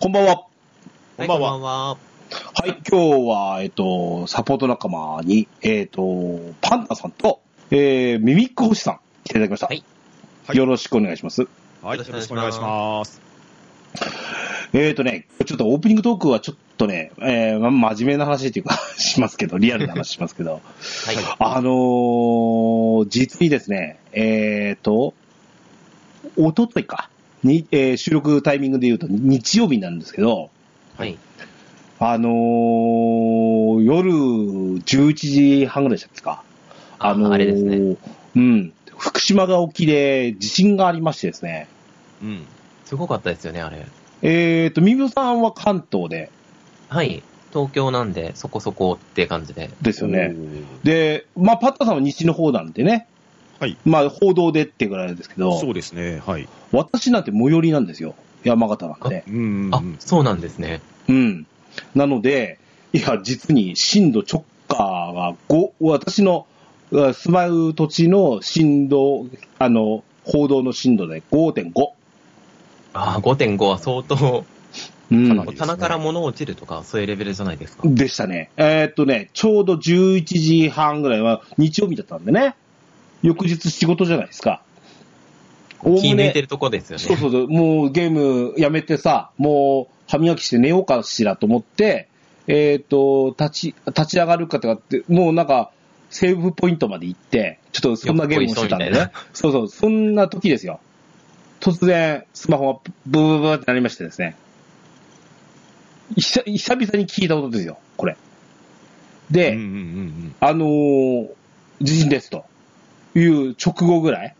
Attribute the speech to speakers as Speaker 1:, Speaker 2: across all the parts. Speaker 1: こんばんは。
Speaker 2: こ
Speaker 3: こん
Speaker 2: んばん
Speaker 3: ば
Speaker 2: は。
Speaker 3: んは。
Speaker 1: はい、今日は、えっと、サポート仲間に、えっと、パンダさんと、えー、ミミック星さん、来ていただきました。
Speaker 3: はい
Speaker 2: はい
Speaker 1: よろしくお願いします。
Speaker 2: はい、
Speaker 3: よ
Speaker 2: よ
Speaker 3: ろ
Speaker 2: ろ
Speaker 3: し
Speaker 2: し
Speaker 3: くお
Speaker 2: くお
Speaker 3: 願い
Speaker 2: 願い
Speaker 3: し
Speaker 2: し
Speaker 3: ま
Speaker 2: ます。
Speaker 1: えっ、とね、ちょっとオープニングトークはちょっとね、えー、ま真面目な話っていうか、 しますけど、リアルな話しますけ ど、
Speaker 3: はい。
Speaker 1: あのー、実にですね、えっ、と、おとといか、に、えー収録タイミングで言うと日曜日になるんですけど、
Speaker 3: はい。
Speaker 1: あのー、夜11時半ぐらいでしたっけか。
Speaker 3: あ
Speaker 1: のー
Speaker 3: あれですね。
Speaker 1: うん。福島が沖で地震がありましてですね。
Speaker 2: うん。
Speaker 3: すごかったですよね、あれ。
Speaker 1: えっ、と、みみおさんは関東で、
Speaker 3: はい。東京なんで、そこそこって感じで。
Speaker 1: ですよね。
Speaker 2: お
Speaker 1: で、まあ、パッタさんは西の方なんでね。
Speaker 2: はい。
Speaker 1: まあ、報道でってぐらいですけ
Speaker 2: ー。そ
Speaker 1: ど、
Speaker 2: うですね、はい。
Speaker 1: 私なんて最寄りなんですよ。山形なんで。
Speaker 2: うん。
Speaker 3: あ、そうなんですね。
Speaker 1: うん。なので、いや、実に震度直下が5、私のうん住まう土地の震度、あの、報道の震度で5.5。
Speaker 3: ああ、5.5は相当、
Speaker 1: うん
Speaker 2: かなり
Speaker 3: 棚から物落ちるとか、そういうレベルじゃないですか。
Speaker 1: でしたね。えーっとね、ちょうど11時半ぐらいは日曜日だったんでね、翌日仕事じゃないですか。おおむ
Speaker 3: 気抜い
Speaker 1: ね
Speaker 3: て、るとこですよね。
Speaker 1: そうそうそう、もうゲームやめてさ、もう歯磨きして寝ようかしらと思って、えーっと、立ち、立ち上がるかとかって、もうなんか、セーブポイントまで行って、ちょっとそんなゲームをしてたんで
Speaker 3: よっ
Speaker 1: ね。そうそう、そんな時ですよ。突然、スマホがブブブブってなりましてですね。久久々に聞いた音ですよ、これ。
Speaker 2: う
Speaker 1: で、
Speaker 2: んうんうん
Speaker 1: あのー地震ですという直後ぐらい、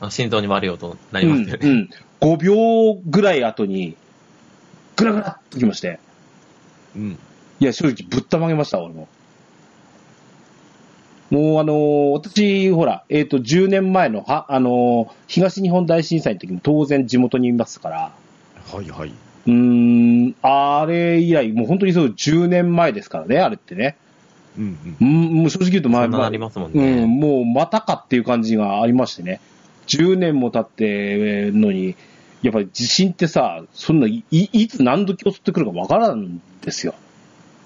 Speaker 3: あ心臓に悪い音にな
Speaker 1: う
Speaker 3: り
Speaker 1: ん
Speaker 3: ますよ
Speaker 1: う
Speaker 3: ね。
Speaker 1: ん、5秒ぐらい後に、ぐらぐらっときまして、
Speaker 2: うん。うん。
Speaker 1: いや、正直ぶったまげました、俺も。もうあのー私、ほら、えっ、と、10年前の、は、あのー東日本大震災の時も当然地元にいますから、
Speaker 2: はいはい。
Speaker 1: うーん、あれ以来、もう本当にそう10年前ですからね、あれってね。
Speaker 2: うんうん
Speaker 1: う。ん、もう正直言うと
Speaker 3: そ
Speaker 1: 前
Speaker 3: んなのあ
Speaker 1: 々
Speaker 3: りますもん
Speaker 1: うん、
Speaker 3: ね。
Speaker 1: もうまたかっていう感じがありましてね。10年も経ってのに、やっぱり地震ってさ、そんない、いいつ何時襲ってくるかわからんんですよ。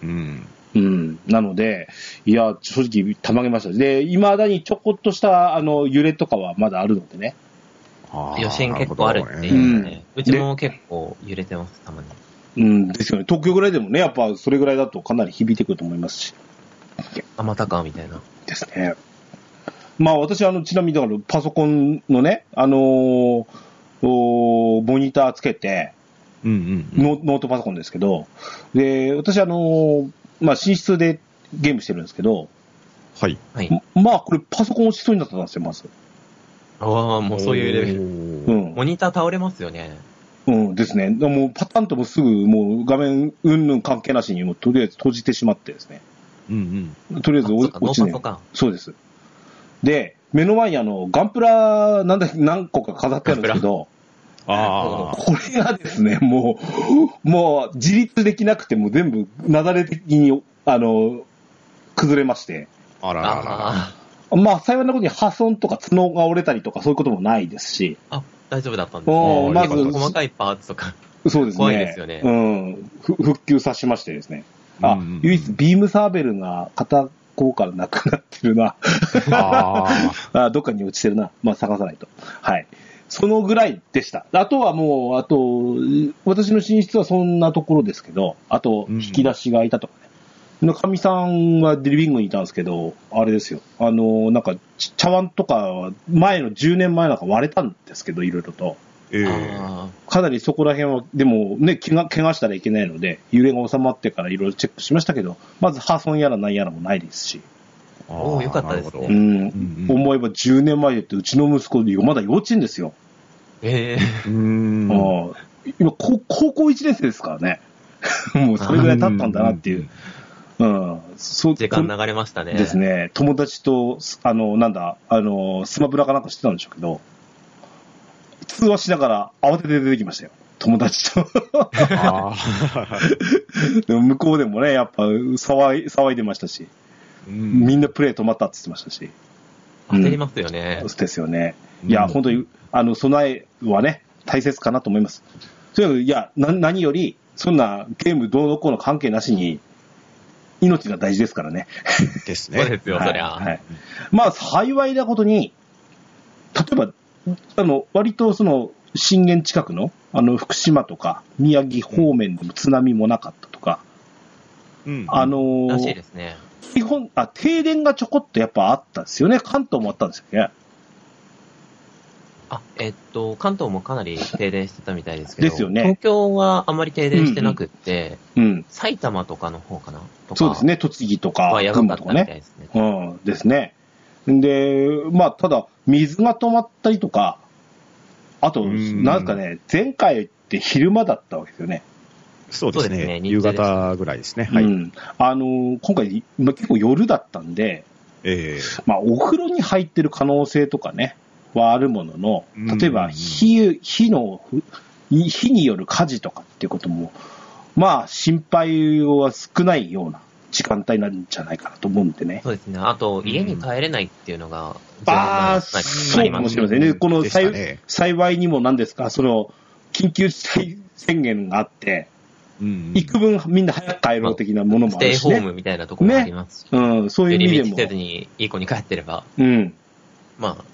Speaker 2: うん。
Speaker 1: うん。なので、いや、正直、たまげました。で、未だにちょこっとした、あの、揺れとかはまだあるのでね。
Speaker 2: あー
Speaker 3: 余震結構あるってい
Speaker 1: なる
Speaker 3: う
Speaker 1: ほ
Speaker 3: ね
Speaker 1: ど
Speaker 3: う
Speaker 1: ね
Speaker 3: ん。うちも結構揺れてます、たまに。
Speaker 1: うん、ですよね。東京ぐらいでもね、やっぱそれぐらいだとかなり響いてくると思いますし。
Speaker 3: あ、またか、みたいな。
Speaker 1: ですね。まあ私、あの、ちなみにだからパソコンのね、あのーおーモニターつけて、
Speaker 2: うんうんうん。
Speaker 1: ノノートパソコンですけど、で、私、あのーまあ、寝室でゲームしてるんですけど、
Speaker 2: はい。
Speaker 3: はい。
Speaker 1: まあ、これパソコン落ちそうになったんですよ、まず。
Speaker 3: ああ、もうそういうレベル。
Speaker 1: う
Speaker 2: ル。
Speaker 1: ん
Speaker 3: モ。ニター倒れますよね。
Speaker 1: うんですね。でもうパタンともうすぐ、もう画面、うんぬん関係なしに、もうとりあえず閉じてしまってですね。
Speaker 2: うん
Speaker 1: とりあえず
Speaker 3: あ
Speaker 1: お
Speaker 3: そうかノ
Speaker 1: 落ちな
Speaker 3: ーパ
Speaker 1: い
Speaker 3: ソ。か。
Speaker 1: そうです。で、目の前にあの、ガンプラ、なんだ、何個か飾ってあるんですけど、
Speaker 2: うん。ああ。
Speaker 1: これがですね、もう、もう自立できなくて、もう全部、なだれ的に、あの、崩れまして。
Speaker 2: あらららら。
Speaker 3: あ
Speaker 1: まあ、幸いなことに破損とか角が折れたりとかそういうこともないですし、
Speaker 3: あ、あ、大丈夫だったんですね。
Speaker 1: おー
Speaker 2: あ
Speaker 1: ま
Speaker 2: ー
Speaker 3: 結
Speaker 1: ず
Speaker 3: 構
Speaker 2: よかった
Speaker 3: 細かいパーツとか。
Speaker 1: そうですね。
Speaker 3: 怖いですよね
Speaker 1: うん。ふ復旧さしましてですね。あ、
Speaker 2: うんうん
Speaker 1: 唯一ビームサーベルが片方からなくなってるな。
Speaker 2: ああ。
Speaker 1: あどっかに落ちてるな。まあ、探さないと。はい。そのぐらいでした。あとはもう、あと、私の寝室はそんなところですけど、あと、
Speaker 2: うん
Speaker 1: 引き出しがいたとかね。のかみさんはリビングにいたんですけど、あれですよ。あの、なんか、ち茶碗とか、前の10年前なんか割れたんですけど、いろいろと。
Speaker 2: ええ。
Speaker 3: あ
Speaker 1: かなりそこら辺は、でもね、怪我怪我したらいけないので、揺れが収まってからいろいろチェックしましたけど、まず破損やらなんやらもないですし、
Speaker 3: おーよかったですね
Speaker 2: なるほ
Speaker 1: う
Speaker 2: ど
Speaker 1: ん、
Speaker 2: んうん
Speaker 1: 思えば10年前でって、うちの息子、まだ幼稚園ですよ。
Speaker 3: ー ええ
Speaker 2: うん。
Speaker 1: ああ今高、高校1年生ですからね。 もうそれぐらい経ったんだなっていう。うん。そう
Speaker 3: 時間流れましたね。
Speaker 1: ですね。友達と、すあの、なんだ、あの、スマブラかなんかしてたんでしょうけど、通話しながら慌てて出てきましたよ。友達と。
Speaker 2: うん。ああ。
Speaker 1: でも向こうでもね、やっぱ騒い、騒いでましたし、
Speaker 2: うん
Speaker 1: みんなプレイ止まったって言ってましたし、
Speaker 3: 焦りますよね。
Speaker 1: ですよね。いや、
Speaker 2: うん
Speaker 1: 本当に、あの、備えはね、大切かなと思います。とにかく、いや、な何より、そんなゲームどうのこうの関係なしに、命が大事ですからね。
Speaker 2: で
Speaker 3: そ
Speaker 2: す
Speaker 3: うで
Speaker 2: ね。
Speaker 3: すよ、
Speaker 1: はい
Speaker 3: そりゃ。
Speaker 1: はい。まあ、幸いなことに、例えば、あの、割とその、震源近くの、あの、福島とか、宮城方面でも津波もなかったとか、
Speaker 2: うん
Speaker 1: あのー
Speaker 3: らしいですね。
Speaker 1: 基本、あ、停電がちょこっとやっぱあったんですよね。関東もあったんですよね。
Speaker 3: あ、えっと、関東もかなり停電してたみたいですけど、
Speaker 1: ですよね
Speaker 3: 東京はあまり停電してなくって、
Speaker 1: うん。
Speaker 3: 埼玉とかの方かなとか
Speaker 1: そうですね。栃木とか
Speaker 3: は、やば
Speaker 1: 群
Speaker 3: か
Speaker 1: 馬
Speaker 3: っ
Speaker 1: と
Speaker 3: た
Speaker 1: か
Speaker 3: みたい
Speaker 1: ね。
Speaker 3: ですね。
Speaker 1: うん。ですね。で、まあ、ただ、水が止まったりとか、あと、
Speaker 2: うん
Speaker 1: なんかね、前回って昼間だったわけですよね。
Speaker 2: そうです
Speaker 3: そうですね
Speaker 2: ね。
Speaker 3: 日
Speaker 2: 夕
Speaker 3: 中です
Speaker 2: 方ぐらいですね。は
Speaker 1: う
Speaker 2: い。
Speaker 1: ん。あのー今回、まあ結構夜だったんで、
Speaker 2: ええ。
Speaker 1: まあ、お風呂に入ってる可能性とかね、はあるものの
Speaker 2: うん、
Speaker 1: 例えば火、火の、い火による火事とかっていうことも、まあ、心配は少ないような時間帯なんじゃないかなと思うんでね。
Speaker 3: そうですね。あと、家に帰れないっていうのが、
Speaker 1: ああ、
Speaker 3: 前
Speaker 1: そう
Speaker 3: 々ま
Speaker 1: か
Speaker 3: あり
Speaker 1: も
Speaker 3: ま
Speaker 1: し
Speaker 3: す
Speaker 1: れませんね。この
Speaker 2: でした
Speaker 1: 幸,、
Speaker 2: ね
Speaker 1: 幸いにも何ですか、その、緊急事態宣言があって、
Speaker 2: うんうん
Speaker 1: 幾分みんな早く帰ろう的なものも
Speaker 3: ス
Speaker 1: ある
Speaker 3: テイ
Speaker 1: し
Speaker 3: ホー
Speaker 1: ね。
Speaker 3: ムみたいなところもありますし、
Speaker 1: うん、そういう
Speaker 3: リ
Speaker 1: 意
Speaker 3: ミ
Speaker 1: 味
Speaker 3: せず
Speaker 1: でも。
Speaker 3: にいい子に帰ってれば、
Speaker 1: うん。
Speaker 3: まあ、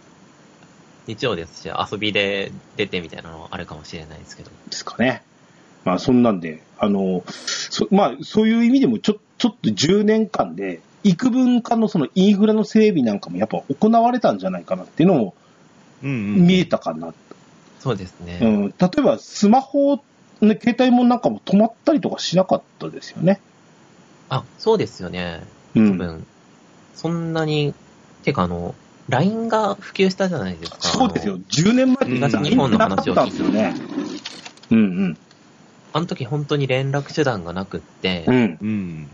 Speaker 3: 日曜ですし、遊びで出てみたいなのはあるかもしれないですけど。
Speaker 1: ですかね。まあ、そんなんで、あの、そまあ、そういう意味でも、ちょ、ちょっと10年間で、幾分かのそのインフラの整備なんかもやっぱ行われたんじゃないかなっていうのも
Speaker 2: うんうん
Speaker 1: 見えたかな。
Speaker 3: そうですね。
Speaker 1: うん、例えばスマホ、ね、携帯もなんかも止まったりとかしなかったですよね。
Speaker 3: あ、そうですよね。
Speaker 1: う
Speaker 3: 多
Speaker 1: ん。
Speaker 3: 分、そんなに、てかあの、LINE が普及したじゃないですか。
Speaker 1: そうです
Speaker 3: あ
Speaker 1: よ。
Speaker 3: の。
Speaker 1: 10年前って
Speaker 2: うん
Speaker 1: 何
Speaker 2: 日
Speaker 1: も
Speaker 3: 本の
Speaker 1: なか
Speaker 3: 話
Speaker 1: っ
Speaker 3: を
Speaker 1: た
Speaker 3: 聞
Speaker 1: ん
Speaker 3: い
Speaker 1: です
Speaker 3: て
Speaker 1: よね。うん
Speaker 3: あの時本当に連絡手段がなくって、
Speaker 1: うん。うん。
Speaker 2: うん。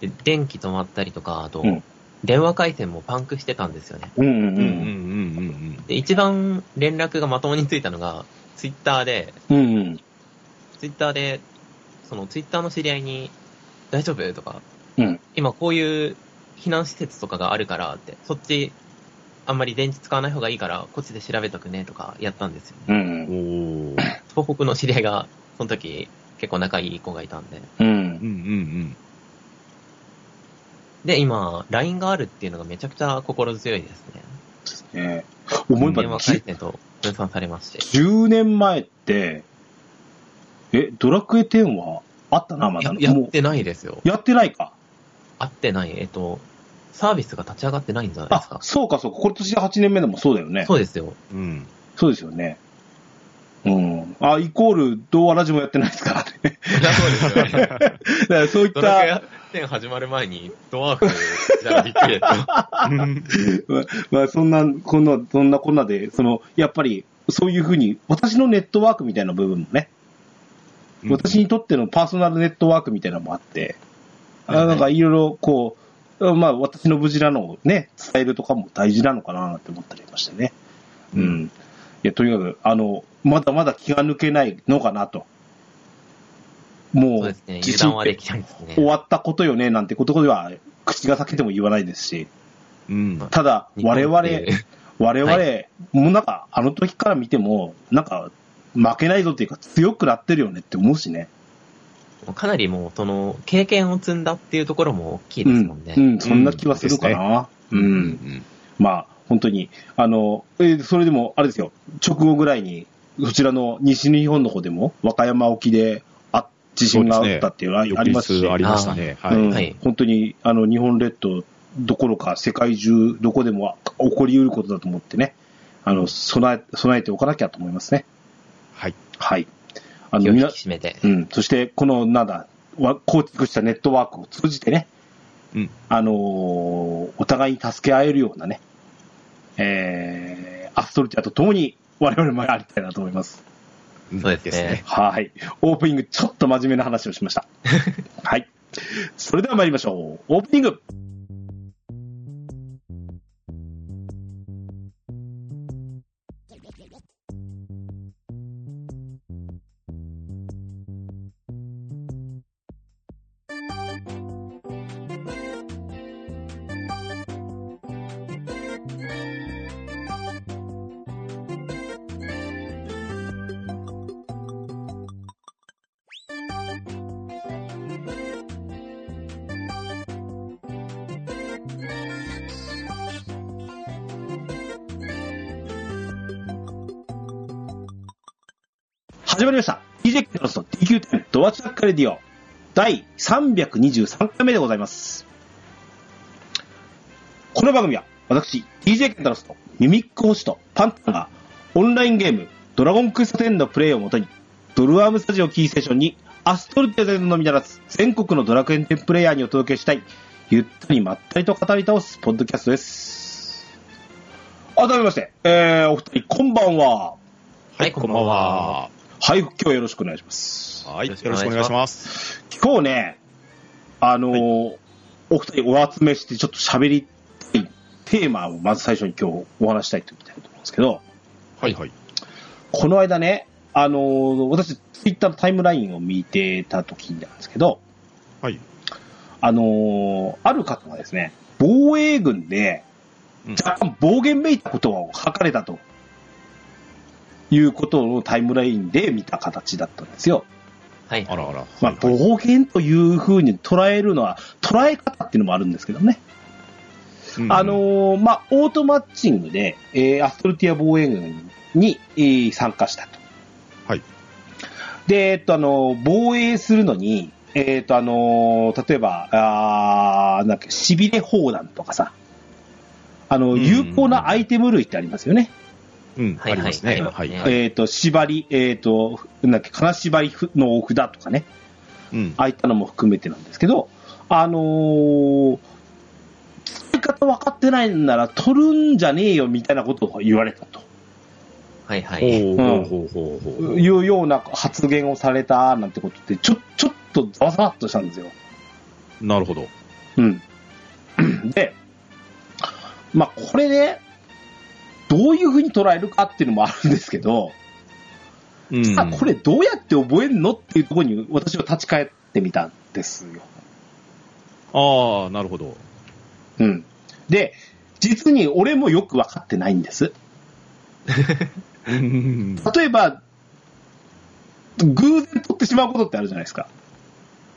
Speaker 3: で電気止まったりとか、あと、
Speaker 1: うん
Speaker 3: 電話回線もパンクしてたんですよね。
Speaker 1: うんうん
Speaker 2: う
Speaker 1: う
Speaker 2: んうん
Speaker 1: ん。
Speaker 2: うん
Speaker 3: で、一番連絡がまともについたのが、ツイッターで、
Speaker 1: うんうん。
Speaker 3: ツイッターで、そのツイッターの知り合いに、大丈夫とか、
Speaker 1: うん
Speaker 3: 今こういう避難施設とかがあるからって、そっち、あんまり電池使わない方がいいから、こっちで調べとくねとかやったんですよ、ね。
Speaker 1: う
Speaker 2: うん
Speaker 1: ん。
Speaker 2: おー
Speaker 3: 東北の知り合いが、その時、結構仲いい子がいたんで。
Speaker 1: うん
Speaker 2: うん。うん
Speaker 3: で、今、LINE があるっていうのがめちゃくちゃ心強いですね。
Speaker 1: ね思えば
Speaker 3: 電話
Speaker 1: じ
Speaker 3: 回線と分散されますし。
Speaker 1: 10年前って、え、ドラクエ10はあったな、まだ。
Speaker 3: ややっ
Speaker 1: も
Speaker 3: てないですよ
Speaker 1: う。やってないか。
Speaker 3: あってない。えっと、サービスが立ち上がってないんじゃないです
Speaker 1: あ
Speaker 3: か、。
Speaker 1: そうかそうか。今年で8年目でもそうだよね。
Speaker 3: そうですよ。
Speaker 2: うんうん。
Speaker 1: そうですよね。うん。あ、イコール、どうあらじもやってないですからね。
Speaker 3: そりゃそう ですよね。
Speaker 1: だからそういっ
Speaker 3: ドラク
Speaker 1: た、
Speaker 3: エ展始まる前に、ドワーフじゃびっくりですよ。
Speaker 1: まあ、そんな、こんな、そんなこんなで、その、やっぱり、そういうふうに、私のネットワークみたいな部分もね、
Speaker 2: うん
Speaker 1: 私にとってのパーソナルネットワークみたいなのもあって、
Speaker 3: は
Speaker 1: あな
Speaker 3: いはい
Speaker 1: んかいろいろこう、まあ私の無事なのをね、伝えるとかも大事なのかなって思ったりましてね。う
Speaker 2: うん
Speaker 1: ん。いや、とにかく、あの、まだまだ気が抜けないのかなと。も
Speaker 3: そう
Speaker 1: う
Speaker 3: ですね、、
Speaker 1: 地震
Speaker 3: 油断
Speaker 1: っ
Speaker 3: は
Speaker 1: て
Speaker 3: できないですね。
Speaker 1: 終わったことよね、なんてことでは、口が裂けても言わないですし、
Speaker 2: うん。
Speaker 1: ただ、
Speaker 3: 日本
Speaker 1: 我
Speaker 3: って
Speaker 1: 々、我々、
Speaker 3: は
Speaker 1: もうなんか、あの時から見ても、なんか、負けないぞっていうか、強くなってるよねって思うしね。
Speaker 3: かなりもう、その、経験を積んだっていうところも大きいですもんね。
Speaker 1: うん、うんそんな気はするかな。うん。まあ、本当に。あの、えーそれでも、あれですよ、直後ぐらいに、そちらの西日本の方でも、和歌山沖で、あ、地震があったっていうのは
Speaker 2: 翌
Speaker 1: ありますし、
Speaker 2: 日ありましたね。はい。
Speaker 1: うん
Speaker 3: はい
Speaker 1: 本当に、あの、日本列島どころか、世界中、どこでも起こり得ることだと思ってね、あの、備え、備えておかなきゃと思いますね。
Speaker 2: はい。
Speaker 1: はい。あ
Speaker 3: 気
Speaker 1: の、
Speaker 3: を引き
Speaker 1: 皆、
Speaker 3: 締めて。
Speaker 1: うん、そして、この、なんだ、わ構築したネットワークを通じてね、
Speaker 2: うん。
Speaker 1: あのーお互いに助け合えるようなね、えー、アストルティアと共に我々もやりたいなと思います。
Speaker 3: そうですね。
Speaker 1: はい。オープニング、ちょっと真面目な話をしました。はい。それでは参りましょう。オープニング始まりました。DJ クロスの DQ10 ドアチャックレディオ第323回目でございます。この番組は私、DJ ケンタロスとミミック星とパンタンがオンラインゲームドラゴンクエスト10のプレイをもとにドルアームスタジオキーステーションにアストルテゼのみならず全国のドラクエン10プレイヤーにお届けしたいゆったりまったりと語り倒すポッドキャストです。改めまして、えー、お二人こんばんは。
Speaker 3: はいこんばんは。
Speaker 1: はい、今日はよろしくお願いします。
Speaker 2: はい、よ
Speaker 3: よ
Speaker 2: ろ
Speaker 3: ろ
Speaker 2: し
Speaker 3: し
Speaker 2: く
Speaker 3: く
Speaker 2: お
Speaker 3: お
Speaker 2: 願
Speaker 3: 願
Speaker 2: い
Speaker 3: い
Speaker 2: し
Speaker 3: し
Speaker 2: ます。
Speaker 1: 今日ね、あのーお二人お集めしてちょっと喋りたいテーマをまず最初に今日お話したいとみたいなと思うんですけど、
Speaker 2: はい、はい。
Speaker 1: この間ね、あのー私、ツイッターのタイムラインを見てた時なんですけど、
Speaker 2: はい。
Speaker 1: あのーある方がですね、防衛軍で
Speaker 2: うん
Speaker 1: 若干暴言めいたことを書かれたと。いうことをタイムラインで見た形だったんですよ。
Speaker 3: はい
Speaker 2: あ。らあら。
Speaker 1: まあ、
Speaker 2: はいはい
Speaker 1: 暴言というふうに捉えるのは、捉え方っていうのもあるんですけどね。
Speaker 2: うん
Speaker 1: あのーまあ、オートマッチングで、えーアストルティア防衛軍に、えー参加したと。
Speaker 2: はい。
Speaker 1: で、えっと、あのー防衛するのに、えーっと、あのー例えば、あーなんか、痺れ砲弾とかさ、あの、
Speaker 2: ん
Speaker 1: 有効なアイテム類ってありますよね。
Speaker 2: うん、
Speaker 3: はい
Speaker 2: ありますね。
Speaker 3: はい
Speaker 2: はい。
Speaker 3: はい
Speaker 1: えーっと、縛り、えーっと、なんか、金縛りのお札とかね。
Speaker 2: うん。
Speaker 1: ああいったのも含めてなんですけど、あのー使い方分かってないんなら取るんじゃねえよみたいなことを言われたと
Speaker 3: はいはい。
Speaker 2: ほうほうほうほうほう。
Speaker 1: いうような発言をされたなんてことって、ちょ ちょっとざわざわっとしたんですよ。
Speaker 2: なるほど。
Speaker 1: うん、 で、まあ、これね、どういうふうに捉えるかっていうのもあるんですけど、
Speaker 2: うん
Speaker 1: さあこれどうやって覚えるのっていうところに私は立ち返ってみたんですよ。
Speaker 2: ああ、なるほど。
Speaker 1: うん。で、実に俺もよく分かってないんです。
Speaker 2: うん
Speaker 1: 例えば、偶然取ってしまうことってあるじゃないですか。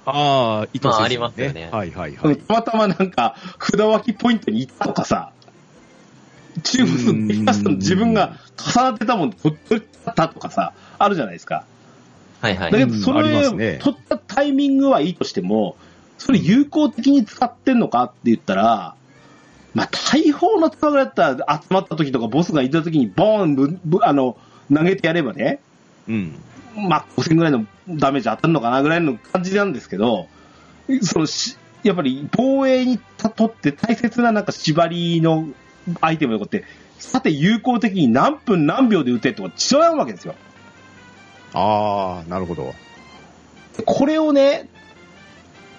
Speaker 2: ああ、意図
Speaker 3: ま
Speaker 2: せずに
Speaker 3: あありますよね
Speaker 2: はいはいはい。
Speaker 1: たまたまなんか、札脇ポイントに行ったとかさ、チーム数できた人の自分が重なってたもんで取ったとかさ、あるじゃないですか。
Speaker 3: はい
Speaker 1: だ
Speaker 3: は
Speaker 1: け
Speaker 3: い。
Speaker 1: ど、そ
Speaker 2: うんありま
Speaker 1: れ、
Speaker 2: すね
Speaker 1: 取ったタイミングはいいとしても、それ有効的に使ってんのかって言ったら、まあ、大砲の使い方だったら、集まった時とかボスがいた時にボーンぶぶあの、投げてやればね、
Speaker 2: うん。
Speaker 1: まあ、5000ぐらいのダメージ当たるのかなぐらいの感じなんですけど、そのしやっぱり防衛にとって大切ななんか縛りのアイテムとかって、さて有効的に何分何秒で撃てとか違うわけですよ。
Speaker 2: ああ、なるほど。
Speaker 1: これをね、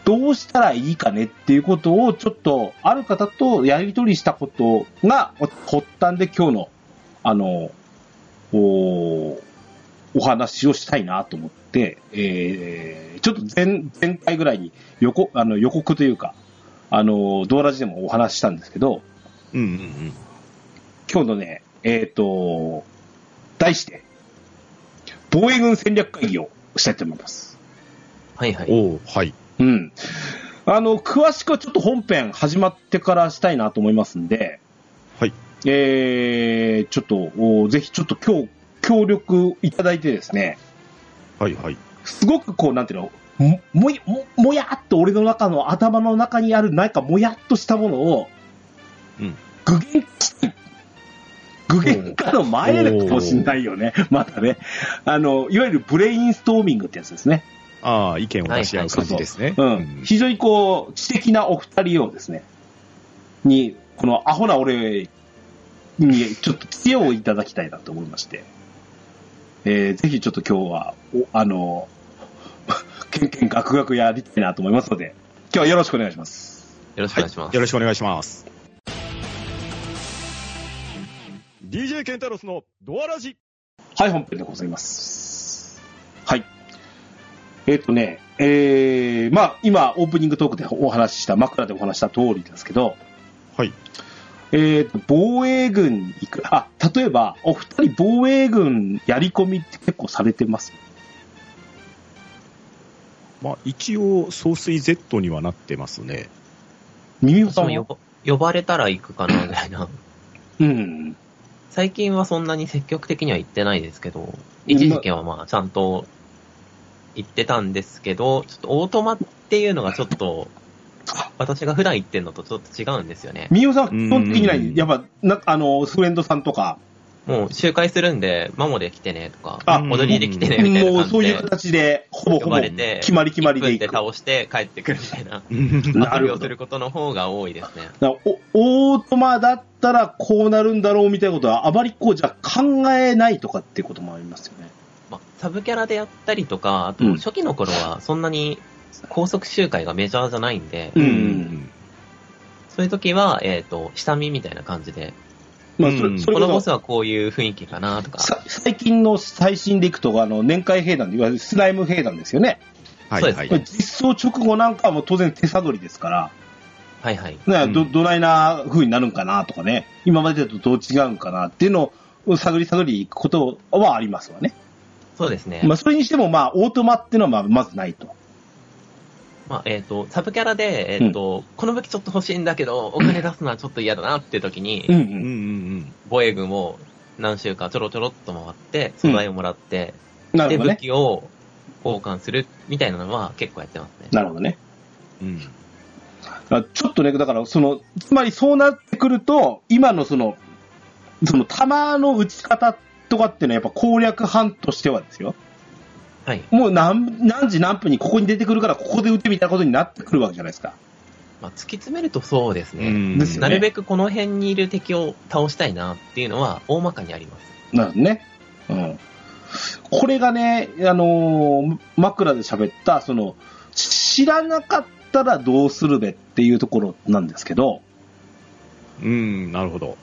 Speaker 1: どうしたらいいかねっていうことをちょっとある方とやり取りしたことが発端で今日の、あの、おお話をしたいなと思って、えーちょっと前前回ぐらいに予告あの予告というか、あの、ドアラジでもお話ししたんですけど、
Speaker 2: うんうん
Speaker 1: 今日のね、えっ、と、題して、防衛軍戦略会議をしたいと思います。
Speaker 3: はいは
Speaker 2: うん。
Speaker 3: い。
Speaker 2: おおはい。
Speaker 1: うん。あの、詳しくはちょっと本編始まってからしたいなと思いますんで、
Speaker 2: はい。
Speaker 1: えー、ちょっと、おぜひちょっと今日、協力いただいてですね、
Speaker 2: はいはい。
Speaker 1: すごくこう、なんていうの、も、もいも、もやっと俺の中の頭の中にあるなんかもやっとしたものを、
Speaker 2: うん
Speaker 1: 具現化したい。具現化の前でかもしんないよね。またね。あの、いわゆるブレインストーミングってやつですね。
Speaker 2: ああ、意見を出し合う感じですね。
Speaker 1: うん、非常にこう、知的なお二人をですね、に、このアホな俺に、ちょっと知恵をいただきたいなと思いまして、えーぜひちょっと今日は、おあの、 けんけんがくがくやりたいなと思いますので、今日はよろしくお願いします。
Speaker 3: よろしくお
Speaker 2: は
Speaker 3: 願いしま
Speaker 2: い。
Speaker 3: す。
Speaker 2: よろしくお願いします。DJ ケンタロスのドアラジ。
Speaker 1: はい、本編でございます。はい。えっ、とね、えー、まあ、今、オープニングトークでお話しした、枕でお話しした通りですけど、
Speaker 2: はい。
Speaker 1: えーと、防衛軍行く。あ、例えば、お二人防衛軍やり込みって結構されてます
Speaker 2: まあ、一応、総帥 Z にはなってますね。
Speaker 1: 耳を
Speaker 3: 私
Speaker 1: さん
Speaker 3: も
Speaker 1: は
Speaker 3: 呼ば呼ばれたら行くかな、ぐらいな。
Speaker 1: うん。
Speaker 3: 最近はそんなに積極的には行ってないですけど、一時期はまあちゃんと行ってたんですけど、ちょっとオートマっていうのがちょっと、私が普段行ってるのとちょっと違うんですよね。
Speaker 1: みおさん、基本的にな
Speaker 2: うん
Speaker 1: い。やっぱ、なあの、フレンドさんとか、
Speaker 3: もう周回するんで、マモで来てねとか、
Speaker 1: あ
Speaker 3: 踊りで来てねみたい
Speaker 1: も
Speaker 3: な
Speaker 1: うそ
Speaker 3: 感
Speaker 1: う
Speaker 3: じ
Speaker 1: いう
Speaker 3: で
Speaker 1: 形で、ほぼほ
Speaker 3: 呼
Speaker 1: ぼ、
Speaker 3: ばれ
Speaker 1: 決
Speaker 3: て、
Speaker 1: まり決まりで
Speaker 3: 1分
Speaker 1: い
Speaker 3: で
Speaker 1: く。
Speaker 3: 倒して帰ってくるみたいな。
Speaker 1: な
Speaker 3: 遊
Speaker 1: る
Speaker 3: び
Speaker 1: ほ
Speaker 3: をす
Speaker 1: ど。
Speaker 3: ることの方が多いですね。
Speaker 1: だからおオートマだったらこうなるんだろうみたいなことは、あまりこう、じゃあ考えないとかっていうこともありますよね。
Speaker 3: まあ、サブキャラでやったりとか、あ
Speaker 1: うん
Speaker 3: と初期の頃はそんなに高速周回がメジャーじゃないんで、
Speaker 1: うん
Speaker 3: そういう時は、えっ、と、下見みたいな感じで、
Speaker 1: まあ、
Speaker 2: うん
Speaker 1: それ、それ
Speaker 3: このボ
Speaker 1: こ
Speaker 3: ス
Speaker 1: そ、
Speaker 3: はこういう雰囲気かなとか、
Speaker 1: さ最近の最新でいくと、あの、年会兵団で、いわゆるスライム兵団ですよね。
Speaker 2: はい
Speaker 3: そうです
Speaker 2: はい
Speaker 1: これ実装直後なんかはもう当然手探りですから、
Speaker 3: はいはい。
Speaker 1: ねど
Speaker 2: うん
Speaker 1: どないな風になるんかなとかね、今までとどう違うんかなっていうのを探り探り行くことはありますわね。
Speaker 3: そうですね。
Speaker 1: ま
Speaker 3: ま
Speaker 1: あ、それにしても、まあ、オートマっていうのはまあまずないと。
Speaker 3: あ、えっ、と、サブキャラで、えっ、と、この武器ちょっと欲しいんだけど、お金出すのはちょっと嫌だなっていう時に、
Speaker 1: んう
Speaker 2: うんうん
Speaker 1: ん。
Speaker 3: 防衛軍を何週かちょろちょろっと回って、素材をもらって、
Speaker 1: なる
Speaker 3: で、
Speaker 1: ほど
Speaker 3: 武
Speaker 1: ね。
Speaker 3: 器を交換するみたいなのは結構やってますね。
Speaker 1: なるほどね。
Speaker 2: うんうん
Speaker 1: あちょっとね、だから、その、つまりそうなってくると、今のその、その弾の打ち方とかっていうのはやっぱ攻略班としてはですよ。
Speaker 3: はい。
Speaker 1: もう何、何時何分にここに出てくるから、ここで打てみたいなことになってくるわけじゃないですか。
Speaker 3: まあ、突き詰めるとそうです
Speaker 2: う
Speaker 3: ね。
Speaker 2: ん
Speaker 1: ですよね
Speaker 3: なるべくこの辺にいる敵を倒したいなっていうのは大まかにあります。
Speaker 1: なるほどね。うん。これがね、あのー枕で喋った、その、知らなかったらどうするべっていうところなんですけど、
Speaker 2: うん、なるほど。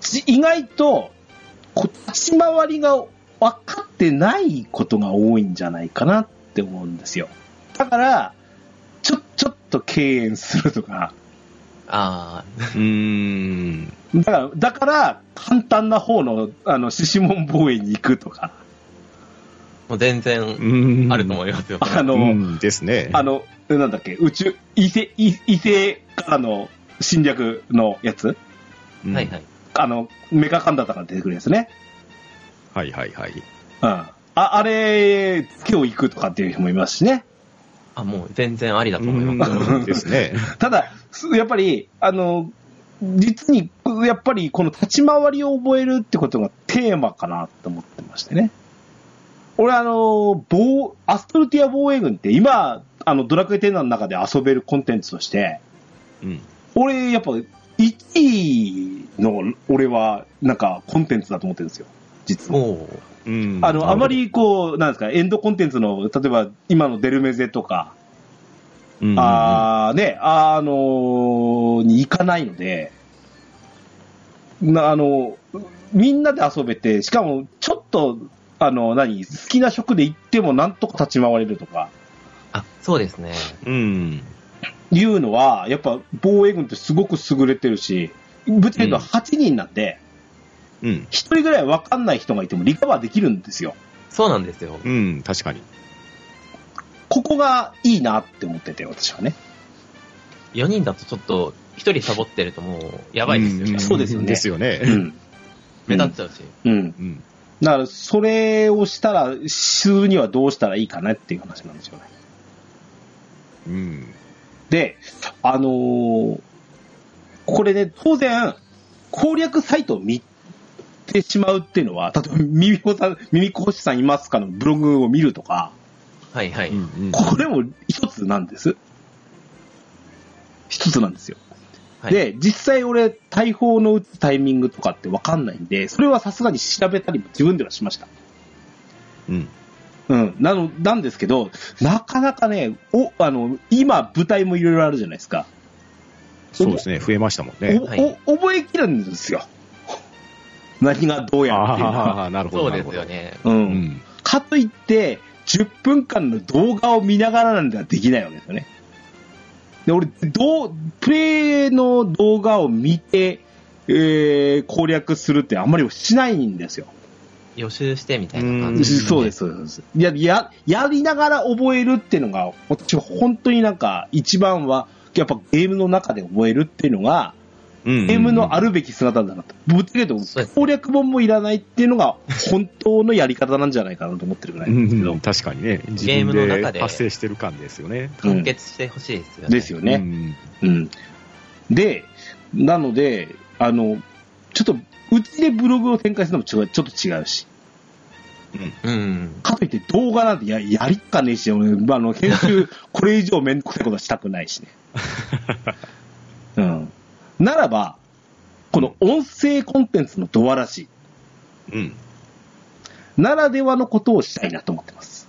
Speaker 1: ち意外と、こう立ち回りが分かってないことが多いんじゃないかなって思うんですよ。だから、ちょ、ちょっと敬遠するとか、
Speaker 3: あ
Speaker 2: うん。
Speaker 1: だから、だから、簡単な方の、あの、獅子門防衛に行くとか、
Speaker 3: あ、もう全然
Speaker 2: うん
Speaker 3: あると思いますよ。
Speaker 1: あの、
Speaker 2: うんですね。
Speaker 1: あの、なんだっけ、宇宙、異星、異異星からの侵略のやつ
Speaker 2: うん
Speaker 3: はいはい。
Speaker 1: あの、メカカンダタから出てくるやつね。
Speaker 2: はいはいはい。
Speaker 1: うん。あ、あれ、今日行くとかっていう人もいますしね。
Speaker 3: あ、もう全然ありだと思います。
Speaker 2: うんですね。
Speaker 1: ただ、すやっぱり、あの、実に、やっぱりこの立ち回りを覚えるってことがテーマかなと思ってましてね。俺、あの、防、アストルティア防衛軍って今、あの、ドラクエ10の中で遊べるコンテンツとして、
Speaker 2: うん。
Speaker 1: 俺、やっぱ、1位の、俺は、なんか、コンテンツだと思ってるんですよ。実は。
Speaker 3: おう
Speaker 2: うん
Speaker 1: あの、あま、
Speaker 2: なる
Speaker 1: り、こう、なんですか、エンドコンテンツの、例えば、今のデルメゼとか、
Speaker 2: ほどうん
Speaker 1: あーね、あのーに行かないので、なあの、みんなで遊べて、しかも、ちょっと、あの、何、好きな職で行ってもなんとか立ち回れるとか、
Speaker 3: あ、そうですね。
Speaker 2: うん。
Speaker 1: いうのは、やっぱ、防衛軍ってすごく優れてるし、ぶっちゃけ言うと
Speaker 2: うん
Speaker 1: 8人なんで、
Speaker 2: うん。
Speaker 1: 一人ぐらい分かんない人がいてもリカバーできるんですよ。
Speaker 3: そうなんですよ。
Speaker 2: うん、確かに。
Speaker 1: ここがいいなって思ってて、私はね。
Speaker 3: 4人だとちょっと、1人サボってるともう、やばいですよ
Speaker 2: ん
Speaker 3: ね。
Speaker 2: ん
Speaker 1: そうですよね
Speaker 2: ですよ
Speaker 1: う
Speaker 2: ね。
Speaker 1: ん。
Speaker 3: 目立っちゃうし。
Speaker 1: うん。
Speaker 2: うん。
Speaker 1: だから、それをしたら、するにはどうしたらいいかなっていう話なんですよね。
Speaker 2: うん。
Speaker 1: で、あのーこれね、当然、攻略サイトを見てしまうっていうのは、例えば、耳こさん、耳こしさんいますかのブログを見るとか、
Speaker 3: はいはい。
Speaker 2: うん
Speaker 1: これも一つなんです。一つなんですよ。
Speaker 3: はい
Speaker 1: で、実際俺、大砲の打つタイミングとかってわかんないんで、それはさすがに調べたりも自分ではしました。
Speaker 2: うん。
Speaker 1: うん。なの、なんですけど、なかなかね、お、あの、今、部隊もいろいろあるじゃないですか。
Speaker 2: そうですね、増えましたもんね
Speaker 1: お。
Speaker 3: はい
Speaker 1: お覚えきるんですよ。何がどうやらっていうのは。
Speaker 2: あ あ、なるほど。
Speaker 3: そう
Speaker 2: な
Speaker 3: で
Speaker 2: る
Speaker 3: す
Speaker 2: ほど
Speaker 3: よ。ね。
Speaker 1: う。
Speaker 2: うんん。
Speaker 1: かといって、10分間の動画を見ながらなんてのはできないわけですよね。で、俺、どう、プレイの動画を見て、えー、攻略するってあんまりしないんですよ。
Speaker 3: 予習してみたいな
Speaker 2: う
Speaker 3: 感
Speaker 2: ん
Speaker 3: じ。
Speaker 1: そうです、そうです。いや、や、やりながら覚えるっていうのが、私は本当になんか、一番は、やっぱゲームの中で覚えるっていうのが、
Speaker 2: うん
Speaker 1: ゲームのあるべき姿だなと。ぶっちゃけ言う
Speaker 3: そ
Speaker 1: と
Speaker 3: うです
Speaker 1: 攻略本もいらないっていうのが本当のやり方なんじゃないかなと思ってるぐらい
Speaker 2: うん
Speaker 1: な
Speaker 2: うん
Speaker 1: ですけど
Speaker 2: んうん、。確かにね、自
Speaker 3: ゲームの
Speaker 2: 分
Speaker 3: 中で
Speaker 2: で発生してる感ですよね。
Speaker 1: うん
Speaker 3: 完結してほしいですよね。
Speaker 1: ですよね。
Speaker 2: うん
Speaker 1: うん。で、なので、あの、ちょっと、うちでブログを展開するのも違うちょっと違うし、
Speaker 3: うん。
Speaker 1: かといって動画なんてややりっかねえし、俺、まあ、あの、編集、これ以上めんどくさいことはしたくないしね。うん。ならば、この音声コンテンツのドアらし
Speaker 2: うん
Speaker 1: い、ならではのことをしたいなと思ってます。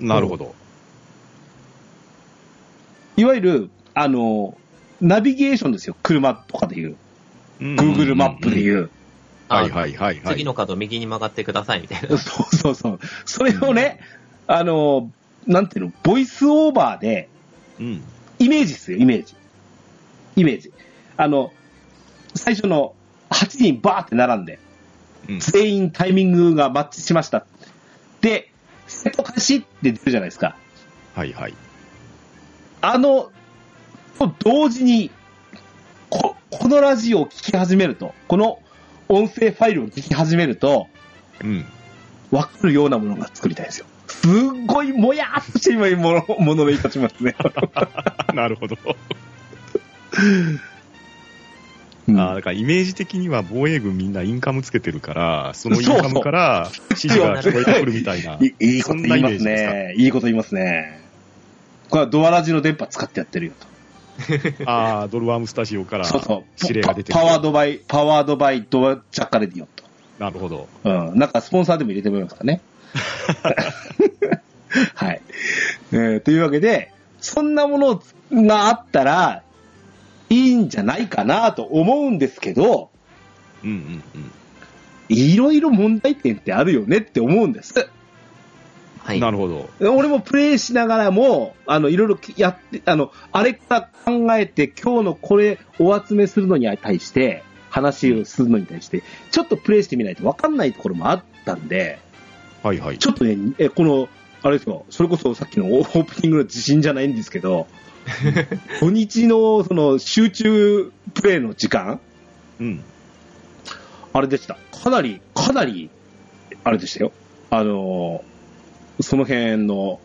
Speaker 2: なるほど。
Speaker 1: いわゆる、あの、ナビゲーションですよ。車とかでいう。Google マップで
Speaker 2: うん。
Speaker 1: いう。
Speaker 3: あ
Speaker 2: はいはいはいはい。
Speaker 3: 次の角右に曲がってくださいみたいな。
Speaker 1: そうそうそう。それをね、あの、なんていうの、ボイスオーバーで、
Speaker 2: うん。
Speaker 1: イメージですよ、イメージ。イメージ。あの、最初の8人バーって並んで、
Speaker 2: うん
Speaker 1: 全員タイミングがマッチしました。で、瀬戸開始って出るじゃないですか。
Speaker 2: はいはい。
Speaker 1: あの、と同時に、こ、このラジオを聞き始めると、この音声ファイルを聞き始めると、
Speaker 2: うん。
Speaker 1: わかるようなものが作りたいんですよ。すっごいもやーっとして今もの、ものめいたしますね。
Speaker 2: なるほど。
Speaker 1: うん
Speaker 2: あーだからイメージ的には防衛軍みんなインカムつけてるから、そのインカムから指示が聞こえてくるみたいな。
Speaker 1: いいいこと言います
Speaker 2: そんなイメージ
Speaker 1: ね。いいこと言いますね。これはドアラジの電波使ってやってるよと。
Speaker 2: ああ、ドルワームスタジオから
Speaker 1: そうそう。
Speaker 2: 指令が出て
Speaker 1: パ
Speaker 2: く
Speaker 1: パ
Speaker 2: る。
Speaker 1: ワードバイ、パワードバイドアジャッカレディオと。
Speaker 2: なるほど。
Speaker 1: うん。なんかスポンサーでも入れてもらえますか ね。はい、えーというわけで、そんなものがあったら、いいんじゃないかなと思うんですけど、
Speaker 2: うんうんうん。
Speaker 1: いろいろ問題点ってあるよねって思うんです。
Speaker 3: はい。
Speaker 2: なるほど。
Speaker 1: 俺もプレイしながらも、あの、いろいろやって、あの、あれから考えて、今日のこれ、お集めするのに対して、話をするのに対して、ちょっとプレイしてみないと分かんないところもあったんで、
Speaker 2: はいはい。
Speaker 1: ちょっとね、えこの、あれですよ、それこそさっきのオープニングの自信じゃないんですけど、土日のその集中プレイの時間、
Speaker 2: うん。
Speaker 1: あれでした。かなり、かなり、あれでしたよ。あのー、その辺の、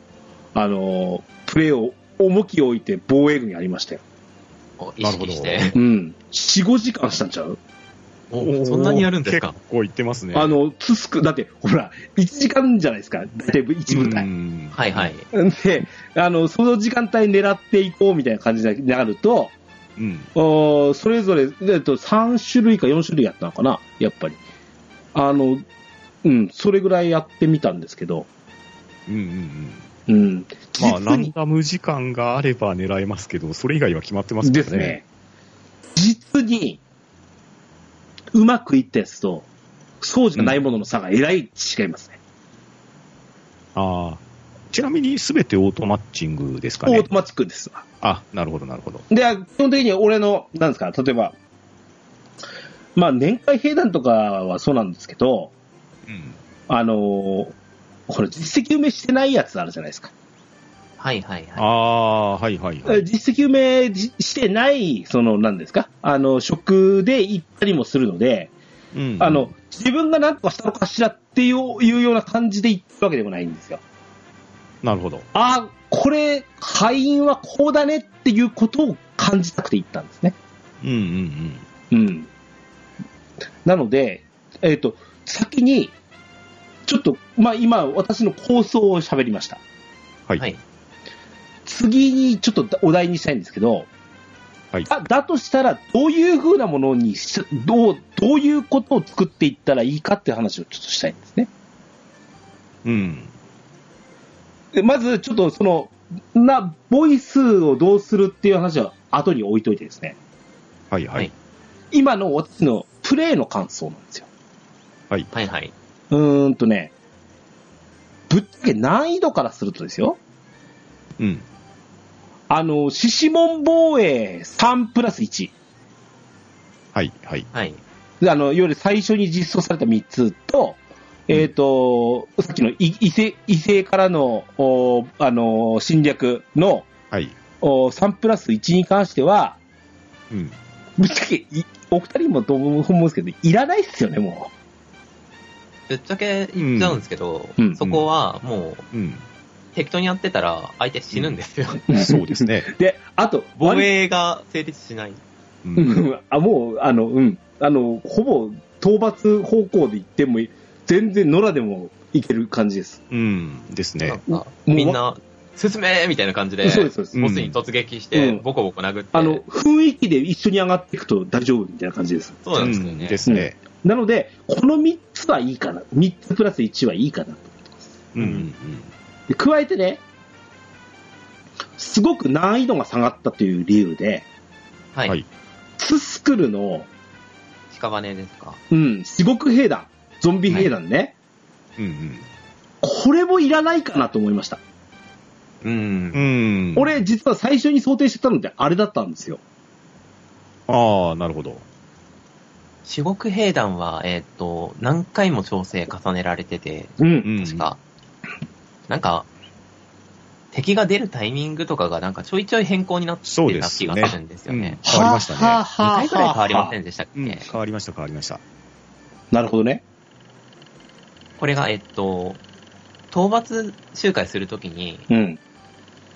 Speaker 1: あのー、プレーを重きを置いて防衛軍にありましたよ。
Speaker 3: を意識して。
Speaker 1: うん。4、5時間したんちゃう、
Speaker 3: おそんなにやるんですか
Speaker 2: 結構行ってますね。
Speaker 1: あの、つすく、だって、ほら、1時間じゃないですか。大体1部隊。
Speaker 2: うん
Speaker 3: はいはい。
Speaker 1: で、あの、その時間帯狙っていこうみたいな感じになると、
Speaker 2: うん。
Speaker 1: おーそれぞれ、えっと、3種類か4種類やったのかなやっぱり。あの、うん、それぐらいやってみたんですけど、
Speaker 2: うんうんうん。
Speaker 1: うん。
Speaker 2: まあ、ラ
Speaker 1: 実
Speaker 2: ン
Speaker 1: に、
Speaker 2: ダム時間があれば狙えますけど、それ以外は決まってますか
Speaker 1: で
Speaker 2: ら
Speaker 1: す
Speaker 2: ね。
Speaker 1: ね。実に、うまくいったやつと、そうじゃないものの差がえらい違いますね。
Speaker 2: ああ。ちなみに、すべてオートマッチングですか
Speaker 1: オ
Speaker 2: ね
Speaker 1: ー。トマチックですわ。
Speaker 2: あ、なるほど、なるほど。
Speaker 1: で、基本的に俺の、なんですか、例えば、まあ、年会兵団とかはそうなんですけど、
Speaker 2: うん。
Speaker 1: あのーこれ実績埋めしてないやつあるじゃないですか。
Speaker 3: はいはいはい。
Speaker 2: ああー、はいはいはい。
Speaker 1: 実績埋めじしてない、その、なんですか、あの、職で行ったりもするので、
Speaker 2: うん
Speaker 1: あの、、自分が何とかしたのかしらっていういうような感じで言ってるわけでもないんですよ。
Speaker 2: なるほど。
Speaker 1: ああ、これ、敗因はこうだねっていうことを感じたくて言ったんですね。
Speaker 2: うんうんうん。
Speaker 1: うん。なので、えっ、と、先に、ちょっと、まあ今、私の構想を喋りました。
Speaker 2: はい。
Speaker 3: はい。
Speaker 1: 次にちょっとお題にしたいんですけど、
Speaker 2: はい
Speaker 1: だだとしたら、どういうふうなものにしどう、どういうことを作っていったらいいかっていう話をちょっとしたいんですね。
Speaker 2: うん。
Speaker 1: でまず、ちょっとその、な、ボイスをどうするっていう話は後に置いといてですね、
Speaker 2: はいは
Speaker 3: はいい。
Speaker 1: 今の私のプレイの感想なんですよ。
Speaker 3: はいはい。
Speaker 1: うーんとね、ぶっちゃけ難易度からするとですよ、
Speaker 2: うん。
Speaker 1: あの、獅子門防衛3プラス1。
Speaker 2: はいはい。
Speaker 3: はい。
Speaker 1: であの、いわゆる最初に実装された3つと、えっ、と、さっきのい異性異性からの、おあの、侵略の
Speaker 2: はい。
Speaker 1: お3プラス1に関しては、
Speaker 2: うん。
Speaker 1: ぶっちゃけ、いお二人もと思うんですけど、いらないっすよね、も
Speaker 3: ぶっちゃけ言っちゃうんですけど、
Speaker 1: うんうん
Speaker 3: そこはもう
Speaker 2: うん。
Speaker 3: 適当にやってたら相手死ぬんですよ。
Speaker 1: う。
Speaker 2: そうですね。
Speaker 1: で、あと、
Speaker 3: 防衛が成立しない。
Speaker 2: う。
Speaker 1: うんんあもう、あの、うん。あの、ほぼ、討伐方向で行っても、全然野良でも行ける感じです。
Speaker 2: うん。です
Speaker 3: なん
Speaker 2: ね。
Speaker 3: か、
Speaker 1: う
Speaker 3: みんな、進めーみたいな感じで、
Speaker 1: そうです、そうです。
Speaker 2: うん
Speaker 3: ボスに突撃して、
Speaker 1: うん
Speaker 3: ボコボコ殴って、
Speaker 1: あの、雰囲気で一緒に上がっていくと大丈夫みたいな感じです。
Speaker 3: そうなんですよ
Speaker 2: うん
Speaker 3: ね。
Speaker 2: ですね。
Speaker 1: なので、この3つはいいかな。3つプラス1はいいかなと。
Speaker 2: うん
Speaker 3: ん
Speaker 2: うん。
Speaker 1: で加えてね、すごく難易度が下がったという理由で、
Speaker 3: はい。
Speaker 2: はい
Speaker 1: ススクルの、
Speaker 3: 屍ですか。
Speaker 1: うん、至極兵団、ゾンビ兵団ね、
Speaker 2: うん
Speaker 1: これもいらないかなと思いました。
Speaker 3: う。
Speaker 2: うんん。うん。
Speaker 1: 俺、実は最初に想定してたのってあれだったんですよ。
Speaker 2: ああ、なるほど。
Speaker 3: 四国兵団は、えっ、と、何回も調整重ねられてて、
Speaker 1: うん。
Speaker 3: 確か、なんか、敵が出るタイミングとかがなんかちょいちょい変更になって
Speaker 2: そうで
Speaker 3: た
Speaker 2: す
Speaker 3: 気
Speaker 2: ね
Speaker 3: がするんですよね。
Speaker 2: 変わりましたね
Speaker 1: はあはあ
Speaker 3: 2回ぐらい変わりま
Speaker 1: はあ
Speaker 3: せ
Speaker 1: は
Speaker 3: んでしたっけ、
Speaker 2: うん。うん。変わりました、変わりました。
Speaker 1: あなるほどね。
Speaker 3: これが、えっと、討伐集会するときに、
Speaker 1: うん。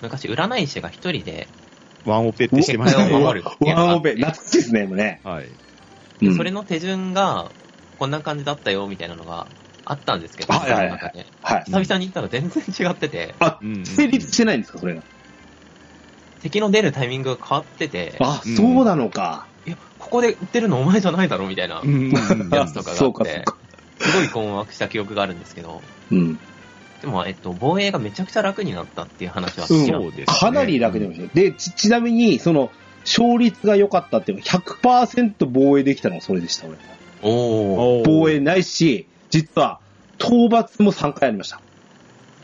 Speaker 3: 昔占い師が一人で、
Speaker 2: ワンオペってしてました
Speaker 3: お
Speaker 2: ね。
Speaker 3: 守るっていうのがあ
Speaker 1: ワンオ
Speaker 3: って
Speaker 1: ペ、懐かしいですね、もうね。
Speaker 2: はい。
Speaker 1: う
Speaker 3: で
Speaker 1: ん
Speaker 3: それの手順が、こんな感じだったよ、みたいなのがあったんですけど、
Speaker 1: はいはいはい
Speaker 3: 僕の中で
Speaker 1: はい。
Speaker 3: 久々に行ったら全然違ってて、
Speaker 1: あ
Speaker 2: う、んうん
Speaker 1: 成立してないんですか、それが。
Speaker 3: 敵の出るタイミングが変わってて、
Speaker 1: あ、
Speaker 2: うん
Speaker 1: そうなのか。
Speaker 3: いや、ここで出るのお前じゃないだろ、みたいな
Speaker 2: う、んうんうん。
Speaker 3: やつとかがあって
Speaker 1: そうか、そうか。
Speaker 3: すごい困惑した記憶があるんですけど、
Speaker 1: うん。
Speaker 3: でも、えっと、防衛がめちゃくちゃ楽になったっていう話は
Speaker 1: う
Speaker 3: 好
Speaker 1: ん
Speaker 3: きな、
Speaker 2: そうですね
Speaker 1: かなり楽でもしょ。で、ち、ちなみに、その、勝率が良かったっていうのは100%防衛できたのがそれでした、俺。
Speaker 3: おー
Speaker 2: おー
Speaker 1: 防衛。ないし、実は、討伐も3回ありました。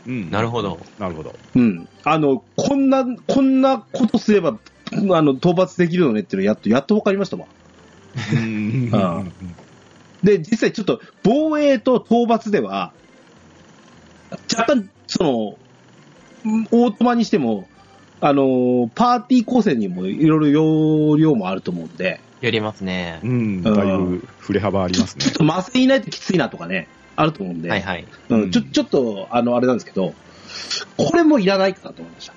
Speaker 2: うん。
Speaker 3: なるほど。
Speaker 2: なるほど。
Speaker 1: うん。あの、こんな、こんなことすれば、あの、討伐できるのねっていうのやっと、やっと分かりましたわ。
Speaker 2: うんうんうんうん
Speaker 1: で、実際ちょっと、防衛と討伐では、若干、その、んオートマにしても、あのーパーティー構成にもいろいろ容量もあると思うんで、
Speaker 3: やりますね
Speaker 2: う。ん。だいぶ振れ幅あり
Speaker 1: ちょ
Speaker 2: ます
Speaker 1: ちょっ。
Speaker 2: ね
Speaker 1: と麻酔いないときついなとかね、あると思うんで、
Speaker 3: はいはい。
Speaker 1: うん、ちょちょっと、あの、あれなんですけど、これもいらないかなと思いました。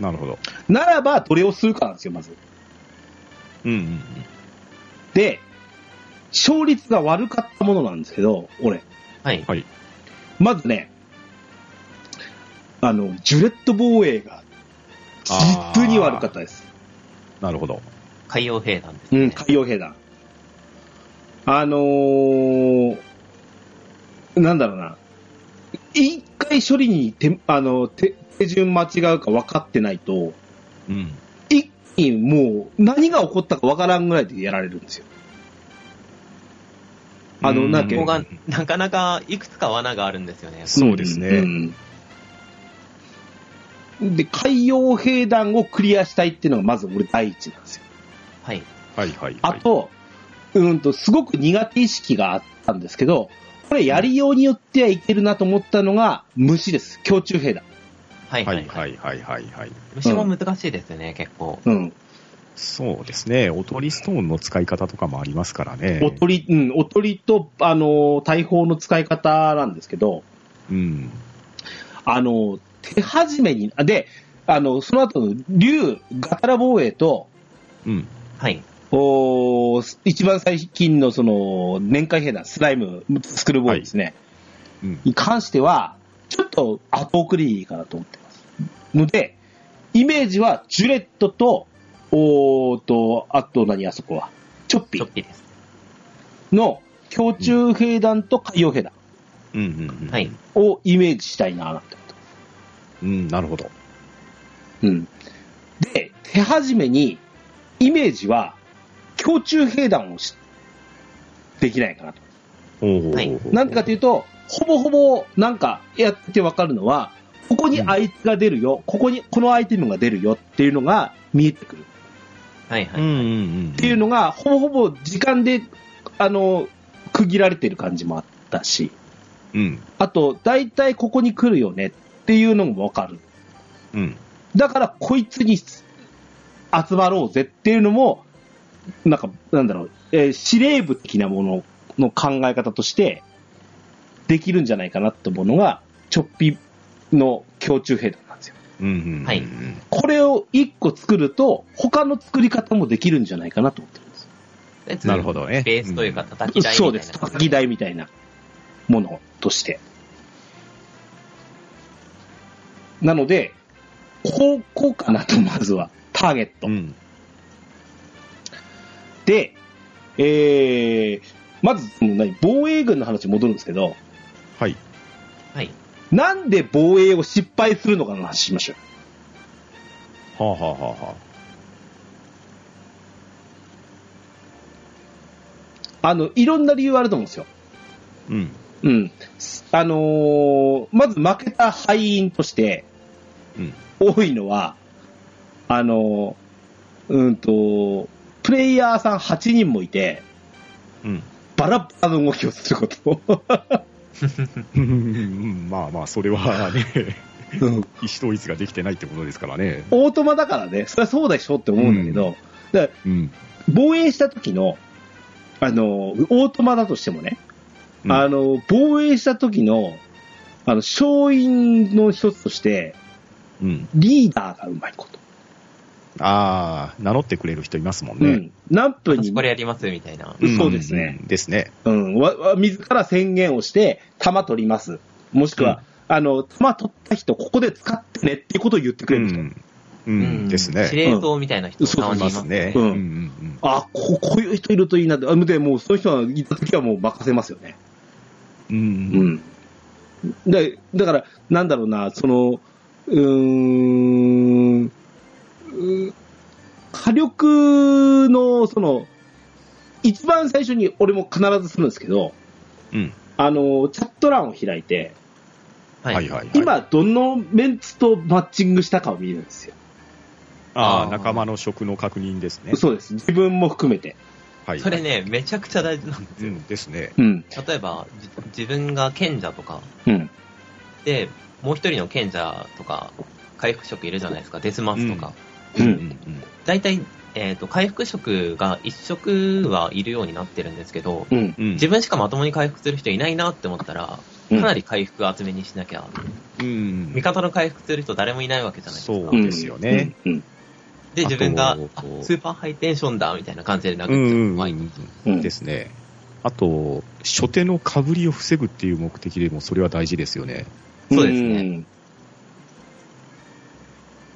Speaker 2: なるほど。
Speaker 1: ならば、どれをするかなんですよ、まず。
Speaker 2: うんうんうん。
Speaker 1: で、勝率が悪かったものなんですけど、俺、
Speaker 3: はい。
Speaker 1: まずね、あの、ジュレット防衛が、
Speaker 2: あー
Speaker 1: 実に悪かったです。
Speaker 2: なるほど。
Speaker 3: 海洋兵団です
Speaker 1: うん、
Speaker 3: ね。
Speaker 1: 海洋兵団。あのー、なんだろうな。一回処理に手、あの、手、手順間違うか分かってないと、
Speaker 2: うん。
Speaker 1: 一気にもう何が起こったか分からんぐらいでやられるんですよ。あの、なんだっけ
Speaker 3: ここが、なかなかいくつか罠があるんですよね。
Speaker 2: そうですね
Speaker 1: んで、海洋兵団をクリアしたいっていうのがまず俺第一なんですよ。
Speaker 3: はい。
Speaker 2: はいはい。
Speaker 1: あ、と、うんと、すごく苦手意識があったんですけど、これやりようによってはいけるなと思ったのが、虫です。強中兵団。
Speaker 3: はい
Speaker 2: は
Speaker 3: はいいは。
Speaker 2: はいいはいはいはい。
Speaker 3: 虫も難しいですよね、結構。
Speaker 1: うん。
Speaker 2: そうですね。おとりストーンの使い方とかもありますからね。
Speaker 1: おとり、うん、おとりと、あのー、大砲の使い方なんですけど、
Speaker 2: うん。
Speaker 1: あのー、手始めに、あで、あの、その後の、竜、ガタラ防衛と、
Speaker 2: うん。
Speaker 3: はい。
Speaker 1: おー一番最近のその年間兵団、スライム、スクールボーイですね、
Speaker 2: うん。
Speaker 1: に関しては、ちょっと後送りかなと思ってます。ので、イメージはジュレットと、おーと、あと何あそこは、チョッピ
Speaker 3: ちょっ
Speaker 1: ー
Speaker 3: ぴです。
Speaker 1: の胸中兵団と海洋兵団
Speaker 2: うんうんうん。
Speaker 3: はい。
Speaker 1: をイメージしたいななんてこと。
Speaker 2: うん、なるほど。
Speaker 1: うん。で、手始めに、イメージは、胸中兵団をし、できないかなと。
Speaker 2: おお、
Speaker 3: はい
Speaker 1: なんでかというと、ほぼほぼ、なんか、やっててわかるのは、ここにあいつが出るよ、ここに、このアイテムが出るよっていうのが見えてくる。っ
Speaker 3: はいは
Speaker 2: う
Speaker 3: い。
Speaker 2: んうんうん。って
Speaker 1: いうのが、ほぼほぼ時間で、あの、区切られてる感じもあったし、
Speaker 2: うん。
Speaker 1: あと、大体ここに来るよねっていうのもわかる。
Speaker 2: うん。
Speaker 1: だから、こいつに集まろうぜっていうのも、なんか、なんだろう、えー司令部的なものの考え方として、できるんじゃないかなってものが、ちょっぴの胸中兵団なんですよ。
Speaker 2: うんうんうん。
Speaker 3: はい
Speaker 1: これを一個作ると、他の作り方もできるんじゃないかなと思ってるんですよ。
Speaker 3: で
Speaker 2: なるほどね
Speaker 3: ベースというか、叩き台みたいな。
Speaker 1: そうです。叩き台みたいなものとして。なので、ここかなと、まずは。ターゲット
Speaker 2: う。ん。
Speaker 1: で、えー、まず、その何防衛軍の話に戻るんですけど、
Speaker 2: はい。
Speaker 3: はい。
Speaker 1: なんで防衛を失敗するのかの話しましょう。
Speaker 2: はあはあはあは
Speaker 1: あの、いろんな理由あると思うんですよ。
Speaker 2: あ。うん。
Speaker 1: うん。あのーまず負けた敗因として
Speaker 2: うん。
Speaker 1: 多いのは、あのーうんと、プレイヤーさん8人もいて、
Speaker 2: うん
Speaker 1: バラバラの動きをすること。
Speaker 2: うんうん。まあまあ、それはね、
Speaker 1: うん
Speaker 2: 意思統一ができてないってことですからね。
Speaker 1: オートマだからね、それはそうでしょって思うんだけど、だから
Speaker 2: うん。
Speaker 1: 防衛した時の、あの、オートマだとしてもね、
Speaker 2: うん
Speaker 1: あの、防衛した時の、あの、勝因の一つとして、
Speaker 2: うん。
Speaker 1: リーダーがうまいこと。
Speaker 2: ああ、名乗ってくれる人いますもん
Speaker 1: う
Speaker 2: ね。
Speaker 1: ん。何分に
Speaker 3: 私こ、れやりますみたいな。
Speaker 1: うん
Speaker 2: ん
Speaker 1: そうですね。
Speaker 2: んですね。
Speaker 1: うん、わ、わ自ら宣言をして、弾取ります。もしくは、あの、弾取った人、ここで使ってねっていうことを言ってく
Speaker 2: う
Speaker 1: れる人。
Speaker 2: ん。うん。ですね
Speaker 3: 司。令塔みたいな人
Speaker 1: うん
Speaker 3: たま
Speaker 2: い
Speaker 3: にいま
Speaker 2: ますすね。
Speaker 1: うん
Speaker 2: ん
Speaker 1: あ、ここういう人いるといいなって。あで、もうその人がいた時はもう任せますよね。
Speaker 2: うん。うん
Speaker 1: う。ん。で、だから、なんだろうな、その、うーん、うー火力の、その、一番最初に俺も必ずするんですけど、
Speaker 2: うん。
Speaker 1: あの、チャット欄を開いて、
Speaker 3: はい。
Speaker 2: はいはい。
Speaker 1: 今、どのメンツとマッチングしたかを見るんですよ。
Speaker 2: あ
Speaker 3: あ
Speaker 2: あ、
Speaker 3: ー
Speaker 2: 仲間の職の確認ですね。
Speaker 1: そうです。自分も含めて。
Speaker 2: はい。
Speaker 3: それね、めちゃくちゃ大事なんです
Speaker 2: う
Speaker 3: よ。
Speaker 2: ん。ですね。
Speaker 1: うん。
Speaker 3: 例えば、じ自分が賢者とか、
Speaker 1: うん。
Speaker 3: で、もう一人の賢者とか、回復職いるじゃないですか、デスマスとか。
Speaker 1: う。
Speaker 2: うんんうん。
Speaker 3: 大体、えっ、と、回復職が一職はいるようになってるんですけど、
Speaker 1: うん。
Speaker 2: うん
Speaker 3: 自分しかまともに回復する人いないなって思ったら、
Speaker 1: う
Speaker 3: か
Speaker 1: ん
Speaker 3: なり回復厚めにしなきゃ、
Speaker 2: うん
Speaker 3: 味方の回復する人誰もいないわけじゃないですか。
Speaker 2: そうですよね。
Speaker 1: うん。
Speaker 3: で、自分が、
Speaker 2: あ
Speaker 3: あ
Speaker 2: と
Speaker 3: スーパーハイテンションだみたいな感じで殴っちゃ
Speaker 2: うん
Speaker 3: う
Speaker 2: うんうん
Speaker 3: 前に。
Speaker 1: う
Speaker 2: で
Speaker 1: ん。
Speaker 2: すね。あと、初手の被りを防ぐっていう目的でもそれは大事ですよね。
Speaker 3: そうですね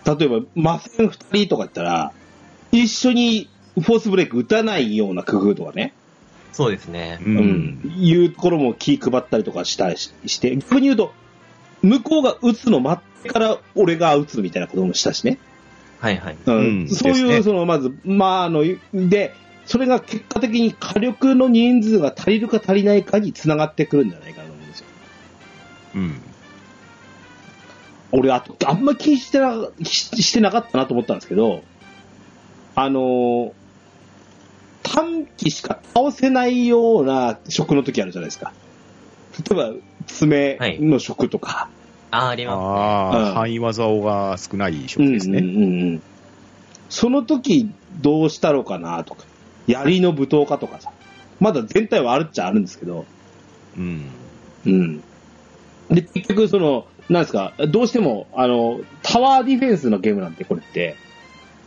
Speaker 1: うん。例えば、魔戦二人とか言ったら、一緒にフォースブレイク打たないような工夫とかね、
Speaker 3: そうですね。
Speaker 2: う
Speaker 1: う。いうところも気配ったりとかしたりしして、逆に言うと、向こうが打つの待ってから俺が打つみたいなこともしたしね。
Speaker 3: はいはい。
Speaker 1: うん
Speaker 2: うん
Speaker 1: そういう、
Speaker 2: ですね
Speaker 1: その、まず、まあ、あの、で、それが結果的に火力の人数が足りるか足りないかにつながってくるんじゃないかなと思うんですよ。
Speaker 2: うん。
Speaker 1: 俺、あと、あんま気にしてな、ししてなかったなと思ったんですけど、あのー短期しか倒せないような食の時あるじゃないですか。例えば、爪の食とか。
Speaker 3: あー、ありますね。
Speaker 2: あ
Speaker 1: うん
Speaker 2: あ、範囲技が少ない職
Speaker 1: うん
Speaker 2: ですね。
Speaker 1: うんうんうんその時、どうしたのかなとか、槍の舞踏家とかさ。まだ全体はあるっちゃあるんですけど、
Speaker 2: うん。
Speaker 1: うん。で、結局、その、なんですか、どうしても、あの、タワーディフェンスのゲームなんで、これって。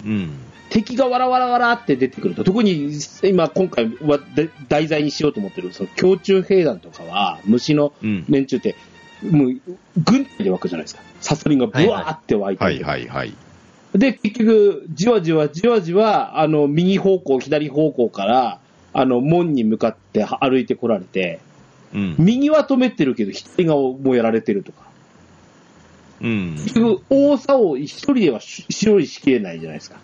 Speaker 2: うん。
Speaker 1: 敵がわらわらわらって出てくると、特に今、今回はで題材にしようと思ってる、その胸中兵団とかは、虫の
Speaker 2: うん。
Speaker 1: 連中って、もう、軍隊で湧くじゃないですか。サソリンがブワーって湧いて、
Speaker 2: はいはいはい。
Speaker 1: で、結局、じわじわじわじわ、あの、右方向、左方向から、あの、門に向かっては歩いてこられて、
Speaker 2: うん。
Speaker 1: 右は止めてるけど、左がもうやられてるとか。
Speaker 2: うん。
Speaker 1: 結局、多さを一人ではし白いしきれないじゃないですか。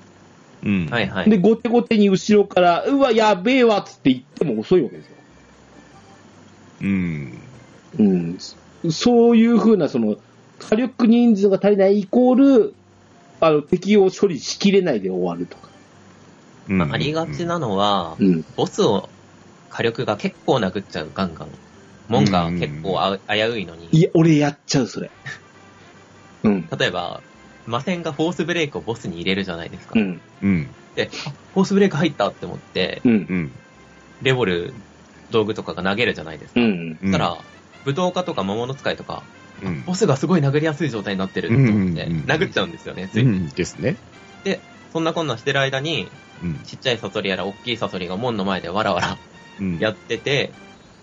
Speaker 2: うん。
Speaker 3: はいはい。
Speaker 1: で、後手後手に後ろから、うわ、やべえわっつって言っても遅いわけですよ。
Speaker 2: うん。
Speaker 1: うん。そういうふうな、その、火力人数が足りないイコール、あの、敵を処理しきれないで終わるとか。
Speaker 2: うん
Speaker 3: ありがち。なのは、
Speaker 1: うん。
Speaker 3: ボスを火力が結構殴っちゃう、ガンガン。門が結構あ危ういのに、
Speaker 1: いや、俺やっちゃう、それ。うん。
Speaker 3: 例えば、魔線がフォースブレークをボスに入れるじゃないですか。
Speaker 1: うん。
Speaker 2: うん、
Speaker 3: で、あフォースブレーク入ったって思って、
Speaker 1: うん。
Speaker 2: うん。
Speaker 3: レボル、道具とかが投げるじゃないですか。
Speaker 1: うん。
Speaker 3: そしたら、武闘家とか魔物使いとか、
Speaker 2: うん、
Speaker 3: ボスがすごい殴りやすい状態になってるって思って、
Speaker 2: うんうんうん
Speaker 3: 殴っちゃうんですよね、つ
Speaker 2: う
Speaker 3: い、
Speaker 2: ん、ですね。
Speaker 3: そんなこんなんしてる間に、
Speaker 2: うん、
Speaker 3: ちっちゃいサソリやら大きいサソリが門の前でわらわら
Speaker 2: うん。
Speaker 3: やってて、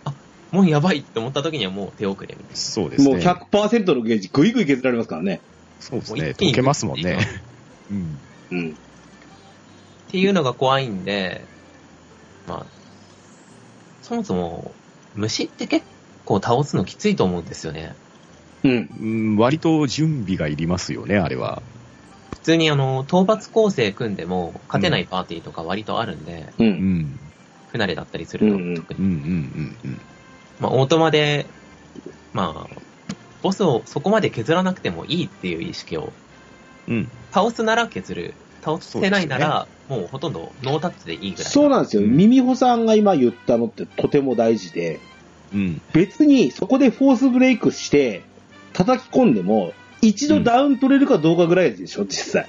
Speaker 3: あ、門やばいって思った時にはもう手遅れみたいな。
Speaker 2: そうですね。
Speaker 1: もう100%のゲージ、ぐいぐい削られますからね。
Speaker 2: そうです
Speaker 3: もう
Speaker 2: ね。
Speaker 3: 一気に
Speaker 2: 溶けますもんね。うん。
Speaker 1: うん。
Speaker 3: っていうのが怖いんで、まあ、そもそも、虫って結構倒すのきついと思うんですよね。
Speaker 1: うん。
Speaker 2: うん、割と準備がいりますよね、あれは。
Speaker 3: 普通にあの、討伐構成組んでも、勝てないパーティーとか割とあるんで、
Speaker 1: う。
Speaker 2: うんん。
Speaker 3: 不慣れだったりすると、
Speaker 1: うんうん
Speaker 3: 特
Speaker 2: う
Speaker 3: に。
Speaker 2: ん、うん、うん、
Speaker 3: まあ、オートマで、まあ、ボスをそこまで削らなくてもいいっていう意識を、
Speaker 2: うん。うん。
Speaker 3: 倒すなら削る、倒せないなら、もうほとんどノータッチでいいぐらい。
Speaker 1: そうなんですよ。ミミホさんが今言ったのってとても大事で、
Speaker 2: うん。
Speaker 1: 別にそこでフォースブレイクして、叩き込んでも、一度ダウン取れるかどうかぐらいでしょ、実際。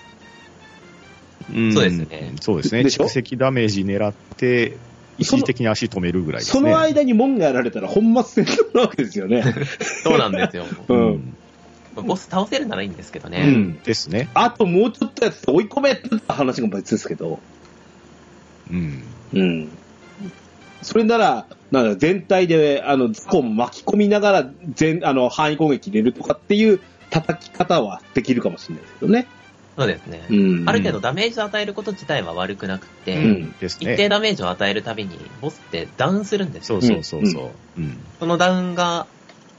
Speaker 2: うん
Speaker 3: そうですね
Speaker 2: そうですね。
Speaker 1: でしょ
Speaker 2: 蓄積ダメージ狙って、一時的に足止めるぐらいですね。
Speaker 1: その間に門がやられたら本末転倒なわけですよね。
Speaker 3: そうなん ですよ。
Speaker 1: うん
Speaker 3: まあボス倒せるならいいんですけどね。
Speaker 2: う
Speaker 1: うんん。
Speaker 2: ですね。
Speaker 1: あともうちょっとやって追い込めって話が別ですけど、
Speaker 2: うん。
Speaker 1: うん。それなら、なんだ全体で、あの、ザコン巻き込みながら、全、あの、範囲攻撃入れるとかっていう叩き方はできるかもしれないですけどね。
Speaker 3: そうですね。
Speaker 1: うん。
Speaker 3: ある程度ダメージを与えること自体は悪くなくて、
Speaker 1: うん
Speaker 2: です
Speaker 3: 一定
Speaker 2: ね。
Speaker 3: ダメージを与えるたびに、ボスってダウンするんです
Speaker 2: そ
Speaker 3: よ。
Speaker 2: うそうそうそう。うん。
Speaker 3: そのダウンが、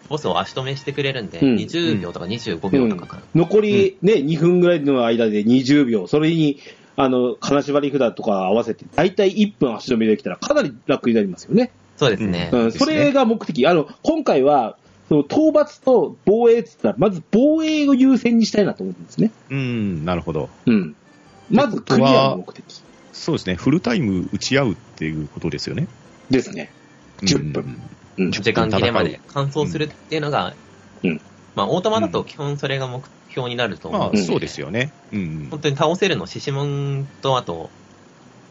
Speaker 3: ボスを足止めしてくれるんで、
Speaker 1: うん
Speaker 3: 20秒とか25秒とかかな。
Speaker 1: 残りね、2分ぐらいの間で20秒、それに、あの、金縛り札とか合わせて、だいたい1分足止めできたらかなり楽になりますよね。
Speaker 3: そうですね。
Speaker 1: うん、
Speaker 2: です
Speaker 1: そ
Speaker 2: ね
Speaker 1: れが目的。あの、今回は、その討伐と防衛って言ったら、まず防衛を優先にしたいなと思うんですね。
Speaker 2: うん、なるほど。
Speaker 1: うん。まずクリアの目的
Speaker 2: そうですね。フルタイム打ち合うっていうことですよね。
Speaker 1: ですね。10分うん。
Speaker 3: 時間切れま
Speaker 2: 戦
Speaker 3: で完走するっていうのが、
Speaker 1: うん
Speaker 3: まあ、オートマだと基本それが目標になると
Speaker 2: うん。
Speaker 3: 思
Speaker 2: ま
Speaker 3: うん
Speaker 2: あ、
Speaker 3: で、
Speaker 2: そうですよね。うん。
Speaker 3: 本当に倒せるの、獅子門と、あと、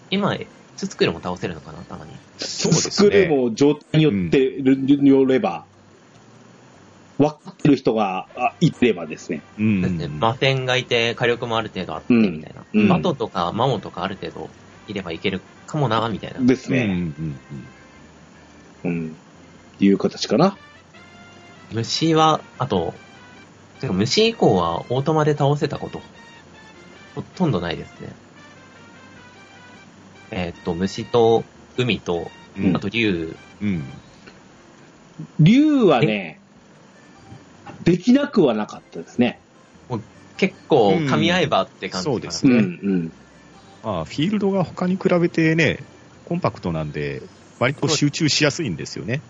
Speaker 3: 今、ツツクルも倒せるのかな、たまに。
Speaker 2: そうです
Speaker 1: 作る
Speaker 2: ね。
Speaker 1: も状態によって、によれば、分かってる人があいればですね。
Speaker 2: う
Speaker 3: ですね。
Speaker 2: ん。
Speaker 3: 魔線がいて、火力もある程度あって、
Speaker 1: うん
Speaker 3: みたいな。
Speaker 1: うん
Speaker 3: バトとかマモとかある程度いればいけるかもな、みたいな。
Speaker 1: です
Speaker 2: うん
Speaker 1: ね。
Speaker 2: うん
Speaker 1: うん。いう形かな。
Speaker 3: 虫は、あと、てか虫以降はオートマで倒せたこと、ほとんどないですね。えーっと、虫と、海と、
Speaker 2: うん
Speaker 3: あと竜、
Speaker 2: うん。
Speaker 1: 竜はね、できなくはなかったですね。
Speaker 3: 結構噛み合えばって感じかな。
Speaker 2: うんそうです
Speaker 1: う
Speaker 2: ね
Speaker 1: んうん。
Speaker 2: まあ、フィールドが他に比べてね、コンパクトなんで、割と集中しやすいんですよね。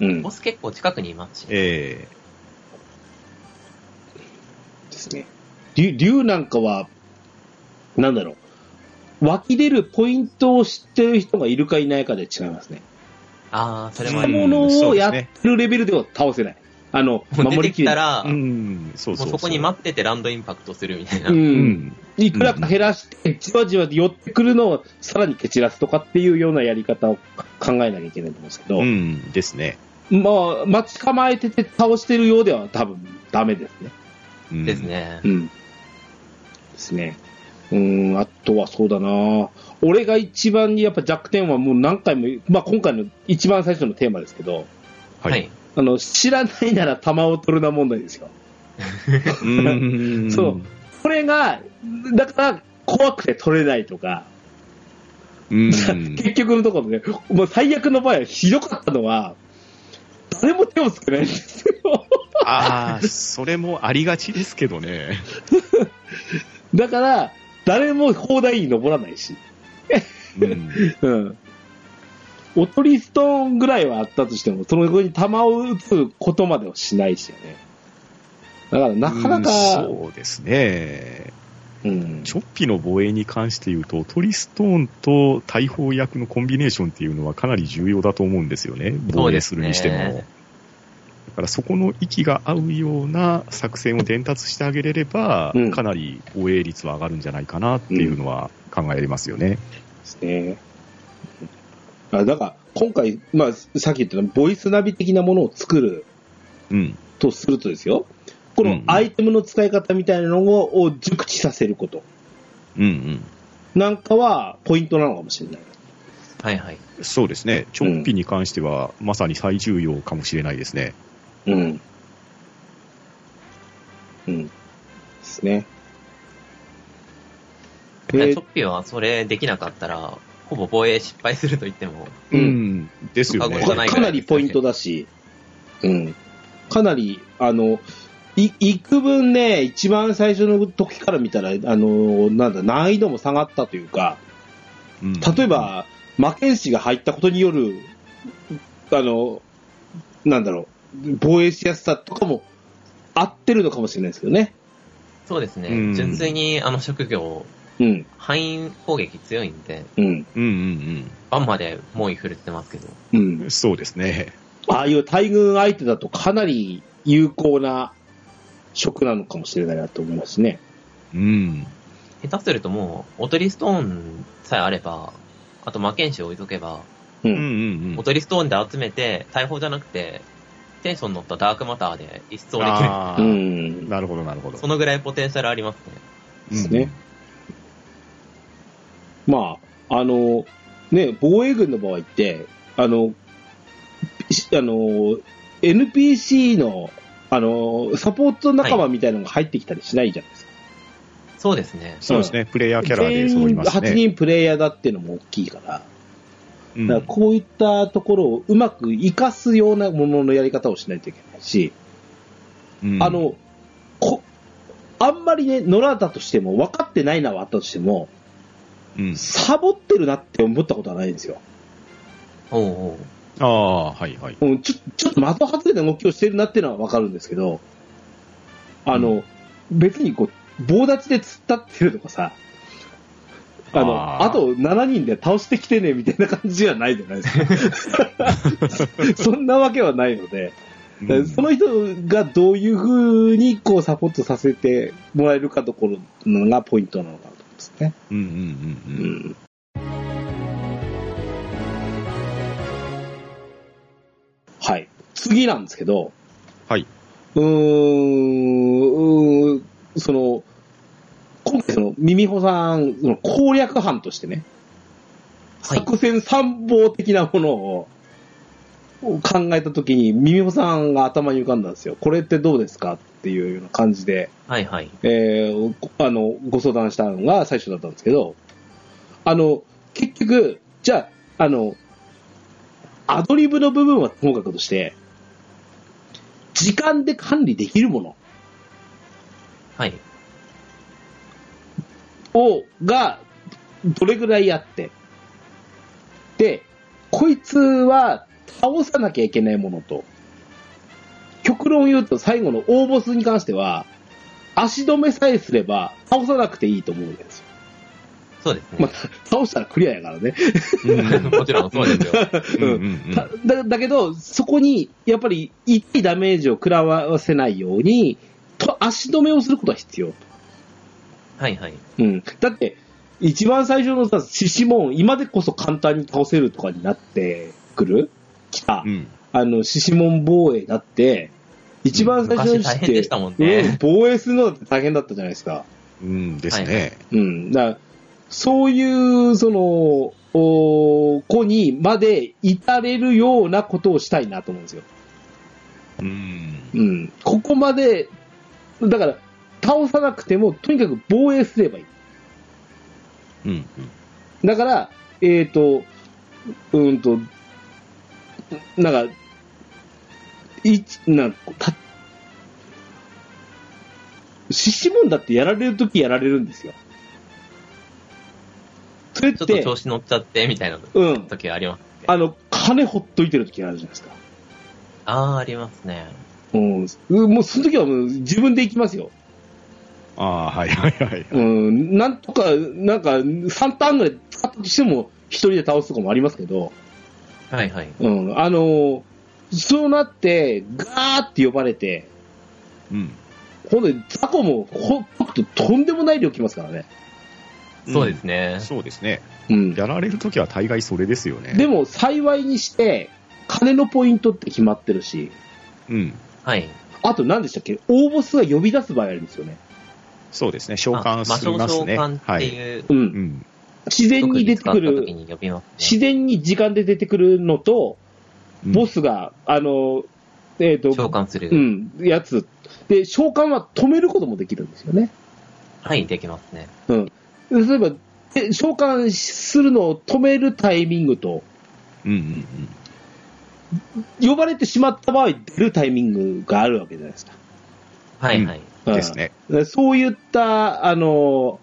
Speaker 1: うん。で
Speaker 3: ボス結構近くにいますし、
Speaker 2: え
Speaker 1: すね。竜竜なんかは、なんだろう。湧き出るポイントを知ってる人がいるかいないかで違いますね。
Speaker 3: ああ、それもあ
Speaker 1: 刃
Speaker 3: りま
Speaker 2: うん
Speaker 1: 物をやってるレベルでは倒せない。あの、
Speaker 3: す。もう
Speaker 1: 守
Speaker 3: 出て
Speaker 1: りき
Speaker 3: き
Speaker 1: れな
Speaker 3: た
Speaker 1: い
Speaker 3: ら、
Speaker 2: えうん、そうそう
Speaker 3: もうそこに待っててランドインパクトするみたいな。
Speaker 1: う。
Speaker 2: うんん。
Speaker 1: いくらか減らして、じわじわ寄ってくるのをさらに蹴散らすとかっていうようなやり方を考えなきゃいけないと思うんですけど、
Speaker 2: うん、ですね。
Speaker 1: まあ、待ち構えてて倒してるようでは多分ダメですね。
Speaker 2: うん
Speaker 3: です。ね。
Speaker 1: うん。ですね。うん、あとはそうだな俺が一番やっぱ弱点はもう何回も、まあ今回の一番最初のテーマですけど、
Speaker 2: はい。
Speaker 3: はい。
Speaker 1: あの、知らないなら弾を取るな問題ですよ。
Speaker 2: うん
Speaker 1: そう。これが、だから怖くて取れないとか、
Speaker 2: うん。
Speaker 1: 結局のところね、もう最悪の場合はひどかったのは、誰も手をつけないんですよ。
Speaker 2: ああ、それもありがちですけどね。
Speaker 1: だから、誰も砲台に登らないし。
Speaker 2: うん。
Speaker 1: うん。おとりストーンぐらいはあったとしても、その後に弾を撃つことまではしないしよね。だから、なかなか、
Speaker 2: うんそうですね。
Speaker 1: うん。
Speaker 2: チョッピの防衛に関して言うと、トリストーンと大砲役のコンビネーションっていうのはかなり重要だと思うんですよね。防衛するにしても。
Speaker 3: そうですね
Speaker 2: からそこの息が合うような作戦を伝達してあげれれば、
Speaker 1: うん
Speaker 2: かなり防衛率は上がるんじゃないかなっていうのは考えれますよね。
Speaker 1: ですね。あだから、今回、まあ、さっき言ったようにボイスナビ的なものを作る
Speaker 2: うん。
Speaker 1: とするとですよ、こ
Speaker 2: うん
Speaker 1: の
Speaker 2: うん
Speaker 1: アイテムの使い方みたいなのをを熟知させること
Speaker 2: うんうん。
Speaker 1: なんかはポイントなのかもしれない。
Speaker 3: はいはい。
Speaker 2: そうですね。チョッピに関しては、まさに最重要かもしれないですね。
Speaker 1: うん。うん。ですね。
Speaker 3: チ
Speaker 1: え
Speaker 3: ョ
Speaker 1: ー
Speaker 3: ッピーはそれできなかったら、ほぼ防衛失敗すると言っても、
Speaker 1: うん
Speaker 2: ん。ですよね。
Speaker 1: か
Speaker 3: 他がない
Speaker 1: かなりポイントだし、うん。かなり、あの、い、幾分ね、一番最初の時から見たら、あの、なんだ、難易度も下がったというか、
Speaker 2: うん
Speaker 1: 例え、ば、魔剣士が入ったことによる、あの、なんだろう、防衛しやすさとかも合ってるのかもしれないですけどね。
Speaker 3: そうですね、
Speaker 2: うん
Speaker 3: 純粋にあの職業、
Speaker 1: うん、
Speaker 3: 範囲攻撃強いんで、
Speaker 1: うん、
Speaker 2: うんうん
Speaker 3: バンまで猛威振るってますけど、
Speaker 1: うん
Speaker 2: うん。。そうですね。
Speaker 1: ああいう大軍相手だとかなり有効な職なのかもしれないなと思いますね。
Speaker 2: うん。
Speaker 3: 下手するともう、おとりストーンさえあれば、あと魔剣士置いとけば、
Speaker 1: う。
Speaker 2: うんうんんう
Speaker 3: お
Speaker 2: ん。
Speaker 3: とりストーンで集めて、大砲じゃなくて、テンション乗ったダークマターで一掃できる。
Speaker 2: あ
Speaker 1: う
Speaker 2: ー
Speaker 1: ん。
Speaker 2: なるほど、なるほど。
Speaker 3: そのぐらいポテンシャルありますね。
Speaker 1: ですねまあ、あの、ね、防衛軍の場合って、あの、しあの、NPC の、あの、サポート仲間みたいなのが入ってきたりしないじゃないですか。
Speaker 3: そうですね。
Speaker 2: そうですね、プレイヤーキャラで
Speaker 1: 全
Speaker 2: 揃い
Speaker 1: 員
Speaker 2: ます
Speaker 1: 8
Speaker 2: ね。
Speaker 1: 人プレイヤーだっていうのも大きいから、
Speaker 2: うん
Speaker 1: だからこういったところをうまく活かすようなもののやり方をしないといけないし、
Speaker 2: うん
Speaker 1: あの、こ、あんまりね、野良だとしても、分かってないなはあったとしても、
Speaker 2: うん
Speaker 1: サボってるなって思ったことはないんですよ。
Speaker 3: おうおう
Speaker 2: ああ、はいはい。
Speaker 1: うん、ちょちょっと的外れた動きをしてるなっていうのは分かるんですけど、あの、別にこう、棒立ちで突っ立ってるとかさ、あの、
Speaker 2: あ
Speaker 1: あ
Speaker 2: ー
Speaker 1: と7人で倒してきてね、みたいな感じじゃないじゃないです か。そんなわけはないので、
Speaker 2: うん
Speaker 1: その人がどういうふうにこうサポートさせてもらえるかところのがポイントなのかなと思いますね。
Speaker 2: うんうんうん
Speaker 1: う
Speaker 2: うん。
Speaker 1: ん。はい。次なんですけど、
Speaker 2: はい。
Speaker 1: うーん、うーんその、今回その、ミミホさん、その攻略班としてね、
Speaker 3: はい
Speaker 1: 作戦参謀的なものをを考えたときに、ミミホさんが頭に浮かんだんですよ。これってどうですかっていうような感じで、
Speaker 3: はいはい。
Speaker 1: えーごあの、ご相談したのが最初だったんですけど、あの、結局、じゃあ、あの、アドリブの部分はともかくとして、時間で管理できるもの
Speaker 3: はい。
Speaker 1: を、が、どれぐらいあって、で、こいつは倒さなきゃいけないものと、極論言うと最後の大ボスに関しては、足止めさえすれば倒さなくていいと思うんですよ。
Speaker 3: そうですね。
Speaker 1: まあ、倒したらクリアやからね。
Speaker 2: うん
Speaker 3: もちろんそうですよ。
Speaker 2: うんうんうん
Speaker 1: ただだけど、そこに、やっぱり、痛いダメージを食らわせないように、と足止めをすることは必要。
Speaker 3: はいはい。
Speaker 1: うん。だって、一番最初のさ、獅子門、今でこそ簡単に倒せるとかになってくるきた、
Speaker 2: うん
Speaker 1: あの、獅子門防衛だって、一番最初の
Speaker 3: 昔大変でしたもん
Speaker 1: う
Speaker 3: ね
Speaker 1: ん。防衛するのだって大変だったじゃないですか。
Speaker 2: うんです
Speaker 3: はいは
Speaker 2: ね。
Speaker 1: うん。だからそういう、その、お子にまで至れるようなことをしたいなと思うんですよ。
Speaker 2: うん
Speaker 1: うん。ここまで、だから、倒さなくても、とにかく防衛すればいい。
Speaker 2: うんうん
Speaker 1: だから、えっ、と、うーんと、なんか、いち、なんか、た、獅子門だってやられるときやられるんですよ。それっ
Speaker 3: ちょっと
Speaker 1: て、
Speaker 3: 調子乗っちゃって、みたいな
Speaker 1: うん。
Speaker 3: 時あります。
Speaker 1: あの、金ほっといてるときあるじゃないですか。
Speaker 3: ああ、ありますね。
Speaker 1: うん。うんもう、その時はもう自分で行きますよ。
Speaker 2: ああ、はいはいはい。
Speaker 1: うん、なんとか、なんか、3ターンぐらい使ったとしても、一人で倒すとかもありますけど、
Speaker 3: はいはい。
Speaker 1: うん、あの、そうなって、ガーって呼ばれて、
Speaker 2: うん。
Speaker 1: 今度ザコもほっとくととんでもない量来ますからね。
Speaker 3: そうですね。
Speaker 2: そうですね。
Speaker 1: うん。
Speaker 2: やられるときは大概それですよね。
Speaker 1: でも幸いにして、金のポイントって決まってるし、
Speaker 2: うん。
Speaker 3: はい。
Speaker 1: あと何でしたっけ大ボスが呼び出す場合あるんですよね。
Speaker 2: そうですね。召喚
Speaker 3: あ魔
Speaker 2: し
Speaker 3: 性
Speaker 2: ますね。
Speaker 3: 召喚っ
Speaker 2: は
Speaker 3: て
Speaker 2: い。
Speaker 3: いう、
Speaker 1: う。
Speaker 2: うんん。
Speaker 1: 自然
Speaker 3: 特
Speaker 1: に
Speaker 3: 技
Speaker 1: 出て
Speaker 3: 使った
Speaker 1: く
Speaker 3: 時
Speaker 1: る、
Speaker 3: に呼びます、ね。
Speaker 1: 自然に時間で出てくるのと、
Speaker 2: うん
Speaker 1: ボスが、あの、えっ、
Speaker 3: 召
Speaker 1: と、
Speaker 3: 喚する。
Speaker 1: うん、やつ。で、召喚は止めることもできるんですよね。
Speaker 3: はい、できますね。
Speaker 1: うん。例えば、で召喚するのを止めるタイミングと、
Speaker 2: うんうんうん。
Speaker 1: 呼ばれてしまった場合、出るタイミングがあるわけじゃないですか。
Speaker 3: はい、はい。
Speaker 1: うん
Speaker 2: ですね。
Speaker 1: そういった、あの、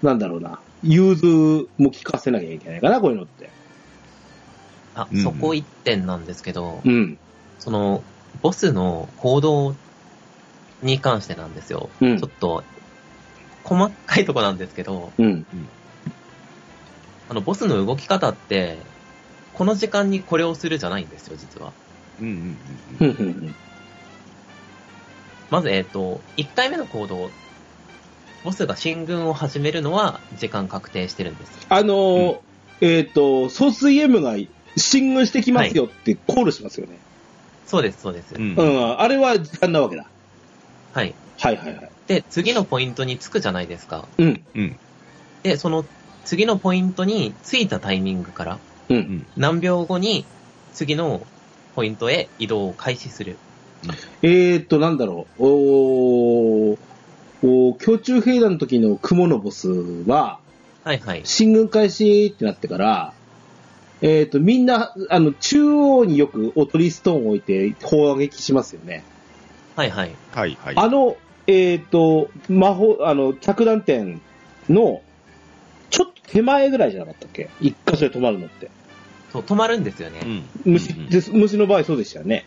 Speaker 1: なんだろうな、融通も聞かせなきゃいけないかな、こういうのって。
Speaker 3: あ、
Speaker 2: うん
Speaker 3: そこ一点なんですけど、
Speaker 1: うん。
Speaker 3: その、ボスの行動に関してなんですよ。
Speaker 1: うん
Speaker 3: ちょっと、細かいとこなんですけど、
Speaker 1: うん。
Speaker 3: あの、ボスの動き方って、この時間にこれをするじゃないんですよ、実は。
Speaker 2: うんうん
Speaker 1: う。
Speaker 2: うん。
Speaker 1: うんん。
Speaker 3: まず、えっ、と、1回目の行動、ボスが進軍を始めるのは時間確定してるんです。
Speaker 1: あの、えっ、と、総水 M が進軍してきますよってコールしますよね。
Speaker 3: そうです、そうです。
Speaker 2: うん
Speaker 1: うん。あれは時間なわけだ。
Speaker 3: はい。
Speaker 1: はいはいはい。
Speaker 3: で、次のポイントに着くじゃないですか。
Speaker 1: うん。
Speaker 2: うん。
Speaker 3: で、その次のポイントに着いたタイミングから、
Speaker 1: う。
Speaker 2: うんん。
Speaker 3: 何秒後に次のポイントへ移動を開始する。
Speaker 1: えっ、と、なんだろう。おーおー、胸中兵団の時の雲のボスは、
Speaker 3: はいはい。
Speaker 1: 進軍開始ってなってから、えっ、と、みんな、あの、中央によくおとりストーンを置いて砲撃しますよね。
Speaker 3: はいはい。
Speaker 2: はいはい。
Speaker 1: あの、えっ、と、魔法、あの、着弾点の、ちょっと手前ぐらいじゃなかったっけ一箇所で止まるのって。
Speaker 3: そう、止まるんですよね。
Speaker 2: うん。
Speaker 1: 虫、
Speaker 2: うんうん
Speaker 1: です虫の場合そうでしたよね。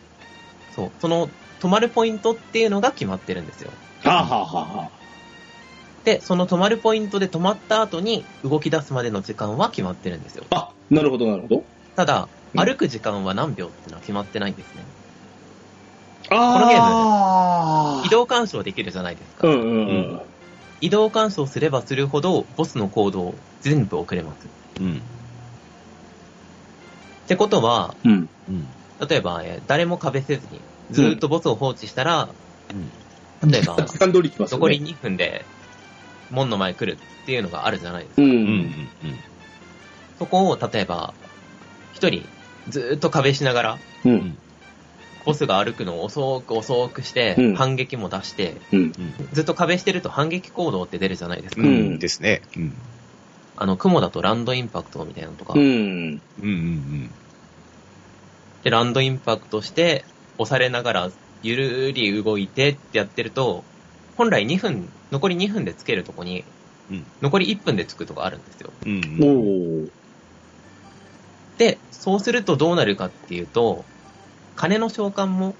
Speaker 3: そう。その、止まるポイントっていうのが決まってるんですよ。
Speaker 1: はあ、はあはあはあ、
Speaker 3: で、その止まるポイントで止まった後に動き出すまでの時間は決まってるんですよ。
Speaker 1: あ、なるほどなるほど。
Speaker 3: ただ、
Speaker 2: うん
Speaker 3: 歩く時間は何秒っていうのは決まってないんですね。
Speaker 1: あ
Speaker 3: 移動干渉できるじゃないです
Speaker 1: う
Speaker 3: か。
Speaker 1: んうんうん。
Speaker 3: 移動干渉すればするほど、ボスの行動全部遅れます。
Speaker 2: うん。
Speaker 3: ってことは、
Speaker 1: うん。
Speaker 2: うん。
Speaker 3: 例えば、えー誰も壁せずに、ずーっとボスを放置したら、例え ば、
Speaker 1: 時間通り来ますよ
Speaker 3: 残り
Speaker 1: ね。
Speaker 3: 2分で、門の前来るっていうのがあるじゃないです
Speaker 1: う
Speaker 3: か。
Speaker 2: うん。うん
Speaker 1: ん。
Speaker 3: そこを、例えば、一人、ずーっと壁しながら、
Speaker 1: う。
Speaker 2: うんん。
Speaker 3: ボスが歩くのを遅く遅くして、
Speaker 1: うん
Speaker 3: 反撃も出して、
Speaker 1: うん。
Speaker 3: ずっと壁してると反撃行動って出るじゃないですか。
Speaker 2: うん。うん。ですね。うん。
Speaker 3: あの、雲だとランドインパクトみたいなのとか、
Speaker 1: うん。
Speaker 2: うんうん
Speaker 3: で、ランドインパクトして、押されながら、ゆるり動いてってやってると、本来2分、残り2分でつけるとこに、
Speaker 2: うん
Speaker 3: 残り1分でつくとかあるんですよ。
Speaker 2: うん。うん。
Speaker 1: お
Speaker 2: お。
Speaker 1: お。
Speaker 3: で、そうするとどうなるかっていうと、金の召喚も、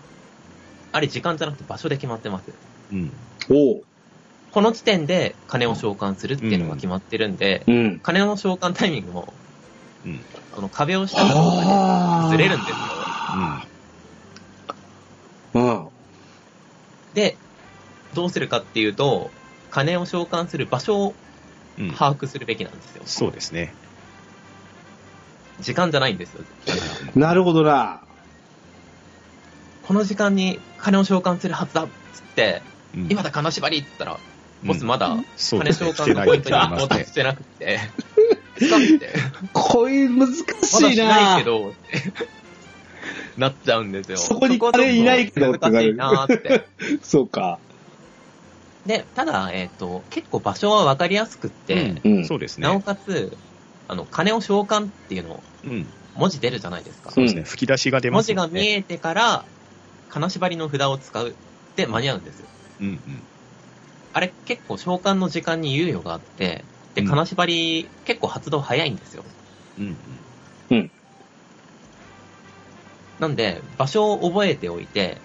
Speaker 3: あれ時間じゃなくて場所で決まってます。
Speaker 2: うん。
Speaker 1: おお。
Speaker 3: この時点で金を召喚するっていうのが決まってるんで、
Speaker 1: うん。
Speaker 3: 金の召喚タイミングも、
Speaker 2: うん
Speaker 3: その壁をしたところ
Speaker 1: は
Speaker 3: が
Speaker 1: あ。
Speaker 3: ずれるんですよ。
Speaker 1: うん。
Speaker 3: で、どうするかっていうと、金を召喚する場所を
Speaker 2: うん。うん。
Speaker 3: 把握するべきなんですよ。
Speaker 2: そうですね。
Speaker 3: 時間じゃないんですよ。だから
Speaker 1: なるほどな。
Speaker 3: この時間に金を召喚するはずだっつって、
Speaker 2: うん
Speaker 3: 今だ金縛りって言ったら、ボスまだ
Speaker 2: そう
Speaker 3: 金
Speaker 2: です
Speaker 3: 召
Speaker 2: ね。来
Speaker 3: 喚
Speaker 2: て
Speaker 3: の
Speaker 2: ない
Speaker 3: ポイ
Speaker 2: と
Speaker 3: ント
Speaker 2: 思
Speaker 3: に
Speaker 2: い
Speaker 3: 到
Speaker 2: ます
Speaker 3: 達
Speaker 2: ね
Speaker 3: し。てなくて、つかって、
Speaker 1: こういう難
Speaker 3: まだ
Speaker 1: しい
Speaker 3: しない
Speaker 1: な
Speaker 3: け。ど、ってなっちゃうんですよ。
Speaker 1: そこに
Speaker 3: はちょっと
Speaker 1: 金いないけどってな
Speaker 3: 難し
Speaker 1: る
Speaker 3: いなーって。
Speaker 1: そうか。
Speaker 3: で、ただ、えっ、と、結構場所はわかりやすくって、
Speaker 2: うん。そうです
Speaker 3: なお
Speaker 2: ね。
Speaker 3: かつ、あの、金を召喚っていうのを
Speaker 2: うん。
Speaker 3: 文字出るじゃないですか。
Speaker 2: そうですね。吹き出しが出ま
Speaker 3: 文
Speaker 2: す
Speaker 3: 字
Speaker 2: ね。
Speaker 3: が見えてから、金縛りの札を使うって間に合うんですよ。
Speaker 2: うんうん。
Speaker 3: あれ結構召喚の時間に猶予があって、で、
Speaker 2: うん
Speaker 3: 金縛り結構発動早いんですよ。
Speaker 2: うん
Speaker 3: なんで、場所を覚えておいて、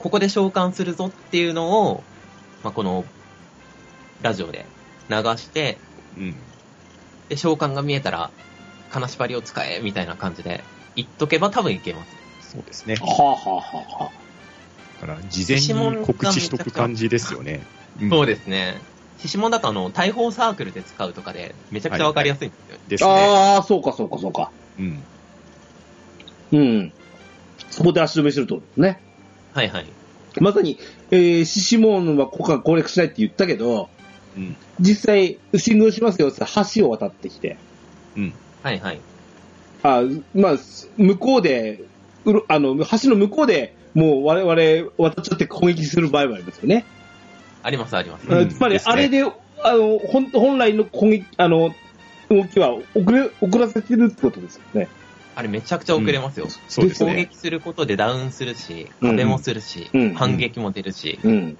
Speaker 3: ここで召喚するぞっていうのを、まあ、この、ラジオで流して、
Speaker 2: うん。うん。
Speaker 3: で、召喚が見えたら、金縛りを使え、みたいな感じで、言っとけば多分いけます。
Speaker 2: そうですね。
Speaker 1: はあ、はあはあは
Speaker 2: だから、事前に告知しとく感じですよね。ん
Speaker 3: そうですね。獅子門だとあの、大砲サークルで使うとかで、めちゃくちゃわかりやすいんですよね。
Speaker 2: ですね。
Speaker 1: あ。ああ、そうかそうかそうか。
Speaker 2: うん。
Speaker 1: うん。そこで足止めするってことね。
Speaker 3: はいはい。
Speaker 1: まさに、えー、シシモンはここから攻略しないって言ったけど、
Speaker 2: うん。
Speaker 1: 実際、進軍しますよって橋を渡ってきて、
Speaker 2: うん。
Speaker 3: はいはい。
Speaker 1: あまあ、向こうで、うろあの橋の向こうでもう我々渡っちゃって攻撃する場合もありますよね。
Speaker 3: ありますあります。
Speaker 2: うん
Speaker 1: つまり、
Speaker 2: ですね
Speaker 1: あれで、あの本本来の攻撃あの動きは遅れ遅らせてるってことですよね。
Speaker 3: あれめちゃくちゃ遅れますよ。
Speaker 2: そうです
Speaker 3: 攻
Speaker 2: ね。
Speaker 3: 撃することでダウンするし、
Speaker 1: うん
Speaker 3: 壁もするし、
Speaker 1: うん
Speaker 3: 反撃も出るし、
Speaker 1: うん。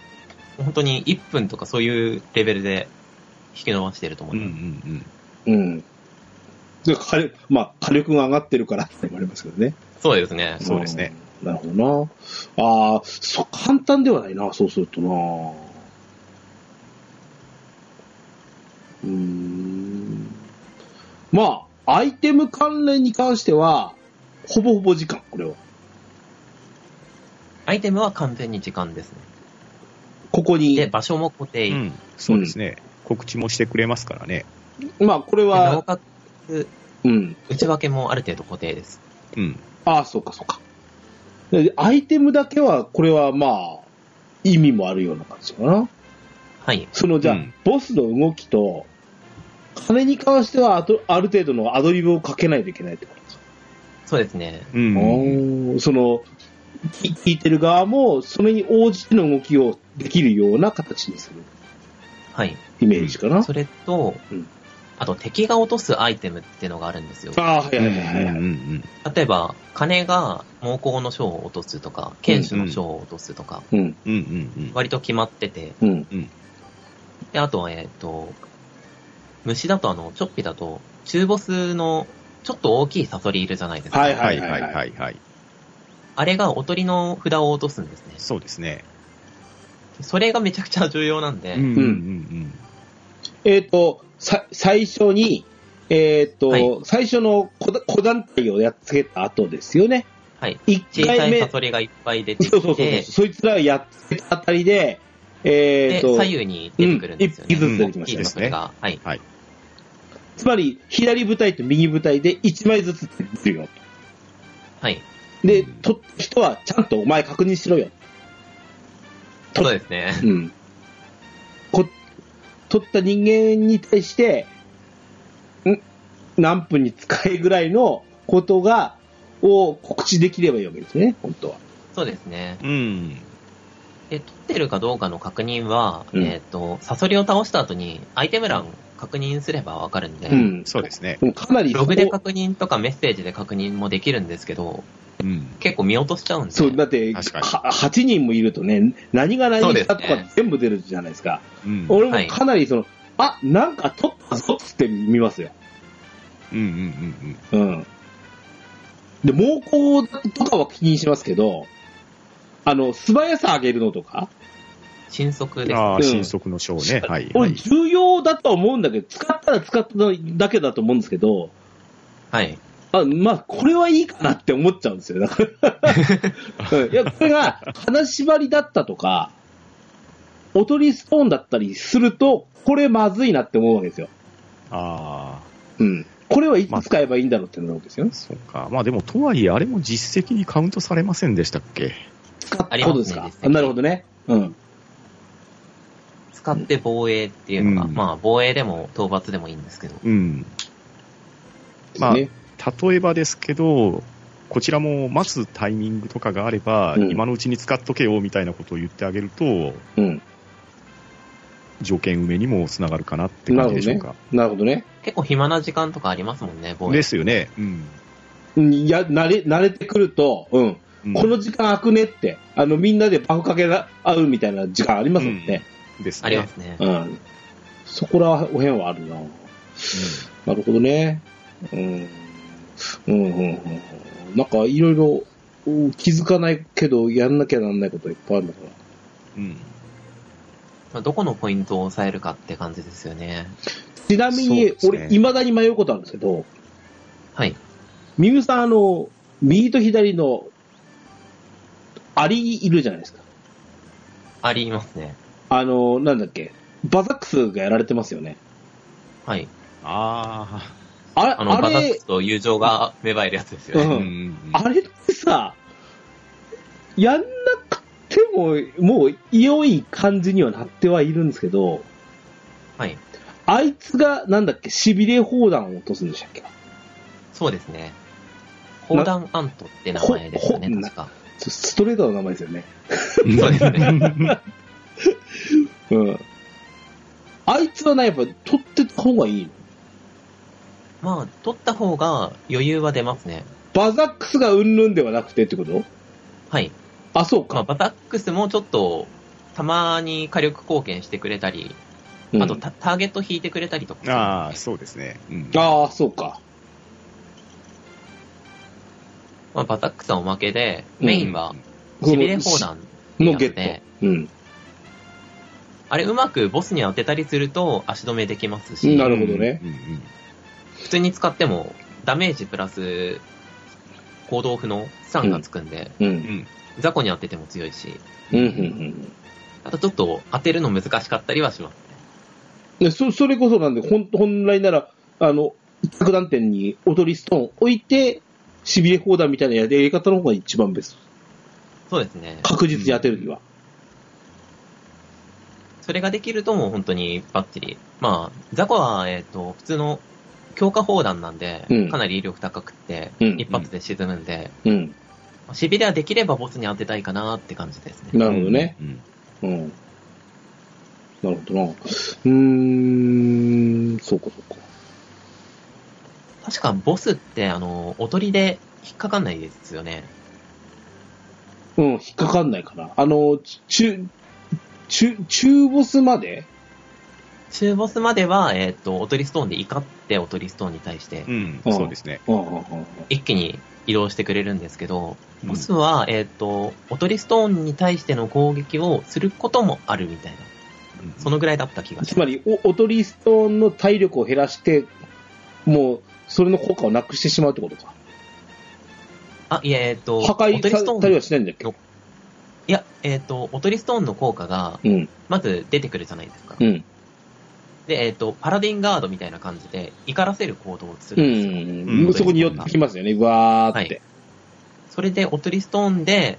Speaker 3: 本当に1分とかそういうレベルで引き伸ばしてると思
Speaker 2: う
Speaker 3: い
Speaker 2: んう
Speaker 3: ます。
Speaker 2: ん
Speaker 1: うん。で火力まあ、火力が上がってるからって言われますけどね。
Speaker 3: そうですね。
Speaker 2: そうですね
Speaker 1: うん。なるほどな。ああ、そう、簡単ではないな、そうするとな。うーん。まあ、アイテム関連に関しては、ほぼほぼ時間、これは。
Speaker 3: アイテムは完全に時間ですね。
Speaker 1: ここ
Speaker 3: で、
Speaker 1: に、
Speaker 3: 場所も固定。
Speaker 2: うん。うん。そうですね。告知もしてくれますからね。
Speaker 1: まあ、これ
Speaker 3: でなお
Speaker 1: は、
Speaker 3: かつ、
Speaker 1: うん。
Speaker 3: 内訳もある程度固定です。
Speaker 2: うん。
Speaker 1: ああ、そうか、そうか。でアイテムだけは、これはまあ、意味もあるような感じかな。
Speaker 3: はい。
Speaker 1: そのじゃあ、
Speaker 2: うん
Speaker 1: ボスの動きと、金に関してはあとある程度のアドリブをかけないといけないってことですか、
Speaker 3: そうですね。
Speaker 2: うん。
Speaker 1: おーその、き聞いてる側も、それに応じての動きをできるような形にする
Speaker 3: はい。
Speaker 1: イメージかな。
Speaker 3: それと、
Speaker 1: うん
Speaker 3: あと敵が落とすアイテムっていうのがあるんですよ。
Speaker 1: ああ、はい
Speaker 2: うん
Speaker 1: は
Speaker 2: う
Speaker 1: いはいはい。
Speaker 2: んうん
Speaker 3: 例えば、金が猛攻の章を落とすとか、剣士の章を落とすとか、
Speaker 1: うん、
Speaker 2: うんうん
Speaker 3: 割と決まってて、
Speaker 1: うん。
Speaker 3: で、あとは、えっ、と、虫だとあの、チョッピだと、中ボスのちょっと大きいサソリいるじゃないですか。
Speaker 1: は
Speaker 2: う
Speaker 1: い
Speaker 2: ん。はいはいはいはい。
Speaker 3: あれがおとりの札を落とすんですね。
Speaker 2: そうですね。
Speaker 3: それがめちゃくちゃ重要なんで、
Speaker 2: うんうんうん
Speaker 1: えっ、と、さ最初に、えっ、と、
Speaker 3: はい
Speaker 1: 最初の小だ小団体をやっつけた後ですよね。
Speaker 3: はい。
Speaker 1: 1
Speaker 3: 小さ
Speaker 1: 回
Speaker 3: い
Speaker 1: 目、
Speaker 3: サソリがいっぱい出てき
Speaker 1: そうそうそうそう、
Speaker 3: て、
Speaker 1: そいつらをやっつけたあたりで、えっ、
Speaker 3: で、
Speaker 1: と、
Speaker 3: 左右に出てくるんですよね。
Speaker 1: うん一匹ずつ出てき
Speaker 3: 大
Speaker 1: ま
Speaker 3: き
Speaker 1: し
Speaker 3: い
Speaker 1: た
Speaker 2: ね
Speaker 3: サソリが。はい。
Speaker 1: つまり、左部隊と右部隊で1枚ずつ出てるよ。
Speaker 3: はい。
Speaker 1: で、
Speaker 2: うん
Speaker 1: 取った人はちゃんとお前確認しろよ。と
Speaker 3: そうで すね。
Speaker 1: うん。こ、取った人間に対して、ん何分に使えぐらいのことが、を告知できればいいわけですね、本当は。
Speaker 3: そうですね。
Speaker 2: うん。うん。
Speaker 3: で、取ってるかどうかの確認は、
Speaker 1: うん
Speaker 3: えっ、と、サソリを倒した後に、アイテム欄確認すればわかるんで、
Speaker 1: うん。
Speaker 2: そうですね。
Speaker 1: うんかなり
Speaker 3: ログで確認とかメッセージで確認もできるんですけど、
Speaker 2: うん。
Speaker 3: 結構見落としちゃうんで。
Speaker 1: そう、だって、は
Speaker 2: 確かに
Speaker 1: 8人もいるとね、何が何だと
Speaker 3: そうで
Speaker 1: か
Speaker 3: すね
Speaker 1: 全部出るじゃないですか。
Speaker 2: うん。
Speaker 1: 俺
Speaker 3: は
Speaker 1: も
Speaker 3: い
Speaker 1: かなりその、あ、なんか取ったぞっつって見ますよ。
Speaker 2: うんうんうん
Speaker 1: うん。で、猛攻とかは気にしますけど、あの、素早さ上げるのとか、
Speaker 3: 新速
Speaker 2: うん。
Speaker 3: です。
Speaker 2: あ
Speaker 1: うん
Speaker 2: あ、新速の章ね。はい。は
Speaker 1: 俺
Speaker 2: い。
Speaker 1: 重要だとは思うんだけど、使ったら使っただけだと思うんですけど、
Speaker 3: はい。
Speaker 1: あまあ、これはいいかなって思っちゃうんですよ。だから、 うんいや、これが、金縛りだったとか、おとりスポーンだったりすると、これまずいなって思うわけですよ。
Speaker 2: ああ。
Speaker 1: うん。これはいつ使えばいいんだろうってなるわけですよね。
Speaker 2: そうか。まあでも、とはいえ、あれも実績にカウントされませんでしたっけ
Speaker 1: 使った
Speaker 3: あり
Speaker 1: こ
Speaker 3: ます
Speaker 1: とです
Speaker 3: ね
Speaker 1: か
Speaker 3: 実。
Speaker 1: あ
Speaker 3: 際
Speaker 1: なるほどね。うん。
Speaker 3: 使って防衛っていうのが、
Speaker 2: うん
Speaker 3: まあ、防衛でも討伐でもいいんですけど。
Speaker 2: うん。まあ
Speaker 1: ですね
Speaker 2: 例えばですけど、こちらも待つタイミングとかがあれば、
Speaker 1: うん
Speaker 2: 今のうちに使っとけよみたいなことを言ってあげると、
Speaker 1: うん。
Speaker 2: 条件埋めにもつながるかなって感じでしょうか。
Speaker 1: なるほどね。
Speaker 3: 結構暇な時間とかありますもんね、防衛
Speaker 2: で。すよね。うん。
Speaker 1: うんいや、慣れ、慣れてくると、うん。
Speaker 2: うん
Speaker 1: この時間空くねって、あの、みんなでパフかけ合うみたいな時間ありますもんね。
Speaker 2: です
Speaker 3: ありま
Speaker 2: ね。
Speaker 3: すね
Speaker 1: う。ん。そこら辺はあるな。なるほどね。うん。うん、うん、うんうん。なんか、いろいろ、うん気づかないけど、やんなきゃなんないこといっぱいあるんだから。
Speaker 2: うん。うん
Speaker 3: まあどこのポイントを抑えるかって感じですよね。
Speaker 1: ちなみ
Speaker 2: そう
Speaker 1: に、
Speaker 2: ですね
Speaker 1: 俺、未だに迷うことあるんですけど、
Speaker 3: はい。
Speaker 1: ミムさん、あの、右と左のアリいるじゃないですか。
Speaker 3: ありますね。
Speaker 1: あの、なんだっけ、バザックスがやられてますよね。
Speaker 3: はい。
Speaker 2: あ
Speaker 1: あ
Speaker 3: あの、
Speaker 1: あ
Speaker 3: バザック
Speaker 1: れ
Speaker 3: ス、と友情が芽生えるやつですよ
Speaker 2: あ。
Speaker 1: う
Speaker 3: ね。
Speaker 1: ん
Speaker 2: あ
Speaker 1: あれってさ、やんなくても、もう良い感じにはなってはいるんですけど、
Speaker 3: はい。
Speaker 1: あいつが、なんだっけ、痺れ砲弾を落とすんでしたっけ
Speaker 3: そうですね。砲弾アントって名前ですよね、
Speaker 1: ほほ
Speaker 3: 確か。
Speaker 1: ちょストレートの名前ですよね。
Speaker 3: そうで すね。
Speaker 1: うん。あいつはね、やっぱ、取ってた方がいいの。
Speaker 3: まあ、取った方が余裕は出ますね。
Speaker 1: バザックスがうんぬんではなくてってこと
Speaker 3: はい。
Speaker 1: あ、そう
Speaker 3: まあ、
Speaker 1: か。
Speaker 3: バタックスもちょっと、たまに火力貢献してくれたり、あと
Speaker 1: うん
Speaker 3: タターゲット引いてくれたりとか。
Speaker 2: あー、そうですね。うん
Speaker 1: ああ、そうか。
Speaker 3: まあ、バタックスはおまけで、
Speaker 1: うん
Speaker 3: メインは、しびれ砲弾
Speaker 1: の
Speaker 3: やつ
Speaker 1: ゲ
Speaker 3: で
Speaker 1: ット。うん。
Speaker 3: あれうまくボスに当てたりすると足止めできますし、
Speaker 1: なるほどね。
Speaker 2: うんうん
Speaker 3: 普通に使ってもダメージプラス行動不能、スタンがつくんで、
Speaker 1: う
Speaker 2: うん
Speaker 1: ん。
Speaker 2: うん
Speaker 3: 雑魚に当てても強いし、
Speaker 1: うん、うん、うん。
Speaker 3: あとちょっと当てるの難しかったりはします。
Speaker 1: でそそれこそなんで、ほん本来なら、あの、着弾点に踊りストーン置いて、しびれ放弾みたいなやり方の方が一番ベスト。
Speaker 3: そうですね。
Speaker 1: 確実に当てるには。
Speaker 3: それができるともう本当にバッチリ。まあ、雑魚は、えっ、と、普通の強化砲弾なんで、
Speaker 1: うん
Speaker 3: かなり威力高くって、
Speaker 1: うん
Speaker 3: 一発で沈むんで、
Speaker 1: うん。
Speaker 3: しびれはできればボスに当てたいかなって感じですね。
Speaker 1: なるほどね。。
Speaker 2: うん
Speaker 1: うん。なるほどな。うーん、そうかそうか。
Speaker 3: 確かボスって、あの、おとりで引っかかんないですよね。
Speaker 1: うん、引っかかんないかな。あの、中、中、中ボスまで
Speaker 3: 中ボスまでは、えっ、と、おとりストーンで怒っておとりストーンに対して
Speaker 2: う、ん、
Speaker 1: うん
Speaker 2: そうですね。
Speaker 1: うん、うん、うん。
Speaker 3: 一気に移動してくれるんですけど、ボスは、えっ、と、おとりストーンに対しての攻撃をすることもあるみたいな。
Speaker 2: うん
Speaker 3: そのぐらいだった気がします。
Speaker 1: つまり、お、おとりストーンの体力を減らして、もう、それの効果をなくしてしまうってことか。
Speaker 3: あ、いや、えっ、と、
Speaker 1: 破
Speaker 3: お
Speaker 1: 壊
Speaker 3: とり
Speaker 1: さ
Speaker 3: ス
Speaker 1: れ
Speaker 3: ト
Speaker 1: たり
Speaker 3: ーン、い
Speaker 1: はしないんだっけ
Speaker 3: や、えっ、と、おとりストーンの効果が、
Speaker 1: うん、
Speaker 3: まず出てくるじゃないですか。
Speaker 1: うん、
Speaker 3: で、えっ、と、パラディンガードみたいな感じで、怒らせる行動をす
Speaker 1: う
Speaker 3: るんですよ。
Speaker 1: ん。
Speaker 2: うん
Speaker 1: そこに寄ってきますよね、うわーって。
Speaker 3: それで、おとりストーンで、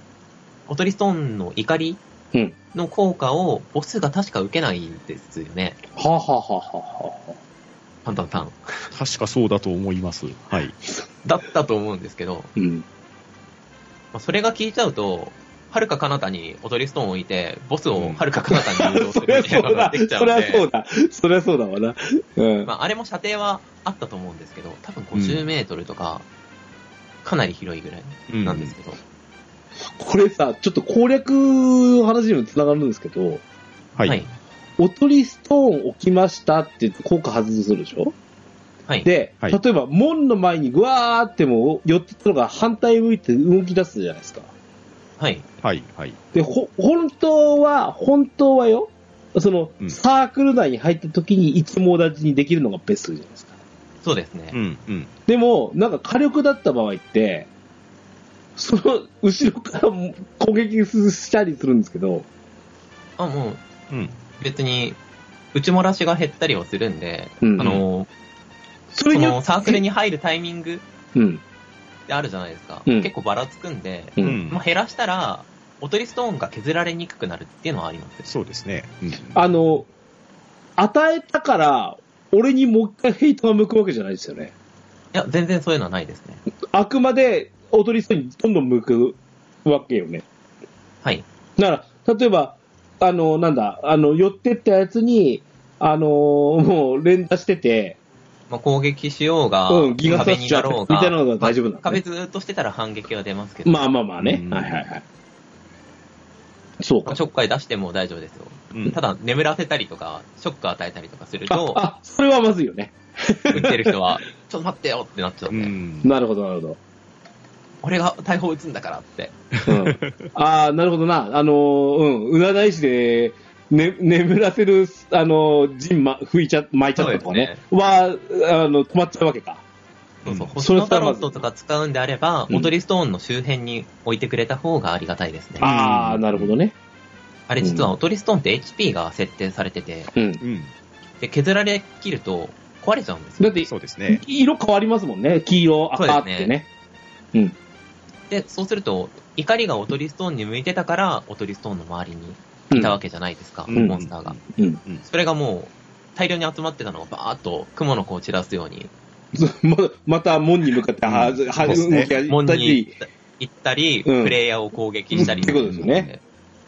Speaker 3: おとりストーンの怒り
Speaker 1: うん
Speaker 3: の効果を、ボスが確か受けないんですよね。
Speaker 1: はあはあはあはあはあ。
Speaker 3: パンタンタン。
Speaker 2: 確かそうだと思います。はい。
Speaker 3: だったと思うんですけど、
Speaker 1: うん。
Speaker 3: まあ、それが効いちゃうと、はるか彼方におとりストーンを置いて、ボスをはるか彼方に誘導す
Speaker 1: そ
Speaker 3: る
Speaker 1: りゃ
Speaker 3: みたい
Speaker 1: そ
Speaker 3: な
Speaker 1: う
Speaker 3: のが
Speaker 1: だ
Speaker 3: でき。ちゃう
Speaker 1: そり
Speaker 3: んで。
Speaker 1: ゃそうだ。そりゃそうだわな。うん。
Speaker 3: まあ、あれも射程はあったと思うんですけど、多分50メートルとか、かなり広いぐらいなんですけど、
Speaker 1: これさ、ちょっと攻略の話にもつながるんですけど、
Speaker 2: はい。
Speaker 3: はい。
Speaker 1: おとりストーン置きましたって言って効果発動するでしょ
Speaker 3: はい。
Speaker 1: で、
Speaker 2: はい
Speaker 1: 例えば門の前にぐわーってもう寄ってったのが反対向いて動き出すじゃないですか。
Speaker 3: はい。
Speaker 2: はい。はい。
Speaker 1: で、ほ、本当は、本当はよ、その、
Speaker 2: うん
Speaker 1: サークル内に入った時にいつも同じにできるのがベストじゃないですか。
Speaker 3: そうですね。
Speaker 2: うん。うん。
Speaker 1: でも、なんか火力だった場合って、その後ろからも攻撃したりするんですけど、
Speaker 3: あ、もう、
Speaker 2: うん。
Speaker 3: 別に、内漏らしが減ったりはするんで、
Speaker 1: うん
Speaker 3: あの、
Speaker 1: そ
Speaker 3: そ
Speaker 1: れによ
Speaker 3: の
Speaker 1: って、
Speaker 3: サークルに入るタイミング
Speaker 1: うん、
Speaker 3: ってあるじゃないですか。
Speaker 1: うん
Speaker 3: 結構ばらつくんで、
Speaker 1: う。
Speaker 2: うんん
Speaker 3: まあ、。減らしたら、おとりストーンが削られにくくなるっていうのはあります。
Speaker 2: そうですね。うん。
Speaker 1: あの、与えたから、俺にもう一回ヘイトが向くわけじゃないですよね。
Speaker 3: いや、全然そういうのはないですね。
Speaker 1: あくまで、おとりストーンにどんどん向くわけよね。
Speaker 3: はい。
Speaker 1: だから、例えば、あの、なんだ、あの、寄ってったやつに、あの、もう連打してて、
Speaker 3: まあ、攻撃しようが、
Speaker 1: うん、ギガサ
Speaker 3: 壁
Speaker 1: ッ
Speaker 3: に
Speaker 1: シャ
Speaker 3: な
Speaker 1: ー
Speaker 3: ろう
Speaker 1: みたいな
Speaker 3: が、
Speaker 1: のが大丈夫なの、
Speaker 3: 壁
Speaker 1: ね。
Speaker 3: ずーっとしてたら反撃は出ますけど、
Speaker 1: まあまあまあね
Speaker 2: う。ん
Speaker 1: はいはいはい。そう
Speaker 3: ま
Speaker 1: か
Speaker 3: あ。ショッカー出しても大丈夫ですよ。
Speaker 2: うん
Speaker 3: ただ、眠らせたりとか、ショック与えたりとかすると、
Speaker 1: あ、それはまずいよね。
Speaker 3: 打ってる人は、ちょっと待ってよってなっちゃう
Speaker 2: うん
Speaker 3: で、
Speaker 2: ん。
Speaker 1: なるほど、なるほ
Speaker 3: 俺が大砲撃つんだからって。
Speaker 1: ど。うん、ああ、なるほどな。あのー、うん、占い師で、ね、眠らせる、あのー、陣、ま、吹いちゃ、巻いちゃったとかね。は、あの、止まっちゃうわけか。
Speaker 3: そうそう、
Speaker 2: うん
Speaker 3: 星のタロットとか使うんであれば、
Speaker 1: うん
Speaker 3: オトリストーンの周辺に置いてくれた方がありがたいですね。あ
Speaker 1: ああ、なるほどね。
Speaker 3: れ実はオトリストーンって HP が設定されてて、
Speaker 1: うん。
Speaker 2: うん。
Speaker 3: で削られきると壊れちゃうんです
Speaker 1: だ
Speaker 3: よ
Speaker 1: っ。て、
Speaker 2: そうですね。
Speaker 1: 色変わりますもんね。黄色、赤
Speaker 3: そう
Speaker 1: っ
Speaker 3: ですね
Speaker 1: てね。
Speaker 3: で、そうすると、怒りがオトリストーンに向いてたから、オトリストーンの周りに
Speaker 1: うん
Speaker 3: いたわけじゃないですか、
Speaker 1: うん
Speaker 3: モンスターが。
Speaker 1: うん。
Speaker 3: それがもう、大量に集まってたのをバーッと雲の子を散らすように、
Speaker 1: ままた、門に向かって、は、は、
Speaker 2: うん
Speaker 1: 動
Speaker 2: そうですね
Speaker 1: きが
Speaker 3: 門
Speaker 1: った
Speaker 3: に
Speaker 1: り、
Speaker 3: 行ったり、
Speaker 1: うん
Speaker 3: プレイヤーを攻撃したり。
Speaker 1: ってことですよね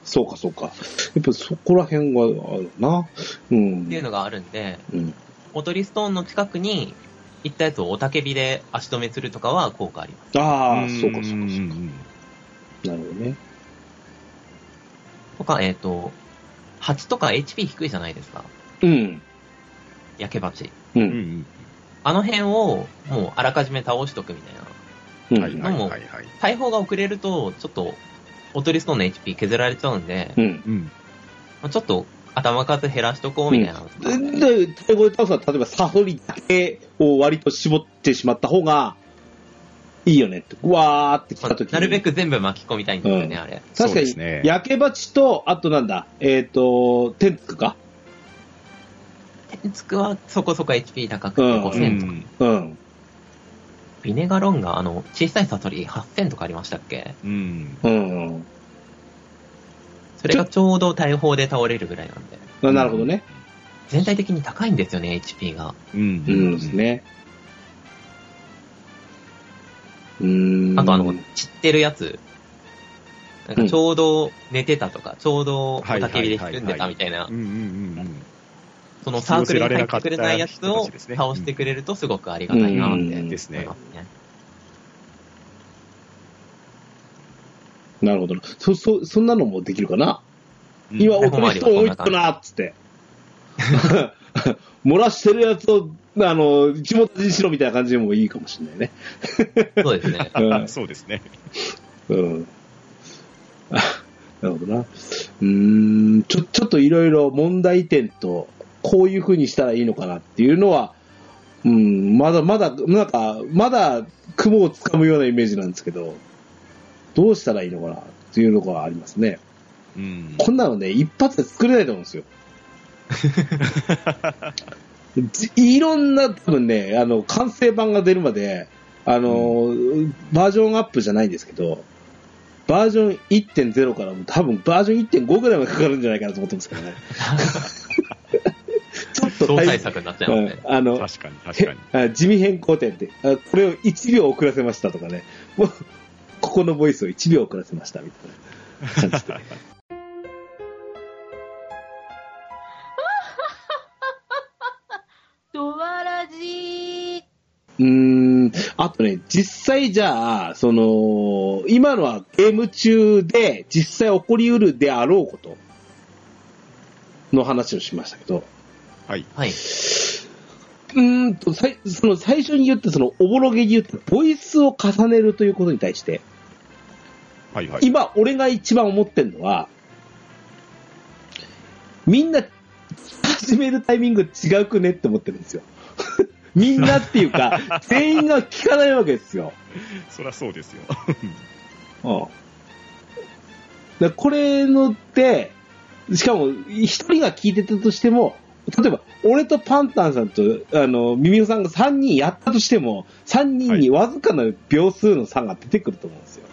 Speaker 1: そうか、そうか。やっぱそこら辺は、あるな。うん。
Speaker 3: っていうのがあるんで、
Speaker 1: うん。
Speaker 3: オトリストーンの近くに行ったやつをおたけびで足止めするとかは効果あります。
Speaker 1: ああ、そうか、そうか、そう
Speaker 2: うん
Speaker 1: か。なるほどね。
Speaker 3: とか、えっ、と、蜂とか HP 低いじゃないですか。
Speaker 1: うん。
Speaker 3: 焼け蜂。
Speaker 1: う。
Speaker 2: うんうんん
Speaker 3: あの辺をもうあらかじめ倒しとくみたいな。
Speaker 1: う。
Speaker 2: うんん。はいはいはいはい。
Speaker 3: 大砲が遅れると、ちょっと、オトリストーンの HP 削られちゃうんで、
Speaker 1: うん。
Speaker 2: うん。
Speaker 3: まあちょっと頭数減らしとこうみたいな。
Speaker 1: で、タイゴで倒すのは、例えばサソリだけを割と絞ってしまった方が、いいよねって。わーって来
Speaker 3: ま
Speaker 1: た時
Speaker 3: あ
Speaker 1: に。
Speaker 3: なるべく全部巻き込みたいんですよね、
Speaker 1: うん
Speaker 3: あれ。
Speaker 1: 確
Speaker 2: そ
Speaker 1: か
Speaker 2: うで
Speaker 1: に
Speaker 2: す、ね
Speaker 1: 焼け鉢と、あとなんだ、えっ、と、天竺か。
Speaker 3: 天竺はそこそこ HP 高くて
Speaker 1: うん
Speaker 2: う
Speaker 3: 5000とか。
Speaker 2: ん。
Speaker 1: うん。
Speaker 3: ビネガロンが、あの、小さいサソリ8000とかありましたっけ
Speaker 2: うん。
Speaker 1: うん。
Speaker 3: それがちょうど大砲で倒れるぐらいなんで。
Speaker 1: ななるほどね。
Speaker 3: 全体的に高いんですよね、HP が。
Speaker 2: うん。
Speaker 1: うん、です。ね。うーん。
Speaker 3: あとあの、散ってるやつ。なんかちょうど寝てたとか、ちょうどおたけびでひるんでたみたいな
Speaker 2: う、んうんうん
Speaker 3: そのサークルに入ってくれないやつを倒してくれるとすごくありがたいなって
Speaker 1: う
Speaker 2: うんん。
Speaker 3: 思い
Speaker 2: ですね
Speaker 3: ま。すね。
Speaker 1: なるほど。そ、そ、そんなのもできるかな、今、
Speaker 2: うん
Speaker 1: お金人多いっとな、っつって。 漏らしてるやつを、あの、一文字にしろみたいな感じでもいいかもしれないね。
Speaker 3: そうですね。
Speaker 1: うん
Speaker 2: そうですね。
Speaker 1: うん。あなるほどな。うーん、ちょ、ちょっといろいろ問題点と、こういうふうにしたらいいのかなっていうのは、うん、まだまだ、なんか、まだ雲をつかむようなイメージなんですけど、どうしたらいいのかなっていうのがありますね。
Speaker 2: うん。
Speaker 1: こんなのね、一発で作れないと思うんですよ。 じいろんな、多分ね、あの、完成版が出るまで、あの、バージョンアップじゃないですけど、バージョン1.0からも多分バージョン1.5ぐらいまでかかるんじゃないかなと思ってますけど ね。ちょっと
Speaker 3: 総
Speaker 1: 大
Speaker 3: 対策になっちゃいますね。
Speaker 1: うんあの、
Speaker 2: 確かに確かに。
Speaker 1: あ地味変更点で、あこれを1秒遅らせましたとかね、もうここのボイスを1秒遅らせましたみたいな。
Speaker 4: ドワラジー。
Speaker 1: うーん、あとね、実際じゃあ、その、今のはゲーム中で実際起こりうるであろうことの話をしましたけど、
Speaker 2: はい。
Speaker 3: はい。
Speaker 1: うーんと、さいその最初に言ったそのおぼろげに言ったボイスを重ねるということに対して、
Speaker 2: はいはい。
Speaker 1: 今俺が一番思ってるのは、みんな始めるタイミング違うくねって思ってるんですよ。 みんなっていうか、全員が聞かないわけですよ。
Speaker 2: そりゃそうですよ。
Speaker 1: うん。これのって、しかも、一人が聞いてたとしても、例えば、俺とパンタンさんと、あの、ミミオさんが3人やったとしても、3人にわずかな秒数の差が出てくると思うんですよ。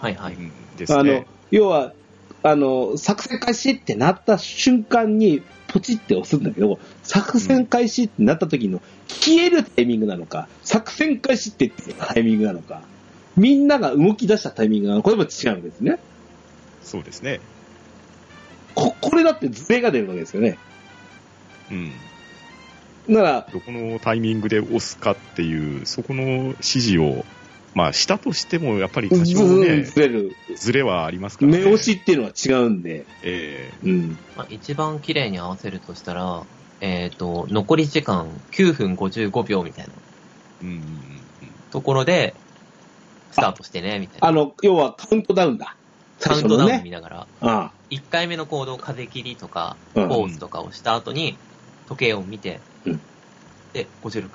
Speaker 3: はいはい。
Speaker 2: うんです
Speaker 1: あの
Speaker 2: ね。、
Speaker 1: 要は、あの、作戦開始ってなった瞬間に、ポチって押すんだけど、作戦開始ってなった時の、消えるタイミングなのか、作戦開始って言ってたタイミングなのか、みんなが動き出したタイミングなのか、これも違うんですね。
Speaker 2: そうですね。
Speaker 1: ここれだってズレが出るわけですよね。
Speaker 2: うん。
Speaker 1: なら、
Speaker 2: どこのタイミングで押すかっていう、そこの指示を、まあ、したとしても、やっぱり多
Speaker 1: ず
Speaker 2: 少
Speaker 1: ー
Speaker 2: ね
Speaker 1: ず、れる。
Speaker 2: ズレはありますからね。
Speaker 1: 目押しっていうのは違うんで。
Speaker 2: え
Speaker 1: うん。
Speaker 3: まあ、一番綺麗に合わせるとしたら、えっ、と、残り時間9分55秒みたいな
Speaker 2: えうんうんうん
Speaker 3: ところで、スタートしてね、みたいな
Speaker 1: あ。の、要はカウントダウンだ。
Speaker 3: カ
Speaker 1: 最
Speaker 3: ウン
Speaker 1: 初
Speaker 3: トダ
Speaker 1: の
Speaker 3: ウン見
Speaker 1: ね。
Speaker 3: ながら、
Speaker 1: あ
Speaker 3: 1回目の行動、風切りとか、
Speaker 1: あう
Speaker 3: ポ
Speaker 1: ん。
Speaker 3: ーズとかをした後に、時計を見て、
Speaker 1: うん
Speaker 3: で、56、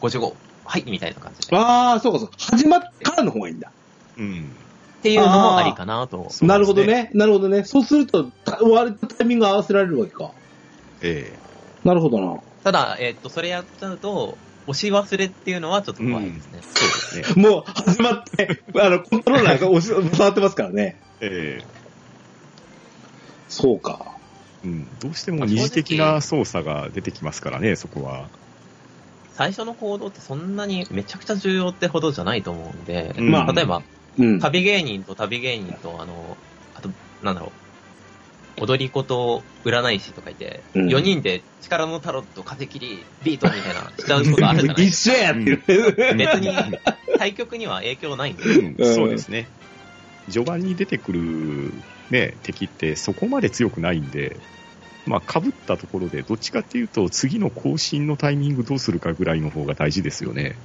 Speaker 3: 55、はい、みたいな感じで。っ
Speaker 1: ああ、そうかそうか。始まってからの方がいいんだ。
Speaker 2: うん。
Speaker 3: ていうのもありかなと。
Speaker 2: そうですね
Speaker 1: なるほどね。なるほどね。そうすると、た終わるタイミング合わせられるわけか。
Speaker 2: ええ
Speaker 1: なるほどな。
Speaker 3: ただ、えっ、と、それやっちゃうと、押し忘れっていうのはちょっと怖いですね。
Speaker 2: そうですね。
Speaker 1: もう始まって、 あの、コントローラーが押し 触ってますからね。
Speaker 2: ええ
Speaker 1: そうか。
Speaker 2: うん。どうしても二次的な操作が出てきますからね、そこは。
Speaker 3: 最初の行動ってそんなにめちゃくちゃ重要ってほどじゃないと思うんで、
Speaker 2: うん
Speaker 1: まあ
Speaker 3: 例えば、
Speaker 1: うん。
Speaker 3: 旅芸人と旅芸人と、あの、あと、なんだろう、踊り子と占い師とかいて、
Speaker 1: うん
Speaker 3: 4人で力のタロット、風切り、ビートみたいな、しちゃうことあるじゃないで
Speaker 1: 一
Speaker 3: す
Speaker 1: 緒やっていう。
Speaker 3: か。別に、 対局には影響ないんで。
Speaker 2: うん、そうですね。序盤に出てくる、ね、敵ってそこまで強くないんで、まあ、かぶったところで、どっちかっていうと、次の更新のタイミングどうするかぐらいの方が大事ですよね。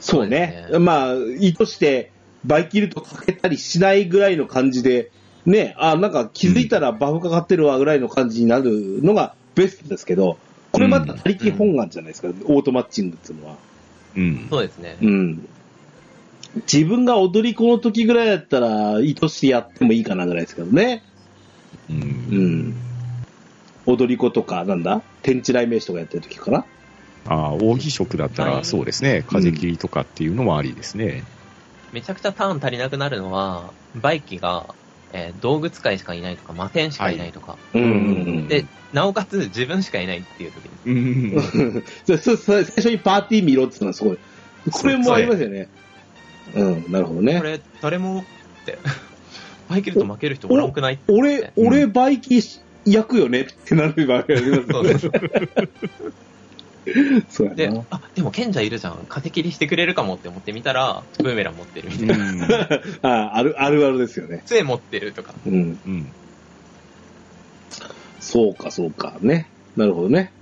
Speaker 1: そう
Speaker 3: そ
Speaker 1: ね
Speaker 3: うです。ね
Speaker 1: まあ、意図して、バイキルとかけたりしないぐらいの感じで、ね、あ、なんか気づいたらバフかかってるわぐらいの感じになるのがベストですけど、これまた他力本願じゃないですか、オートマッチングっていうのは。
Speaker 2: うん。
Speaker 3: そうですね。
Speaker 1: うん。自分が踊り子の時ぐらいだったら、意図してやってもいいかなぐらいですけどね。
Speaker 2: う。
Speaker 1: うんん。踊り子とか、なんだ天地雷鳴士とかやってる時かな。
Speaker 2: ああ、扇色だった
Speaker 3: はい
Speaker 2: ら、そうですね、風切りとかっていうのもありですね。
Speaker 3: めちゃくちゃターン足りなくなるのは、バイキが、えー道具使いしかいないとか、魔剣しかいないとか、
Speaker 1: うんん
Speaker 3: で、なおかつ自分しかいないっていう時に、
Speaker 2: うん。
Speaker 1: そうそうそう最初にパーティー見ろっていうのはすごい。これもありますよね。うん、なるほど
Speaker 3: こ
Speaker 1: ね。
Speaker 3: れ、誰もって、 バイキルと負ける人おらんくないって
Speaker 1: 俺、俺、バイキ焼くよねってなるわけですよ
Speaker 3: そうそうそう
Speaker 1: ね。 そう
Speaker 3: で
Speaker 1: やな。、
Speaker 3: あ、でも賢者いるじゃん。風切りしてくれるかもって思ってみたら、ブーメラン持ってるみたいな。
Speaker 1: あある、あるあるですよね。
Speaker 3: 杖持ってるとか。
Speaker 1: うん。
Speaker 2: うん。
Speaker 1: そうか、そうか。ね。なるほどね。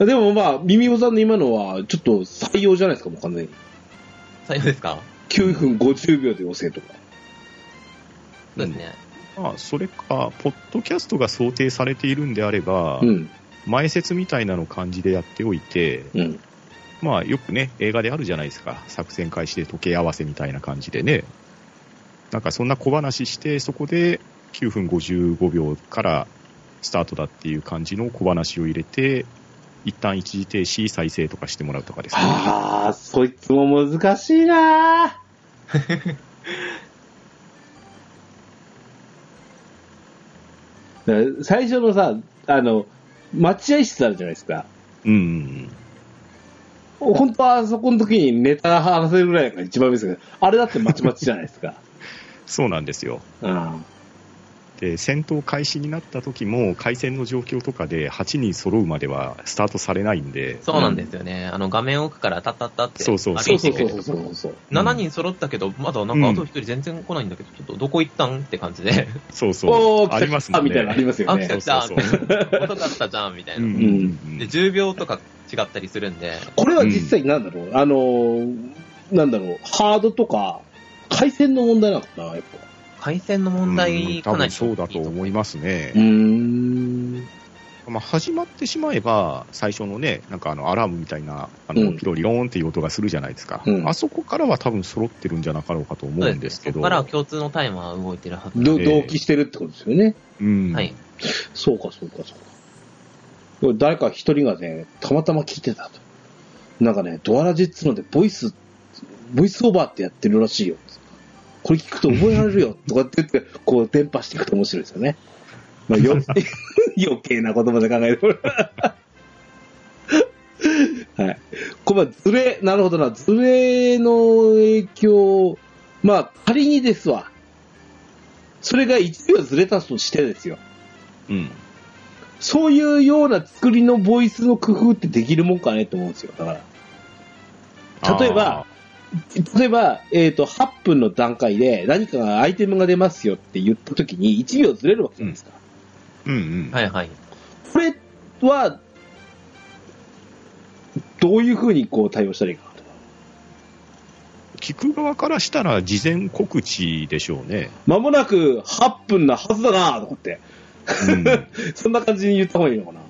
Speaker 1: でもまあ、ミミホさんの今のは、ちょっと採用じゃないですか、もう完全に。
Speaker 3: 最後ですか
Speaker 1: 9分50秒で押せとか。
Speaker 3: そうですね。
Speaker 2: まあ、それか、ポッドキャストが想定されているんであれば、
Speaker 1: うん。
Speaker 2: 前説みたいなの感じでやっておいて、
Speaker 1: うん。
Speaker 2: まあ、よくね、映画であるじゃないですか。作戦開始で時計合わせみたいな感じでね。なんかそんな小話して、そこで9分55秒からスタートだっていう感じの小話を入れて、一旦一時停止、再生とかしてもらうとかですね。
Speaker 1: ああ、そいつも難しいなーだから最初のさ、あの、待合室あるじゃないですか。
Speaker 2: うんうん
Speaker 1: 本当はあそこの時にネタ話せるぐらいが一番いいですけど、あれだってまちまちじゃないですか。
Speaker 2: うん。そうなんですよ。
Speaker 1: うん。
Speaker 2: で、戦闘開始になった時も、回戦の状況とかで8人揃うまではスタートされないんで、
Speaker 3: そうなんですよね。あの、画面奥からタッタッタって。
Speaker 2: そうそう
Speaker 3: 歩
Speaker 1: そ
Speaker 3: いう
Speaker 1: そ
Speaker 3: て
Speaker 1: う
Speaker 3: くる
Speaker 1: そうそうそう。
Speaker 3: 7人揃ったけど、まだなんかあと1人全然来ないんだけど、ちょっとどこ行ったんって感じで。
Speaker 2: そうそ
Speaker 1: おー、
Speaker 2: う、あ
Speaker 1: 来た
Speaker 2: りま
Speaker 1: 来
Speaker 2: すも
Speaker 1: た
Speaker 2: んね。
Speaker 1: みたいなのありますよ
Speaker 3: あ、来
Speaker 1: ね
Speaker 3: た。来た
Speaker 2: そ
Speaker 3: み
Speaker 2: うそう
Speaker 3: たいな。音だったじゃんみたい
Speaker 2: うん
Speaker 3: な。
Speaker 2: うんうん
Speaker 3: で、10秒とか違ったりするんで、
Speaker 1: これは実際なんだろう、あのー、なんだろう、ハードとか、回線の問題なのかな、やっぱ。
Speaker 3: 回線の問
Speaker 2: うん
Speaker 3: 題
Speaker 2: 多
Speaker 3: かな
Speaker 2: 分
Speaker 3: り。
Speaker 2: そうだと思いますね。
Speaker 1: ん。
Speaker 2: まあ、始まってしまえば、最初のね、なんかあのアラームみたいな、あの
Speaker 1: うん
Speaker 2: ピロリローンっていう音がするじゃないですか、
Speaker 1: うん
Speaker 2: あそこからは多分揃ってるんじゃなかろうかと思
Speaker 3: そううんで
Speaker 2: ですす
Speaker 3: ね。
Speaker 2: け
Speaker 3: そ
Speaker 2: ど、
Speaker 3: こからは共通のタイマーは動いてるはず。
Speaker 1: ど
Speaker 2: ええ
Speaker 1: 同期してるってことですよね。
Speaker 2: うん
Speaker 3: はい。
Speaker 1: そうか、そうか、そうか。これ誰か一人がね、たまたま聞いてたと。なんかね、ドアラジっつうので、ボイス、ボイスオーバーってやってるらしいよ。これ聞くと覚えられるよ、とかって言って、こう、伝播していくと面白いですよね。まあ、よ 余計な言葉で考えてもらう はい。これ、まあズレ、なるほどな、ズレの影響、まあ、仮にですわ。それが1秒ずれたとしてですよ。
Speaker 2: うん
Speaker 1: そういうような作りのボイスの工夫ってできるもんかねと思うんですよ。だから。例えば、例えば、えっ、と、8分の段階で何かがアイテムが出ますよって言った時に1秒ずれるわけじゃないですか。
Speaker 2: あー、うんうん
Speaker 3: はいはい。
Speaker 1: これは、どういうふうにこう対応したらいいかなとか。
Speaker 2: 聞く側からしたら、事前告知でしょうね、
Speaker 1: まもなく8分なはずだなとかって、
Speaker 2: うん、
Speaker 1: そんな感じに言った方がいいのかな。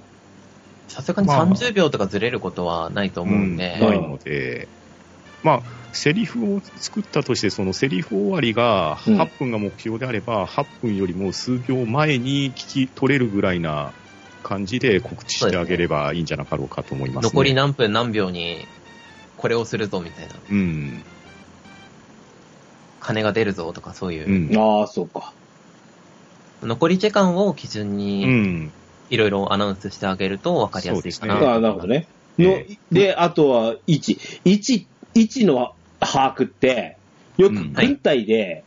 Speaker 3: さすがに
Speaker 2: まあ
Speaker 3: 30秒とかずれることはないと思うんで、
Speaker 1: うん
Speaker 2: ないので、まあ、セリフを作ったとして、そのセリフ終わりが
Speaker 1: うん
Speaker 2: 8分が目標であれば、8分よりも数秒前に聞き取れるぐらいな感じで告知してあげればいいんじゃなかろうかと思います、ね。
Speaker 3: 残り何分何秒に、これをするぞみたいな。
Speaker 2: うん。
Speaker 3: 金が出るぞとかそういうう。
Speaker 2: ん。
Speaker 1: ああ、そうか。
Speaker 3: 残り時間を基準
Speaker 2: う
Speaker 3: に、
Speaker 2: ん。
Speaker 3: いろいろアナウンスしてあげると分かりやすいかな。
Speaker 2: そうです
Speaker 1: ああ、なるほどね。
Speaker 2: え
Speaker 1: の
Speaker 2: え
Speaker 1: で、あとは位置。位置、位置の把握って、よく
Speaker 2: うん
Speaker 3: はい
Speaker 1: 軍隊で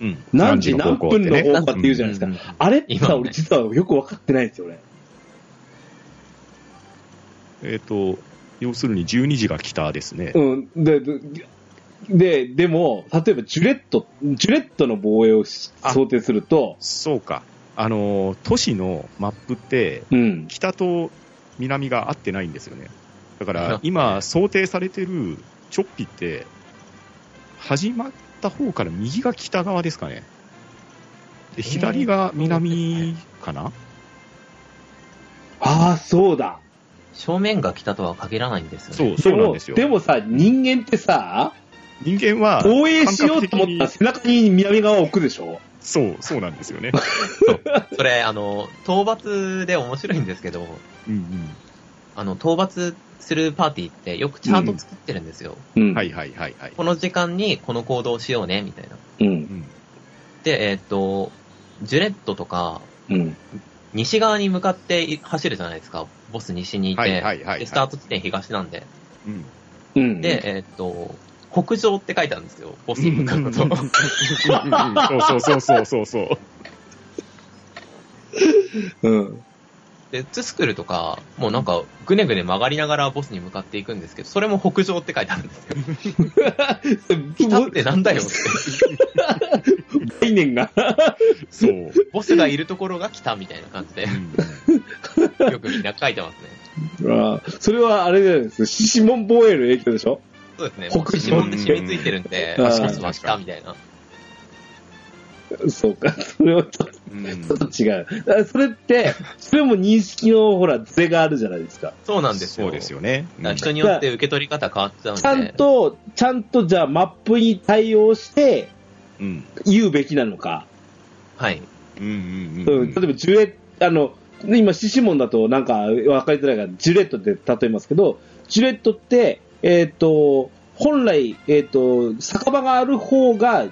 Speaker 2: うん。
Speaker 1: 何時何
Speaker 2: 何方向
Speaker 1: 分
Speaker 2: って
Speaker 1: の
Speaker 2: ね
Speaker 1: 方向って言うじゃないですか。
Speaker 3: うん
Speaker 1: あれって
Speaker 3: 今は
Speaker 1: さ、
Speaker 3: ね
Speaker 1: 俺実はよく分かってないんですよ、俺。
Speaker 2: えっ、と、要するに12時が北ですね。
Speaker 1: うん。で、で、ででも、例えばジュレット、ジュレットの防衛をし
Speaker 2: あ
Speaker 1: 想定すると、
Speaker 2: そうか。あのー、都市のマップって、
Speaker 1: うん。
Speaker 2: 北と南が合ってないんですよね。だ
Speaker 3: そう
Speaker 2: から、今、想定されてるチョッピって、始まった方から右が北側ですかね。で、左が南かな、
Speaker 1: ああ、そうだ。
Speaker 3: 正面が来たとは限らないんですよね。
Speaker 2: そう、そうなんですよ。
Speaker 1: でもさ、人間ってさ、
Speaker 2: 人間は、
Speaker 1: 応援しようと思ったら
Speaker 2: 感覚的に
Speaker 1: 背中に南側を置くでしょ
Speaker 2: そう、そうなんですよね。
Speaker 3: それ、あの、討伐で面白いんですけど、
Speaker 2: うん
Speaker 3: あの、討伐するパーティーってよくチャート作ってるんですよ。
Speaker 1: う
Speaker 2: うんん。はい。はいはいはい。
Speaker 3: この時間にこの行動をしようね、みたいな。
Speaker 1: うん。
Speaker 2: うん
Speaker 3: で、えっと、ジュレットとか、
Speaker 1: うん。
Speaker 3: 西側に向かってい走るじゃないですか。ボス西にいて、
Speaker 2: はいはいはいはい
Speaker 3: でスタート地点東なんで。
Speaker 2: うん
Speaker 1: うん。
Speaker 3: で、えっと、北上って書いてあるんですよ。ボスに向かう
Speaker 2: うんうん
Speaker 3: と。
Speaker 2: そうそうそうそうそうそう。
Speaker 1: うん。
Speaker 3: で、ツスクルとか、もうなんか、ぐねぐね曲がりながらボスに向かっていくんですけど、それも北上って書いてあるんですよ。北ってなんだよって。
Speaker 1: 概念が。
Speaker 2: そう。
Speaker 3: ボスがいるところが北みたいな感じ で、よくみんな書いてますね。
Speaker 1: あーそれはあれじゃないですか。シモン防衛の影響でしょ
Speaker 3: そうですね。
Speaker 1: 北上
Speaker 3: もう指紋で染みついてるんで、
Speaker 1: うん
Speaker 3: ボスは北みたいな。
Speaker 1: そうか。それはちょっ
Speaker 2: うん
Speaker 1: と違う。あそれって、それも認識のほら、ズレがあるじゃないですか。
Speaker 3: そうなんですよ。
Speaker 2: そうですよね。
Speaker 3: だから人によって受け取り方変わっちゃうんで。
Speaker 1: ちゃんと、ちゃんとじゃあマップに対応して
Speaker 2: うん。
Speaker 1: 言うべきなのか。
Speaker 3: はい。
Speaker 2: うんうんうん
Speaker 1: う。
Speaker 2: うんん
Speaker 1: 例えば、ジュレあの、ね今、シシモンだとなんか分かりづらいから、ジュレットって例えますけど、ジュレットって、えっ、と、本来、えっ、と、酒場がある方が、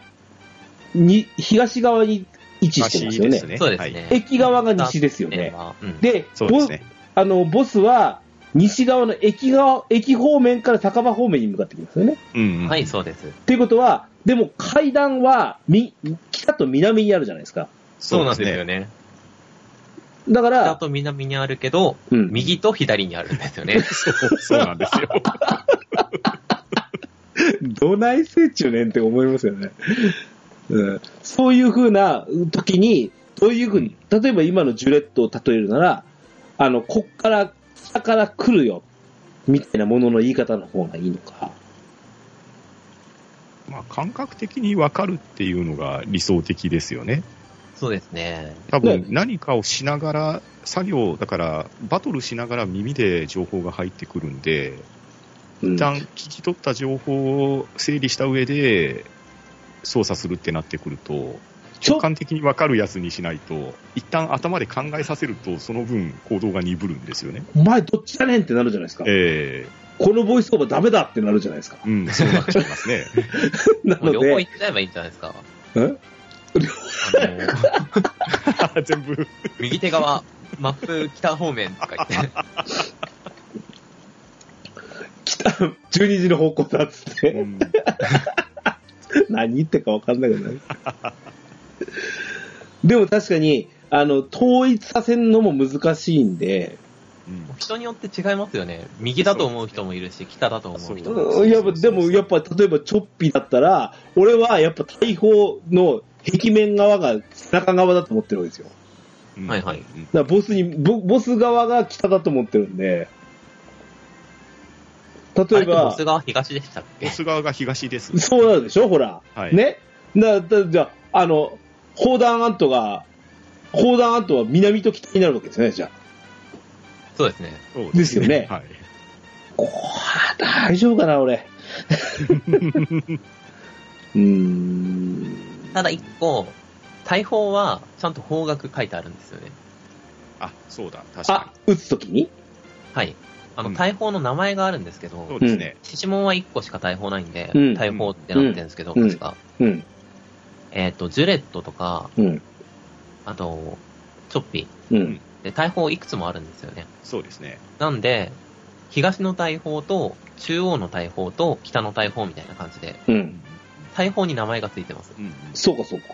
Speaker 1: に、東側に位置してますよね。
Speaker 2: ね
Speaker 3: そうですね。
Speaker 1: 駅側が西ですよね
Speaker 3: 駅側。うん
Speaker 1: で、
Speaker 2: そうですね。
Speaker 1: ボあの、ボスは、西側の駅側、駅方面から酒場方面に向かってきますよね。
Speaker 2: うんうん
Speaker 3: はい、そうです。
Speaker 1: っていうことは、でも階段は、み、北と南にあるじゃないですか。
Speaker 3: そうなんですよ。ね。
Speaker 1: だか
Speaker 3: 北
Speaker 1: ら、
Speaker 3: と南にあるけど、
Speaker 1: うん
Speaker 3: 右と左にあるんですよね。
Speaker 2: そうそうなんです よ。
Speaker 1: どないせいちゅうねんって思いますよね。うん、そういうふうな時に、どういうふうに、例えば今のジュレットを例えるなら、あの、こっから、北から来るよ、みたいなものの言い方の方がいいのか。
Speaker 2: まあ感覚的にわかるっていうのが理想的ですよね。
Speaker 3: そうですね。
Speaker 2: 多
Speaker 1: ね
Speaker 2: 分何かをしながら、作業、だからバトルしながら耳で情報が入ってくるんで、
Speaker 1: うん
Speaker 2: 一旦聞き取った情報を整理した上で操作するってなってくると、
Speaker 1: ちょ
Speaker 2: 直感的に分かるやつにしないと、一旦頭で考えさせると、その分行動が鈍るんですよね。
Speaker 1: お前どっちだねんってなるじゃないですか。
Speaker 2: え
Speaker 1: このボイスオーバーダメだってなるじゃない ですか。
Speaker 2: えうん、そうなっちゃいますね。
Speaker 1: な
Speaker 3: も
Speaker 1: の
Speaker 3: う両方
Speaker 1: で
Speaker 3: 行、っちゃえばいいんじゃないですか。
Speaker 1: え
Speaker 3: あの、
Speaker 2: 全部。
Speaker 3: 右手側、マップ北方面とか言って、
Speaker 1: 北、12時の方向だっつって。
Speaker 2: うん
Speaker 1: 何言ってるか分かんなくなる。 でも確かに、あの、統一させるのも難しいんで、
Speaker 2: うん
Speaker 3: 人によって違いますよね。右だと思う人もいるし、北だと思う人もいるし。
Speaker 2: そうそうそう
Speaker 1: やっぱ、でもやっぱ、例えばチョッピーだったら、俺はやっぱ大砲の壁面側が背中側だと思ってるわけですよ。
Speaker 2: うん
Speaker 3: はいはい
Speaker 2: うん
Speaker 1: だからボスに、ボボス側が北だと思ってるんで、例え
Speaker 3: あれってボ
Speaker 1: ば
Speaker 3: ス、側東でしたっ
Speaker 2: ボ
Speaker 3: け
Speaker 2: ス側が東です。
Speaker 1: そうなるでしょほら。
Speaker 2: はい
Speaker 1: ねだだじゃあ、あの、砲弾アントが、砲弾アントは南と北になるわけですよね、じゃあ。
Speaker 3: そうですね。
Speaker 2: そう
Speaker 1: ですよね
Speaker 2: はい。
Speaker 1: 大丈夫かな、俺。 うーん。
Speaker 3: ただ一個、大砲はちゃんと方角書いてあるんですよね。
Speaker 2: あ、そうだ、確
Speaker 1: あ
Speaker 2: か、
Speaker 1: 打つときに
Speaker 3: はい。あ
Speaker 2: うん
Speaker 3: の、大砲の名前があるんですけど、
Speaker 2: に。そうですね。
Speaker 3: 獅子門は1個しか大砲ないんで、
Speaker 1: うん
Speaker 3: 大砲ってなってるんですけど、
Speaker 1: うん
Speaker 3: 確か。
Speaker 1: うん。
Speaker 3: えっ、と、ジュレットとか、
Speaker 1: うん。
Speaker 3: あと、チョッピ
Speaker 1: うん。
Speaker 3: ー。で、大砲いくつもあるんですよね。
Speaker 2: そうですね。
Speaker 3: なんで、東の大砲と、中央の大砲と、北の大砲みたいな感じで、
Speaker 1: うん。
Speaker 3: 大砲に名前がついてます。
Speaker 2: うんうん
Speaker 1: そうか、そうか。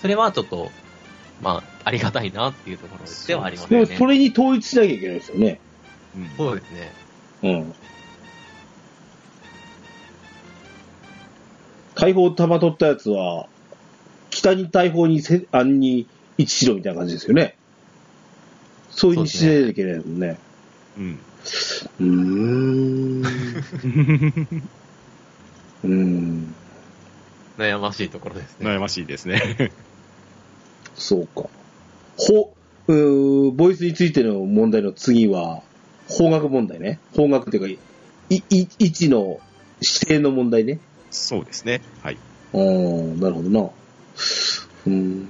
Speaker 3: それはちょっと、まあ、ありがたいなっていうところではあります
Speaker 1: で
Speaker 3: よ
Speaker 1: も、
Speaker 3: ね。
Speaker 1: それに統一しなきゃいけないですよね。
Speaker 2: うん
Speaker 3: そうですね。
Speaker 1: うん。大砲弾取ったやつは、北に大砲にせ、あんに位置しろみたいな感じですよね。そういうにしなきゃいけないですもんね。
Speaker 2: うん。
Speaker 1: うーん。うーん。
Speaker 3: 悩ましいところですね。
Speaker 2: 悩ましいですね。
Speaker 1: そうか。ほ、うーボイスについての問題の次は、方角問題ね。方角っていうか、い、い、位置の指定の問題ね。
Speaker 2: そうですね。はい。
Speaker 1: ああ、なるほどな。うーん。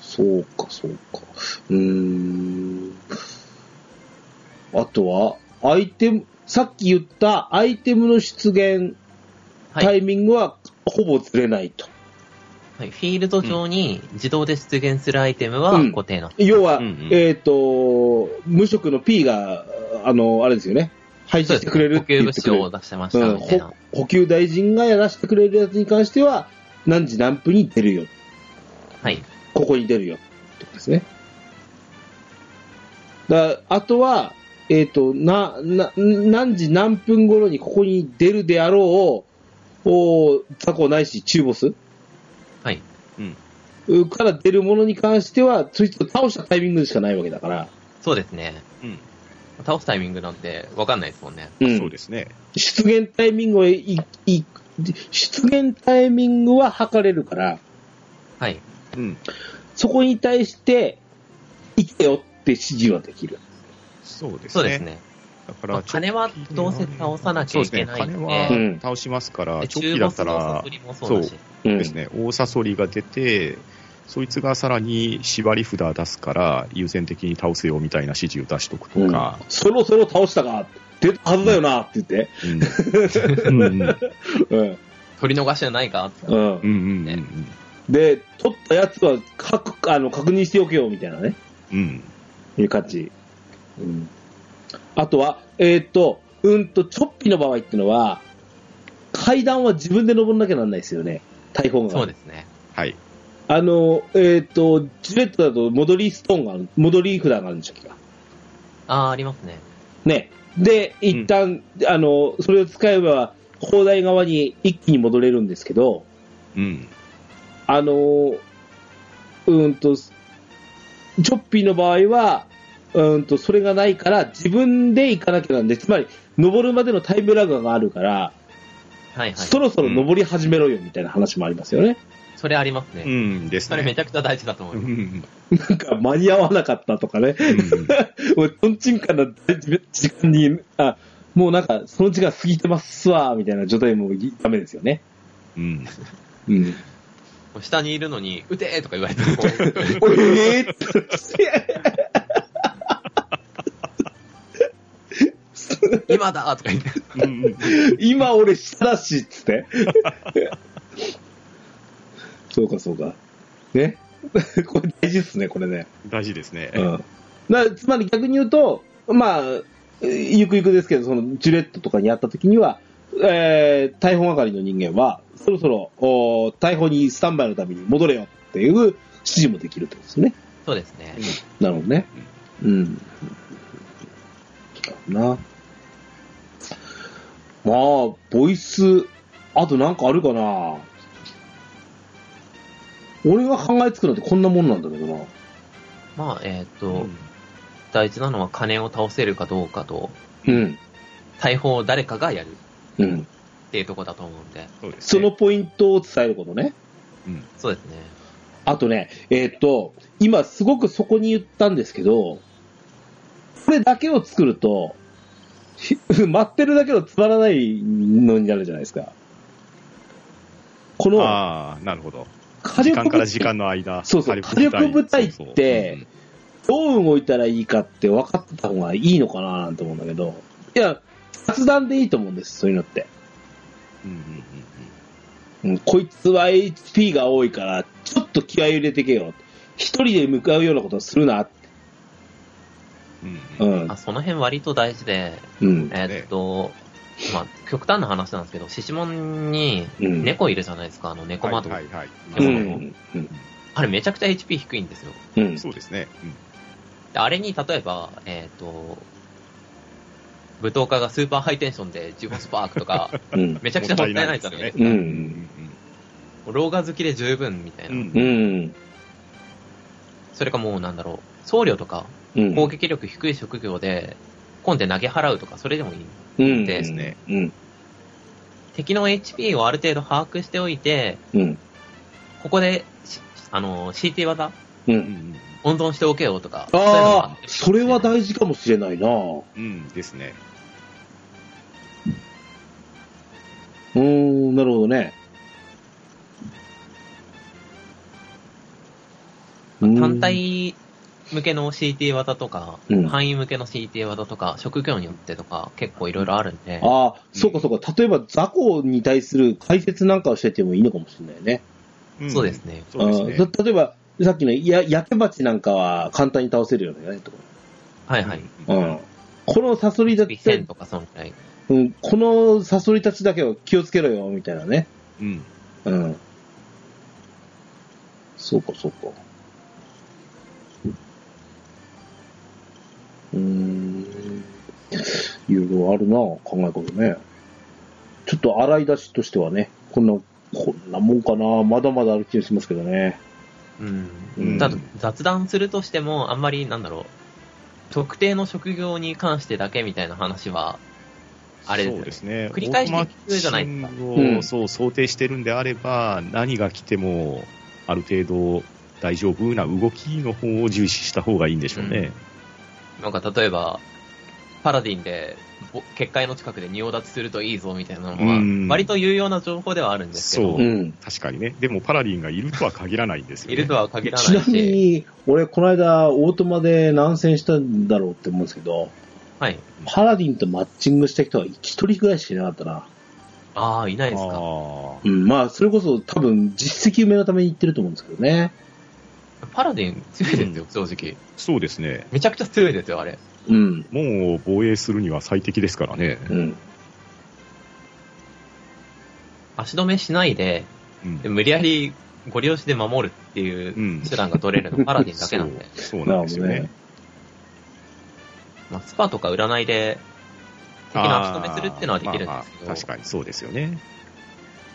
Speaker 1: そうか、そうか。うーん。あとは、アイテム、さっき言ったアイテムの出現、
Speaker 3: はい
Speaker 1: タイミングはほぼずれないと。
Speaker 3: はい、フィールド上に自動で出現するアイテムは
Speaker 1: うん
Speaker 3: 固定な、
Speaker 1: 要は、
Speaker 2: うんうん
Speaker 1: えっ、と、無職の P が、あの、あれですよね。配置してくれる
Speaker 3: 補
Speaker 1: って
Speaker 3: 給
Speaker 1: 言っ
Speaker 3: 物
Speaker 1: てく
Speaker 3: 資
Speaker 1: れ
Speaker 3: を
Speaker 1: る。
Speaker 3: 出してまし
Speaker 1: う
Speaker 3: た
Speaker 1: ん、
Speaker 3: みたい
Speaker 1: ほ
Speaker 3: な。
Speaker 1: 補給大臣がやらせてくれるやつに関しては、何時何分に出るよ。
Speaker 3: はい。
Speaker 1: ここに出るよ。ってことですね。だあとは、えっ、と、な、な、何時何分頃にここに出るであろう、お雑魚ないし中ボス
Speaker 3: はい。
Speaker 1: うから出るものに関しては、そいつを倒したタイミングでしかないわけだから、
Speaker 3: そうですね。
Speaker 2: うん。
Speaker 3: 倒すタイミングなんて分かんないですもんね。
Speaker 1: うん
Speaker 2: そうですね。
Speaker 1: 出現タイミングをい、い、出現タイミングは測れるから、
Speaker 3: はい。
Speaker 2: うん。
Speaker 1: そこに対して、行けよって指示はできる。
Speaker 2: そうですね。
Speaker 3: そうですね。
Speaker 2: だか
Speaker 3: まあ
Speaker 2: ら、
Speaker 3: 金はどうせ倒さなきゃいけないんで、
Speaker 2: そう
Speaker 1: う
Speaker 2: ですね。金
Speaker 1: ん
Speaker 2: は倒しますから、
Speaker 3: で
Speaker 2: チョッ
Speaker 3: 中
Speaker 2: キだ
Speaker 3: ボ
Speaker 2: った
Speaker 3: スの
Speaker 2: ら
Speaker 3: サプ、リもそうだし
Speaker 2: そ。
Speaker 1: うん
Speaker 2: ですね、大サソリが出て、そいつがさらに縛り札出すから、優先的に倒せよみたいな指示を出しとくとか、
Speaker 1: そろそろ倒したか、出たはずだよなって言って。
Speaker 2: うんうんうん
Speaker 1: うん。
Speaker 3: 取り逃しじゃないかって
Speaker 1: うん。
Speaker 2: うんうん
Speaker 3: ね
Speaker 1: で、取ったやつは確、あの、確認しておけよ、みたいなね。
Speaker 2: うん
Speaker 1: いう感じ。うん。あとは、えーっと、うんと、チョッピの場合ってのは、階段は自分で登んなきゃなんないですよね。大砲が。
Speaker 3: そうですね。
Speaker 2: はい、
Speaker 1: あの、えっ、と、ジュレットだと戻りストーンがある、戻り札があるんでしたっけか。
Speaker 3: ああ、ありますね。
Speaker 1: ね。で、一旦、あの、それを使えば、砲台側に一気に戻れるんですけど、
Speaker 2: うん
Speaker 1: あの、うんと、チョッピーの場合は、うんと、それがないから、自分で行かなきゃなんで、つまり、登るまでのタイムラグがあるから、
Speaker 3: はいはい。
Speaker 1: そろそろ登り始めろよ、みたいな話もありますよね。
Speaker 3: それあります
Speaker 2: う
Speaker 3: ね。
Speaker 2: んです
Speaker 3: それめ
Speaker 2: ね
Speaker 3: ち。ゃくちゃ大事だと思
Speaker 2: う
Speaker 3: い
Speaker 2: んう
Speaker 3: ま
Speaker 2: ん
Speaker 3: す。
Speaker 1: なんか、間に合わなかったとかね。
Speaker 2: うん
Speaker 1: 俺、とんちんかんな時間に、あ、もうなんか、その時間過ぎてますわ、みたいな状態もいダメですよね。
Speaker 2: うん
Speaker 1: うん。
Speaker 3: もう下にいるのに、撃てーとか言われても、こう
Speaker 1: おいえーって。
Speaker 3: 今だーとか言って。
Speaker 2: うんうん
Speaker 1: 今俺下だし、つって。 そうか、そうか。ね。 これ大事っすね、これね。
Speaker 2: 大事ですね。
Speaker 1: うん。なつまり逆に言うと、まあ、えーゆくゆくですけど、そのジュレットとかにあった時には、えー、逮捕係の人間は、そろそろ、おー逮捕にスタンバイのために戻れよっていう指示もできるってことですね。
Speaker 3: そうですね。
Speaker 1: なるほどね。うん。な。まあ、ボイス、あとなんかあるかな俺が考えつくのってこんなもんなんだけどな。
Speaker 3: まあ、えっ、と、
Speaker 2: うん
Speaker 3: 大事なのは金を倒せるかどうかと、
Speaker 1: うん。
Speaker 3: 大砲を誰かがやる
Speaker 1: うん。
Speaker 3: っていうとこだと思うんで、
Speaker 2: そうです
Speaker 1: そ
Speaker 2: ね
Speaker 1: のポイントを伝えることね。
Speaker 2: うん
Speaker 3: そうですね。
Speaker 1: あとね、えーっと、今すごくそこに言ったんですけど、これだけを作ると、 ひ待ってるだけのつまらないのになるじゃないですか。この
Speaker 2: ああ、なるほど。
Speaker 1: 火
Speaker 2: 時
Speaker 1: 力
Speaker 2: 間から
Speaker 1: 部
Speaker 2: 時間の間。
Speaker 1: そうそう火力部隊ってどう動いたらいいかって分かってた方がいいのかななんて思うんだけど、いや、雑談でいいと思うんです、そういうのって。
Speaker 2: うんうんうんう
Speaker 1: う
Speaker 2: ん
Speaker 1: んこいつは HP が多いから、ちょっと気合い入れてけよ。一人で向かうようなことをするな。
Speaker 2: うん
Speaker 1: う
Speaker 2: うん
Speaker 1: ん
Speaker 3: あ。その辺割と大事で、
Speaker 1: うん。
Speaker 3: えーっと、まあ、極端な話なんですけど、獅子門に
Speaker 1: うん
Speaker 3: 猫いるじゃないですか、あの猫
Speaker 2: はい
Speaker 3: 窓。
Speaker 2: はいはい。
Speaker 1: う
Speaker 3: 獣
Speaker 1: ん。うん
Speaker 3: あれめちゃくちゃ HP 低いんですよ。
Speaker 1: うん。
Speaker 2: そうですね。
Speaker 3: であれに例えば、えーっと、舞踏家がスーパーハイテンションで15スパークとか、
Speaker 1: うん。
Speaker 3: めちゃくちゃもったいないじゃないですか。
Speaker 1: う
Speaker 2: うんうん
Speaker 1: ん。
Speaker 3: 老眼好きで十分みたいな。
Speaker 2: うん
Speaker 1: うん。
Speaker 3: それかもうなんだろう、僧侶とか
Speaker 1: うん。
Speaker 3: 攻撃力低い職業で、混んで投げ払うとか、それでもいい。
Speaker 1: うん。
Speaker 3: です
Speaker 2: ね
Speaker 1: うん。
Speaker 3: 敵の HP をある程度把握しておいて、
Speaker 1: うん。
Speaker 3: ここでし、あの、CT 技
Speaker 1: う。
Speaker 2: うんん
Speaker 3: 温存しておけよとか。そういうのが
Speaker 1: ああ、それは大事かもしれないな。う
Speaker 2: うんうんですね。
Speaker 1: ーん、なるほどね。
Speaker 3: 単体向けの CT 技とか、
Speaker 1: うん
Speaker 3: 範囲向けの CT 技とか、職業によってとか、結構いろいろあるんで、
Speaker 1: ああ、そうかそうか。例えば、雑魚に対する解説なんかをしててもいいのかもしれないね。
Speaker 2: うん
Speaker 3: そうです。ね。
Speaker 2: そうです
Speaker 1: あ
Speaker 2: ね。
Speaker 1: ーた例えば、さっきのや焼け鉢なんかは簡単に倒せるよね、とか。
Speaker 3: はいはい。
Speaker 2: う
Speaker 1: うんん。このサソリだ
Speaker 3: ビ
Speaker 1: っ
Speaker 3: セン
Speaker 1: て、
Speaker 3: とかそのくらい。
Speaker 1: うん、このサソリたちだけは気をつけろよ、みたいなね。
Speaker 2: うん。
Speaker 1: うん。そうか、そうか。うーん。いろいろあるな、考え方ね。ちょっと洗い出しとしてはね、こんな、こんなもんかな。まだまだある気がしますけどね。
Speaker 3: うん。
Speaker 1: うん
Speaker 3: ただ、雑談するとしても、あんまり、なんだろう、特定の職業に関してだけみたいな話は、あれですよね
Speaker 2: そうですね。
Speaker 3: 繰り返し聞くじゃないですか
Speaker 2: オートマッチングをそう想定してるんであれば、何が来ても、ある程度大丈夫な動きの方を重視した方がいいんでしょうね。
Speaker 3: なんか例えば、パラディンで、ぼ結界の近くで仁王立ちするといいぞみたいなのは
Speaker 2: うん、
Speaker 3: 割と有用な情報ではあるんですけど、
Speaker 2: そう
Speaker 1: うん。
Speaker 2: 確かにね。でもパラリンがいるとは限らないんですよ、ね。
Speaker 3: いるとは限ら
Speaker 1: ち
Speaker 3: な
Speaker 1: ないみ
Speaker 3: し、
Speaker 1: に、俺、この間、オートマで何戦したんだろうって思うんですけど、
Speaker 3: はい。
Speaker 1: パラディンとマッチングした人は一人ぐらいしかいなかったな。
Speaker 3: ああ、いないですか。
Speaker 2: ああ
Speaker 1: うん、まあ、それこそ多分、実績埋めのために言ってると思うんですけどね。
Speaker 3: パラディン強いですよ、正直。
Speaker 2: そうですね。
Speaker 3: めちゃくちゃ強いですよ、あれ。
Speaker 1: うん、
Speaker 2: 門を防衛するには最適ですからね。
Speaker 1: うん、
Speaker 3: 足止めしないで、
Speaker 2: うん
Speaker 3: で無理やりご利用しで守るって
Speaker 2: う
Speaker 3: いうん手段が取れるのパラディンだけなんで、
Speaker 2: そうそうなんですよね。
Speaker 3: まあ、スパとか占いで敵の足止めするっていうのはできるんですけど、
Speaker 2: あーまあまあ確かにそうですよね。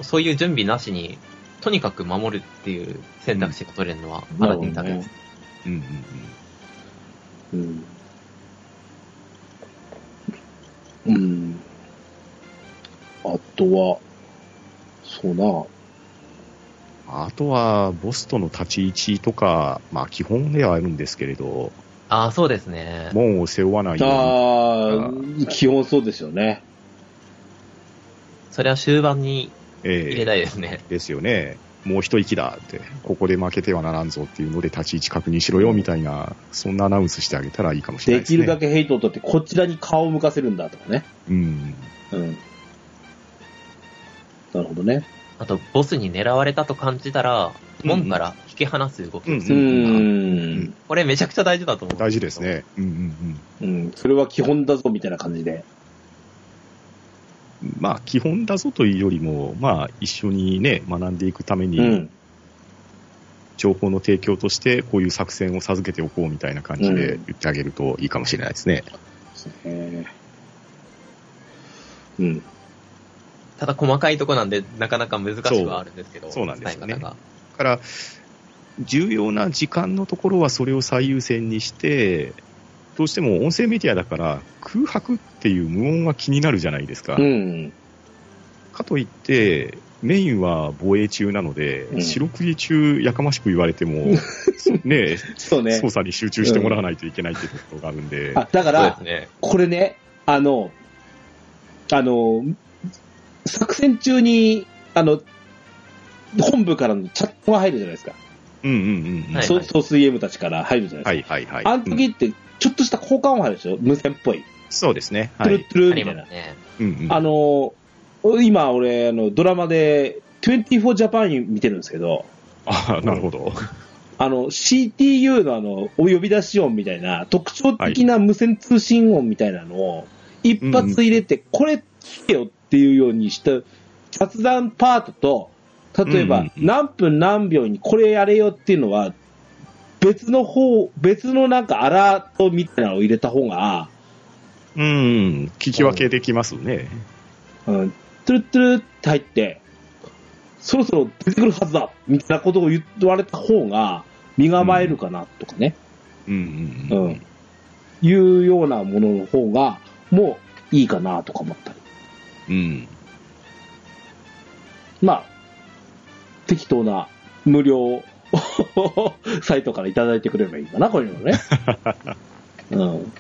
Speaker 3: そういう準備なしに、とにかく守るっていう選択肢が取れるのは
Speaker 1: うん
Speaker 3: パラディンだけです。
Speaker 2: うんうんうん。
Speaker 1: うん。うん。あとは、そうな。
Speaker 2: あとは、ボスとの立ち位置とか、まあ基本ではあるんですけれど、
Speaker 3: ああ、そうですね。
Speaker 2: 門を背負わないように。
Speaker 1: ああ、基本そうですよね。
Speaker 3: それは終盤に入れ
Speaker 2: え
Speaker 3: たいですね。
Speaker 2: えですよね。もう一息だって、ここで負けてはならんぞっていうので立ち位置確認しろよみたいな、そんなアナウンスしてあげたらいいかもしれない
Speaker 1: でき
Speaker 2: ですね。
Speaker 1: るだけヘイトを取って、こちらに顔を向かせるんだとかね。
Speaker 2: うん。
Speaker 1: うん。なるほどね。
Speaker 3: あと、ボスに狙われたと感じたら、
Speaker 2: うん
Speaker 3: 門から引き離す動きをす
Speaker 1: う
Speaker 3: る。
Speaker 1: ん。
Speaker 3: これめちゃくちゃ大事だと思う。
Speaker 2: 大事です。ね。うんうんうん。
Speaker 1: うん。それは基本だぞ、みたいな感じで。
Speaker 2: まあ、基本だぞというよりも、まあ、一緒にね、学んでいくため
Speaker 1: う
Speaker 2: に、
Speaker 1: ん。
Speaker 2: 情報の提供として、こういう作戦を授けておこうみたいな感じで
Speaker 1: うん
Speaker 2: 言ってあげるといいかもしれないですね。
Speaker 1: ですね。うん。
Speaker 3: ただ細かいとこなんで、なかなか難しくはあるんですけど、
Speaker 2: そうそうなんですよね
Speaker 3: 伝え方が
Speaker 2: だから、重要な時間のところはそれを最優先にして、どうしても音声メディアだから、空白っていう無音は気になるじゃないですか。
Speaker 1: うん。
Speaker 2: かといって、メインは防衛中なので、
Speaker 1: うん
Speaker 2: 四六時中やかましく言われて も、ね
Speaker 1: そうね
Speaker 2: 操。作に集中してもらわないといけないっていうところがあるんで、
Speaker 1: あ、だか
Speaker 3: そうで
Speaker 1: ら
Speaker 3: す、ね。
Speaker 1: これね、あの、あの、作戦中に、あの、本部からのチャットが入るじゃないですか。
Speaker 2: うんうんうん。
Speaker 3: はい
Speaker 1: そう総水泳部たちから入るじゃな
Speaker 2: はいい
Speaker 1: です
Speaker 2: はいはい。
Speaker 1: か。あの
Speaker 2: うん
Speaker 1: 時って、ちょっとした効果音あるでしょ無線っぽい。
Speaker 2: そうですね。
Speaker 1: トゥ
Speaker 2: は
Speaker 1: ル
Speaker 2: い。
Speaker 1: トゥルみ
Speaker 3: あり
Speaker 1: た
Speaker 3: ま
Speaker 1: い
Speaker 3: す
Speaker 1: な。
Speaker 3: ね。
Speaker 2: うんうん
Speaker 1: あの、今俺、あの、ドラマで、24ジャパン見てるんですけど、
Speaker 2: あなるほど。
Speaker 1: あの、CTU のあの、お呼び出し音みたいな、特徴的な無線通信音みたいなのを、一発入れて、これ聞けよっていうようにした、雑談パートと、例え
Speaker 2: うん
Speaker 1: ば
Speaker 2: う、んうん
Speaker 1: 何分何秒にこれやれよっていうのは、別の方、別のなんかアラートみたいなのを入れた方が、
Speaker 2: うんうん、聞き分けできますね。
Speaker 1: うん、トゥルットゥルって入って、そろそろ出てくるはずだみたいなことを言われた方が、身構えるかなとかね。
Speaker 2: うんう
Speaker 1: うん
Speaker 2: うん
Speaker 1: ん、いうようなものの方が、もういいかなとか思ったり。
Speaker 2: うん。
Speaker 1: まあ、適当な無料 サイトからいただいてくれればいいかな、こういうのね。うん。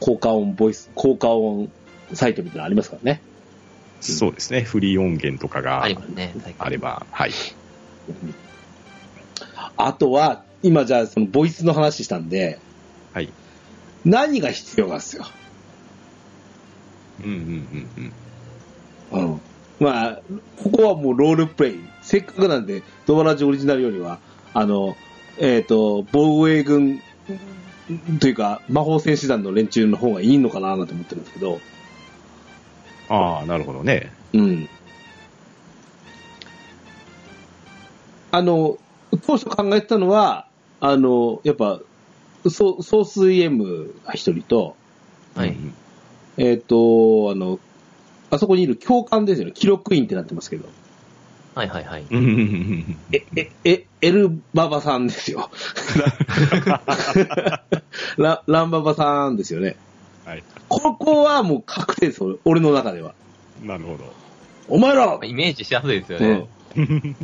Speaker 1: 効果音ボイス、効果音サイトみたいなのありますからね。
Speaker 2: そうですね。フリー音源とかが
Speaker 3: ありますね。最近
Speaker 2: あれば、はい。
Speaker 1: あとは、今じゃあそのボイスの話したんで、
Speaker 2: はい。
Speaker 1: 何が必要かですよ。
Speaker 2: うんうんうんうん。
Speaker 1: うん。まあ、ここはもうロールプレイ。せっかくなんで、ドバラジオリジナルよりは、あの、えっ、と、防衛軍というか、魔法戦士団の連中の方がいいのかななんて思ってるんですけど、
Speaker 2: ああ、なるほどね。
Speaker 1: うん。あの、当初考えてたのは、あの、やっぱ、そう総水 M が一人と、
Speaker 3: はい
Speaker 2: うん
Speaker 1: えっ、と、あの、あそこにいる教官ですよね。記録員ってなってますけど。
Speaker 3: はいはいはい。
Speaker 2: うんうんうんうん。
Speaker 1: え、え、え、エルババさんですよ。ラランババさんですよね。
Speaker 2: はい。
Speaker 1: ここはもう確定です、俺俺の中では。
Speaker 2: なるほど。
Speaker 1: お前ら、
Speaker 3: イメージしやすいですよね。
Speaker 1: うん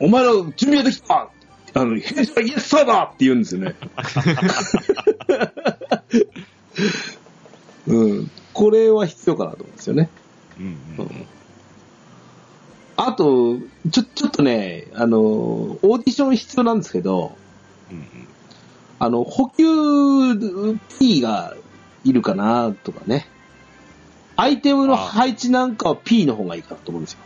Speaker 1: お前ら準備はできたあの、弊社はイエスサーだって言うんですよね。 うん。これは必要かなと思うんですよね。
Speaker 2: うんうんうん
Speaker 1: あと、ちょ、ちょっとね、あの、オーディション必要なんですけど、
Speaker 2: うんうん
Speaker 1: あの、補給 P がいるかなとかね。アイテムの配置なんかは P の方がいいかなと思うんですよ。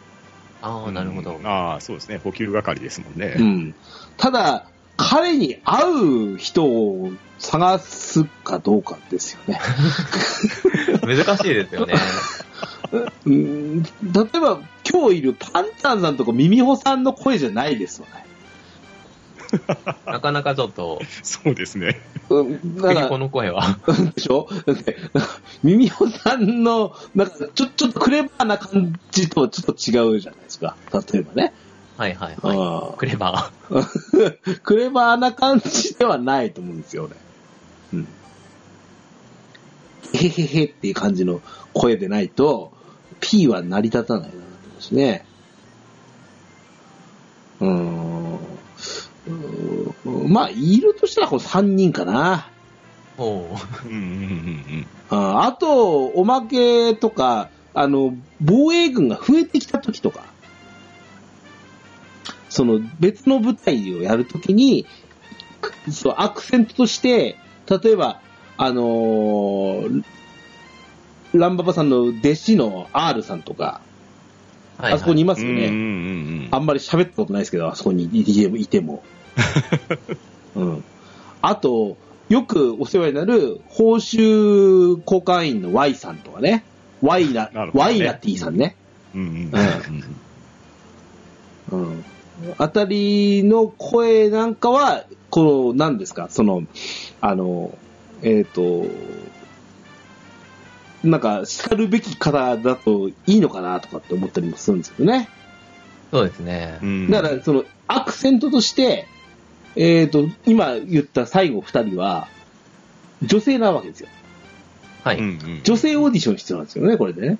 Speaker 3: ああ、なるほど
Speaker 2: うん。ああ、そうですね。補給係ですもんね。
Speaker 1: うん。ただ、彼に合う人を探すかどうかですよ ね。
Speaker 3: 難しいです よね。
Speaker 1: うん、例えば、今日いるパンタンさんとかミミホさんの声じゃないですよね。
Speaker 3: なかなかちょっと、
Speaker 2: そうですね。
Speaker 1: うん、だか
Speaker 3: 国
Speaker 1: ら
Speaker 3: こ、の声は。
Speaker 1: でしょだってなんかミミホさんの、なんか、ちょ、ちょっとクレバーな感じとはちょっと違うじゃないですか。例えばね。
Speaker 3: はいはいは
Speaker 1: あ
Speaker 3: い。クレ
Speaker 1: あ
Speaker 3: バ
Speaker 1: クレバーな感じではないと思うんですよ、俺。うん。へへへっていう感じの声でないと、P は成り立たないなと思うしね。うーん。うーんまあ、いるとしたらこの3人かな。
Speaker 3: ー。おー
Speaker 2: うんうんうん
Speaker 1: ああと、おまけとか、あの、防衛軍が増えてきた時とか、その別の部隊をやるときに、くそうアクセントとして、例えば、あのーランババさんの弟子の R さんとか、
Speaker 3: はいはい
Speaker 1: あそこにいま
Speaker 2: うん。
Speaker 1: すよね。
Speaker 2: うんうんうん
Speaker 1: あんまり喋ったことないですけど、あそこにいても。いて もうん。あと、よくお世話になる、報酬交換員の Y さんとかね。Y な、
Speaker 2: なるほどね
Speaker 1: Y な T さんね。
Speaker 2: うんうんうん
Speaker 1: うん。あたりの声なんかは、この、何ですか、その、あの、えっ、と、なんか、叱るべき方だといいのかなとかって思ったりもするんですけどね。
Speaker 3: そうですね
Speaker 2: う。ん。
Speaker 1: だから、その、アクセントとして、えっ、と、今言った最後二人は、女性なわけですよ。
Speaker 3: は
Speaker 2: うんう
Speaker 3: い。
Speaker 2: ん、
Speaker 1: 女性オーディション必要なんですよね、これでね。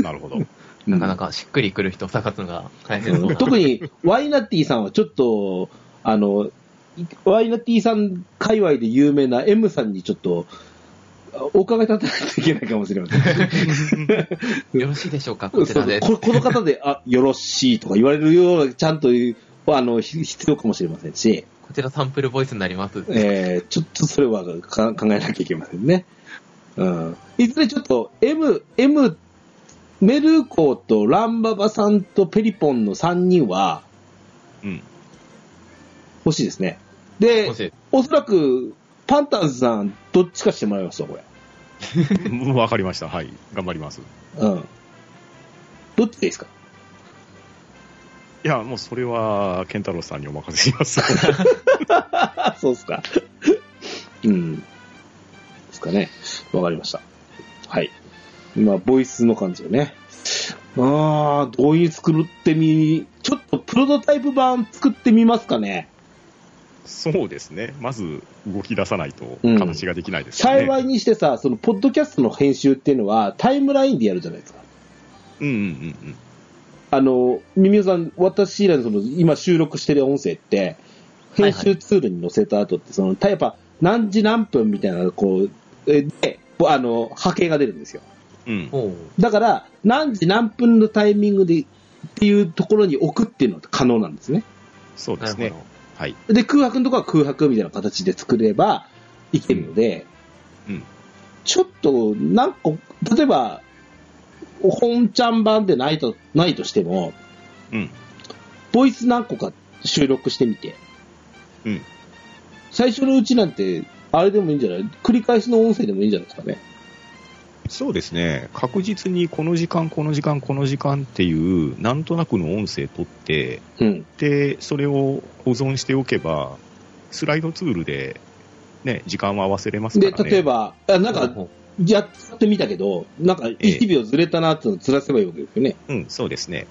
Speaker 2: なるほど。
Speaker 3: なかなかしっくりくる人を探すのが大変そうな。
Speaker 1: 特にワイナティさんはちょっと、あの、いワイナティさん界隈で有名な M さんにちょっと、あお伺い立てないといけないかもしれません。
Speaker 3: よろしいでしょうか、こちらで。
Speaker 1: そうここの方で、あ、よろしいとか言われるような、ちゃんと、あの、ひ必要かもしれませんし、
Speaker 3: こちらサンプルボイスになります。
Speaker 1: えー、ちょっとそれはか考えなきゃいけませんね。うん。いずれちょっと、M、M、メルーコーとランババさんとペリポンの3人は
Speaker 2: うん。
Speaker 1: 欲しいですね。で
Speaker 3: も、し、
Speaker 1: おそらく、パンタンズさん、どっちかしてもらいますわ、これ。
Speaker 2: もうわかりました。はい。頑張ります。
Speaker 1: うん。どっちでいいですか
Speaker 2: いや、もうそれは、ケンタロウさんにお任せします。
Speaker 1: あ、 そうっすか。うん。ですかね。わかりました。はい。今、ボイスの感じがね。あー、どういう作ってみ、ちょっとプロトタイプ版作ってみますかね。
Speaker 2: そうですね。まず、動き出さないと
Speaker 1: うん、
Speaker 2: 形ができないですよね。
Speaker 1: 幸いにしてさ、その、ポッドキャストの編集っていうのは、タイムラインでやるじゃないですか。
Speaker 2: うんうんうんうん。
Speaker 1: あの、ミミオさん、私らのその今収録してる音声って、編集ツールに載せた後って、その、たやっぱ何時何分みたいな、こう、えで、あの、波形が出るんですよ。
Speaker 2: うん。
Speaker 3: おう
Speaker 1: だから、何時何分のタイミングでっていうところに置くっていうのは可能なんですね。
Speaker 2: そうで
Speaker 3: なる
Speaker 2: す
Speaker 3: ほ
Speaker 2: ね
Speaker 3: ど。。
Speaker 2: はい。
Speaker 1: で、空白のところは空白みたいな形で作ればいけるので、
Speaker 2: うんうん
Speaker 1: ちょっと、なんか、例えば、本ちゃん版でないと、ないとしても、
Speaker 2: うん。
Speaker 1: ボイス何個か収録してみて。
Speaker 2: うん
Speaker 1: 最初のうちなんて、あれでもいいんじゃない繰り返しの音声でもいいんじゃないですかね。
Speaker 2: そうですね。確実に、この時間、この時間、この時間っていう、なんとなくの音声取って、
Speaker 1: うん。
Speaker 2: で、それを保存しておけば、スライドツールで、ね、時間を合わせれますか
Speaker 1: で、
Speaker 2: らね。
Speaker 1: 例えば、あなんか、
Speaker 3: ほう
Speaker 1: やってみたけど、なんか1秒ずれたなっていうのをずらせばいいわけですよね。
Speaker 2: うん、そうですね。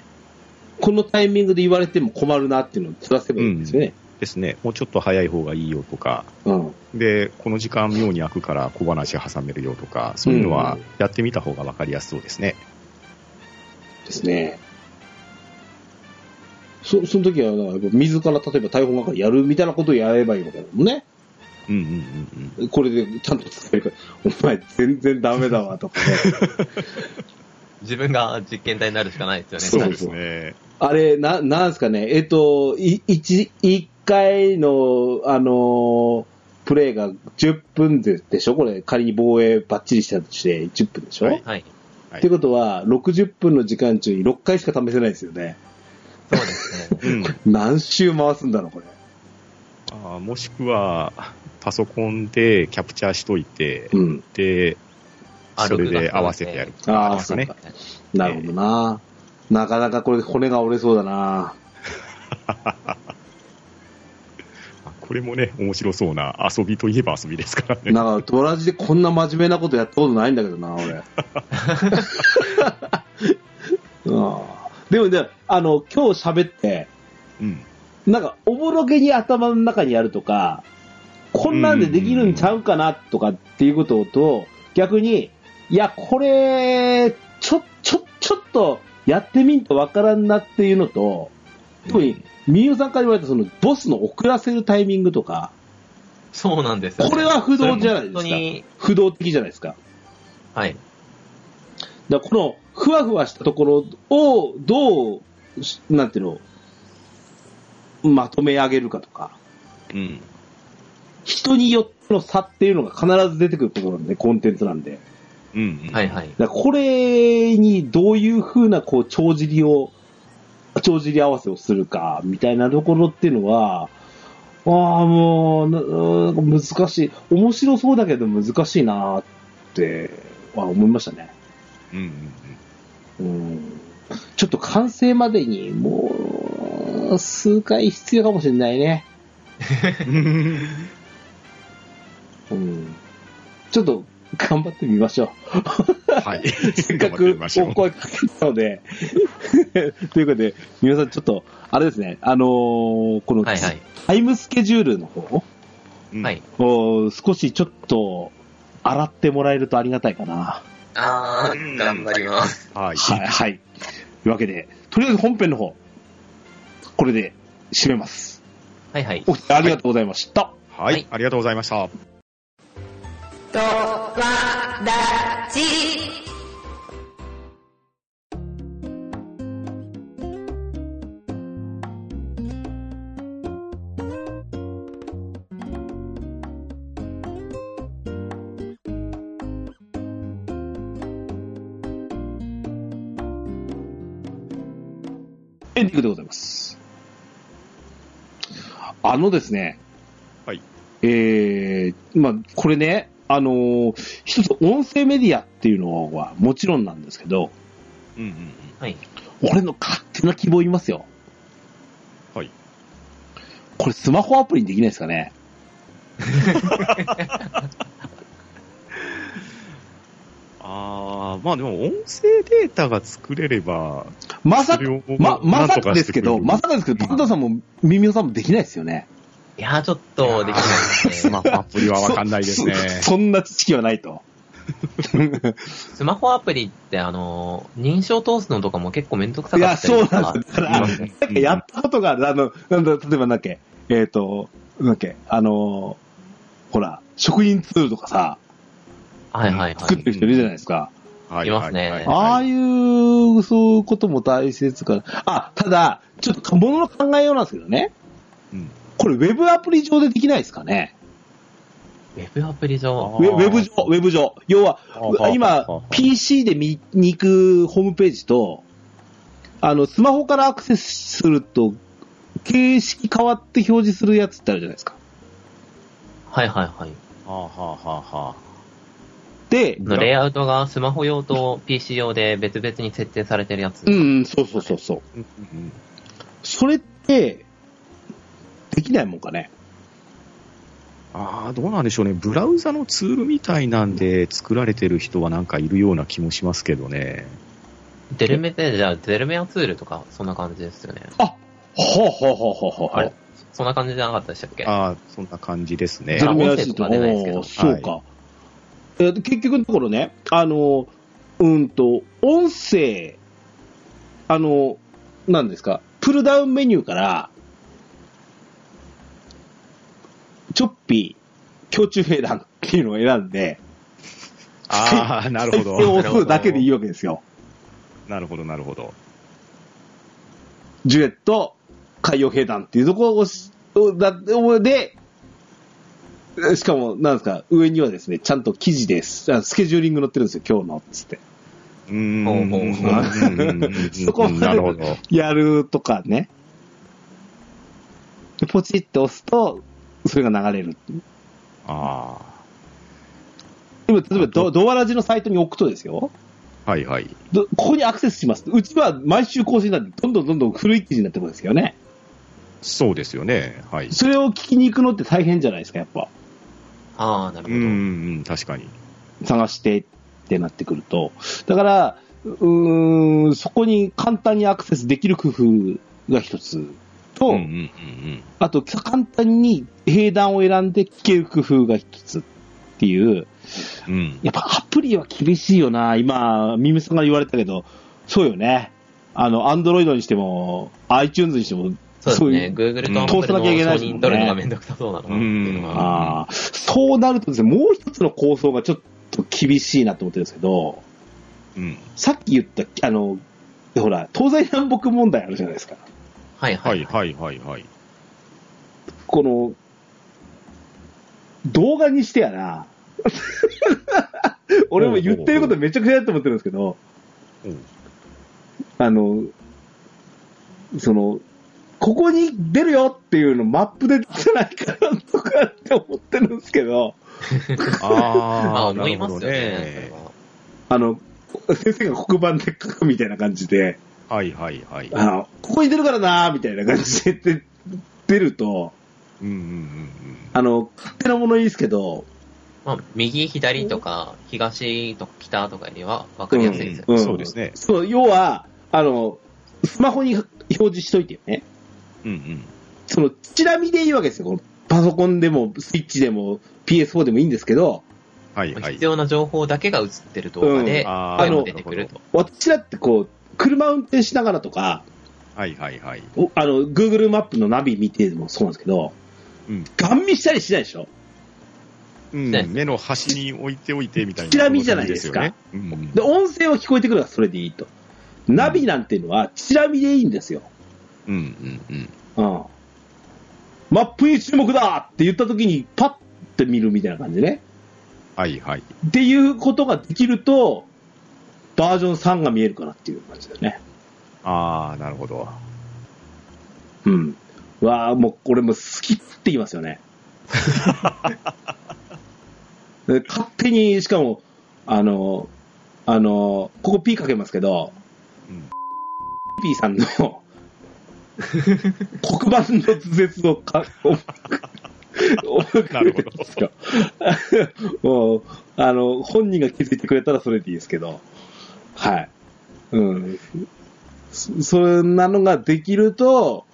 Speaker 1: このタイミングで言われても困るなっていうのをずらせばいいんですよね。
Speaker 2: ですね。もうちょっと早い方がいいよとか、
Speaker 1: うん。
Speaker 2: で、この時間妙に開くから小話挟めるよとか、そういうのはやってみた方が分かりやすそうですね。
Speaker 1: ですね。そ、その時は、なんか自ら例えば台本係やるみたいなことをやればいいわけだもんね。
Speaker 2: うんうんうん
Speaker 1: これでちゃんと使えるから、お前全然ダメだわとかね。
Speaker 3: 自分が実験台になるしかないですよ
Speaker 2: うん。
Speaker 3: ね。
Speaker 2: そうですね。
Speaker 1: あれ、な、なんすかね、えっと、い一、一回の、あのープレイが10分ででしょこれ、仮に防衛バッチリしたとして10分でしょ、
Speaker 2: はい
Speaker 3: はい。
Speaker 1: ってことは、60分の時間中に6回しか試せないですよね。
Speaker 3: そうですね。
Speaker 2: うん。
Speaker 1: 何周回すんだろう、これ。
Speaker 2: あーもしくは、パソコンでキャプチャーしといて、
Speaker 1: うん。
Speaker 2: で、
Speaker 3: あ
Speaker 2: それで合わせてやる。
Speaker 1: ああ、
Speaker 2: です
Speaker 1: そう
Speaker 2: かね
Speaker 1: か。なるほどな。なかなかこれ骨が折れそうだな。
Speaker 2: あこれもね、面白そうな遊びといえば遊びですからね。
Speaker 1: なんか、ドラジでこんな真面目なことやったことないんだけどな、 俺。うんでもね、あの、今日喋って、
Speaker 2: うん。
Speaker 1: なんか、おぼろげに頭の中にあるとか、こんなんでできるんちゃうかなとかっていうことと、逆に、いや、これ、ちょ、ちょ、ちょっと、やってみんとわからんなっていうのと、特に、みゆさんから言われたその、ボスの遅らせるタイミングとか、
Speaker 3: そうなんですよね
Speaker 1: これは不動じゃないで
Speaker 3: 本当
Speaker 1: すか。
Speaker 3: に、
Speaker 1: 不動的じゃないですか。
Speaker 3: はい。
Speaker 1: だからこのふわふわしたところをどうし、なんていうの、まとめ上げるかとか、
Speaker 2: うん。
Speaker 1: 人によっての差っていうのが必ず出てくるところなんで、コンテンツなんで。だか
Speaker 2: うん、うん。
Speaker 3: はいはい。
Speaker 1: らこれにどういうふうな、こう、帳尻を、帳尻合わせをするか、みたいなところっていうのは、ああ、もうな、うん難しい。面白そうだけど難しいなっては思いましたね。
Speaker 2: うんうんうん。
Speaker 1: うんちょっと完成までにもう数回必要かもしれないね。うん、ちょっと頑張ってみましょ
Speaker 2: はい。
Speaker 1: う。せっか
Speaker 2: 頑張って
Speaker 1: く
Speaker 2: みましょ
Speaker 1: お
Speaker 2: う
Speaker 1: 声かけたので。 ということで、皆さんちょっと、あれですね、あのーこの、
Speaker 3: はいはい。
Speaker 1: タイムスケジュールの方
Speaker 2: うん
Speaker 3: はい。
Speaker 1: を少しちょっと洗ってもらえるとありがたいかな。
Speaker 3: あ
Speaker 2: うん
Speaker 3: ー、頑張ります。
Speaker 2: はい。
Speaker 1: はい、はい。というわけで、とりあえず本編の方、これで締めます。
Speaker 3: はいはい。
Speaker 1: お二人ありがとうございました。
Speaker 2: はい、
Speaker 3: はい
Speaker 2: ありがとうございました。
Speaker 4: とわらじ。
Speaker 1: エンディングでございます。あのですね、
Speaker 2: はい。
Speaker 1: えー、まあ、これね、あのー一つ音声メディアっていうのはもちろんなんですけど、
Speaker 2: うんうんうん。
Speaker 3: はい。
Speaker 1: 俺の勝手な希望言いますよ。
Speaker 2: はい。
Speaker 1: これスマホアプリにできないですかね
Speaker 2: あー、まあでも音声データが作れれば、
Speaker 1: まさ
Speaker 2: それを
Speaker 1: ま、まさ
Speaker 2: な
Speaker 1: か
Speaker 2: んとして
Speaker 1: ですけ
Speaker 2: く
Speaker 1: ど、
Speaker 2: れる
Speaker 1: まさかですけど、パンダさんも、ミミオさんもできないですよね。
Speaker 3: いやー、ちょっと、できないですね。
Speaker 2: スマホアプリはわかんないですね。
Speaker 1: そそんな知識はないと。
Speaker 3: スマホアプリって、あのー、認証通すのとかも結構めんどくさ
Speaker 1: い
Speaker 3: か
Speaker 1: や、
Speaker 3: ったり
Speaker 1: そう
Speaker 3: と
Speaker 1: な
Speaker 3: か
Speaker 1: んですよ。だから、なんかやったことがある。あの、なんだ、例えばなんだっけ、えっ、と、なんだっけ、あのーほら、職員ツールとかさ、
Speaker 3: はいはいは
Speaker 1: 作って
Speaker 3: い。
Speaker 1: る人いるじゃないですか。
Speaker 2: はい
Speaker 3: ますね
Speaker 2: はいはい
Speaker 1: ああいう、そういうことも大切かな。あ、ただ、ちょっと、ものの考えようなんですけどね。
Speaker 2: うん
Speaker 1: これ、ウェブアプリ上でできないですかね
Speaker 3: ウェブアプリ
Speaker 1: ウ
Speaker 3: 上。
Speaker 1: ェウェブ上、ウェブ上。要は
Speaker 2: あ、
Speaker 1: 今
Speaker 2: ああ、
Speaker 1: PC で見に行くホームページと、あの、スマホからアクセスすると、形式変わって表示するやつってあるじゃないですか。
Speaker 3: はいはいはい。
Speaker 2: はあはあはあはあ。
Speaker 1: で、
Speaker 2: ブラ
Speaker 3: レイアウトがスマホ用と PC 用で別々に設定されてるやつ。
Speaker 1: うん、うん、そうそうそうそう。
Speaker 2: うんうん
Speaker 1: それって、できないもんかね。
Speaker 2: ああ、どうなんでしょうね。ブラウザのツールみたいなんで作られてる人はなんかいるような気もしますけどね。
Speaker 3: デルメって、じゃあ、デルメアツールとか、そんな感じですよね。
Speaker 1: ほうほうほうほうほう
Speaker 3: あれそんな感じじゃなかったでしたっけ
Speaker 2: ああ、そんな感じですね
Speaker 1: ゼ。ロ
Speaker 3: あ
Speaker 1: 目
Speaker 3: 音
Speaker 1: 安い
Speaker 3: 声と
Speaker 1: と
Speaker 3: か出ないですけど
Speaker 1: おーそうか。えー結局のところね、あの、うんと、音声、あの、なんですか、プルダウンメニューから、チョッピー、胸中兵団っていうのを選んで、
Speaker 2: ああ、なるほ
Speaker 1: 設定を
Speaker 2: ど。
Speaker 1: 押すだけでいいわけですよ。
Speaker 2: なるほど、なるほど。
Speaker 1: ジュエット、海洋兵団っていうところを押し、をだで、しかも、なんですか、上にはですね、ちゃんと記事です。あスケジューリング載ってるんですよ、今日の、つって。
Speaker 2: うーん。
Speaker 3: ほうほうほ
Speaker 2: うんうんうんうん
Speaker 1: そこまで
Speaker 2: なるほど。
Speaker 1: やるとかね。でポチって押すと、それが流れる。
Speaker 2: あ
Speaker 1: 今、例えばド、ドアラジのサイトに置くとですよ、
Speaker 2: あ。はいはい。
Speaker 1: どここにアクセスします。うちは毎週更新なんで、どんどんどんどん古い記事になってくるんですよね。
Speaker 2: そうですよね。はい。
Speaker 1: それを聞きに行くのって大変じゃないですか、やっぱ。
Speaker 3: ああ、なる
Speaker 2: う
Speaker 3: ほ
Speaker 2: んう
Speaker 3: ど。
Speaker 2: んうん、確かに。
Speaker 1: 探してってなってくると。だから、うーん、そこに簡単にアクセスできる工夫が一つと、
Speaker 2: うんうんうん
Speaker 1: あと、簡単に兵団を選んで聞ける工夫が一つっていう、
Speaker 2: うん。うん。
Speaker 1: やっぱアプリは厳しいよな。今、ミムさんが言われたけど、そうよね。あの、アンドロイドにしても、iTunes にしても、
Speaker 3: そうですね。
Speaker 1: そう
Speaker 3: Google
Speaker 2: うん
Speaker 3: と Apple
Speaker 1: 通さなきゃいけないですもんね
Speaker 3: の承認取るのがめんどくさそうだなっていうの
Speaker 2: うん
Speaker 3: は。
Speaker 1: あーそうなるとですね、もう一つの構想がちょっと厳しいなと思ってるんですけど、
Speaker 2: うん。
Speaker 1: さっき言った、あの、ほら、東西南北問題あるじゃないですか。
Speaker 3: はいは
Speaker 2: はいい。はいはいはい。
Speaker 1: この、動画にしてやな。 俺も言ってることめちゃくちゃだと思ってるんですけど、
Speaker 2: うん
Speaker 1: あの、その、ここに出るよっていうのマップで出せないかなとかって思ってるんですけど、
Speaker 3: まあ
Speaker 2: ああ、
Speaker 3: 思いますよ
Speaker 2: なるほど
Speaker 3: ね。それは
Speaker 1: あの、先生が黒板で書くみたいな感じで、
Speaker 2: はいはいはい。
Speaker 1: あの、ここに出るからなーみたいな感じで出ると、
Speaker 2: うんうんうん
Speaker 1: あの、勝手なものいいですけど、
Speaker 3: まあ、右、左とか、東とか北とかよりは分かりやすいですよね。
Speaker 2: うん
Speaker 1: ん
Speaker 2: そうですね
Speaker 1: そう、要は、あの、スマホに表示しといてよね。
Speaker 2: うん。うん
Speaker 1: その、チラ見でいいわけですよ。このパソコンでも、スイッチでも、PS4 でもいいんですけど、
Speaker 2: はいはい
Speaker 3: 必。要な情報だけが映ってる動画で、
Speaker 1: うん
Speaker 2: あ
Speaker 3: 声
Speaker 1: ー
Speaker 3: も出てくると。
Speaker 1: 私だってこう、車運転しながらとか、
Speaker 2: はいはいはい。
Speaker 1: おあの、Google マップのナビ見てもそうなんですけど、
Speaker 2: うん
Speaker 1: ガン見したりしないでしょ
Speaker 2: うん、
Speaker 3: ね
Speaker 2: 目の端に置いておいてみたいな。
Speaker 1: チラ見じゃないですか
Speaker 2: そういう感じです
Speaker 1: で、
Speaker 2: よね。
Speaker 1: 音声は聞こえてくるからそれでいいと。ナビなんていうのは、チラ見でいいんですよ。
Speaker 2: うん、うん、うんうん。
Speaker 1: うん。マップに注目だって言った時に、パッて見るみたいな感じね。
Speaker 2: はいはい。
Speaker 1: っていうことができると、バージョン3が見えるかなっていう感じだよね。
Speaker 2: ああ、なるほど。
Speaker 1: うん。うわあもう、俺もう好きって言いますよね。で勝手に、しかも、あの、あの、ここ P かけますけど、
Speaker 2: うん、
Speaker 1: P さんの黒板の図絶をか、おお
Speaker 2: なるほど
Speaker 1: ですよ もうあの、本人が気づいてくれたらそれでいいですけど、はい。うん。そそんなのができると、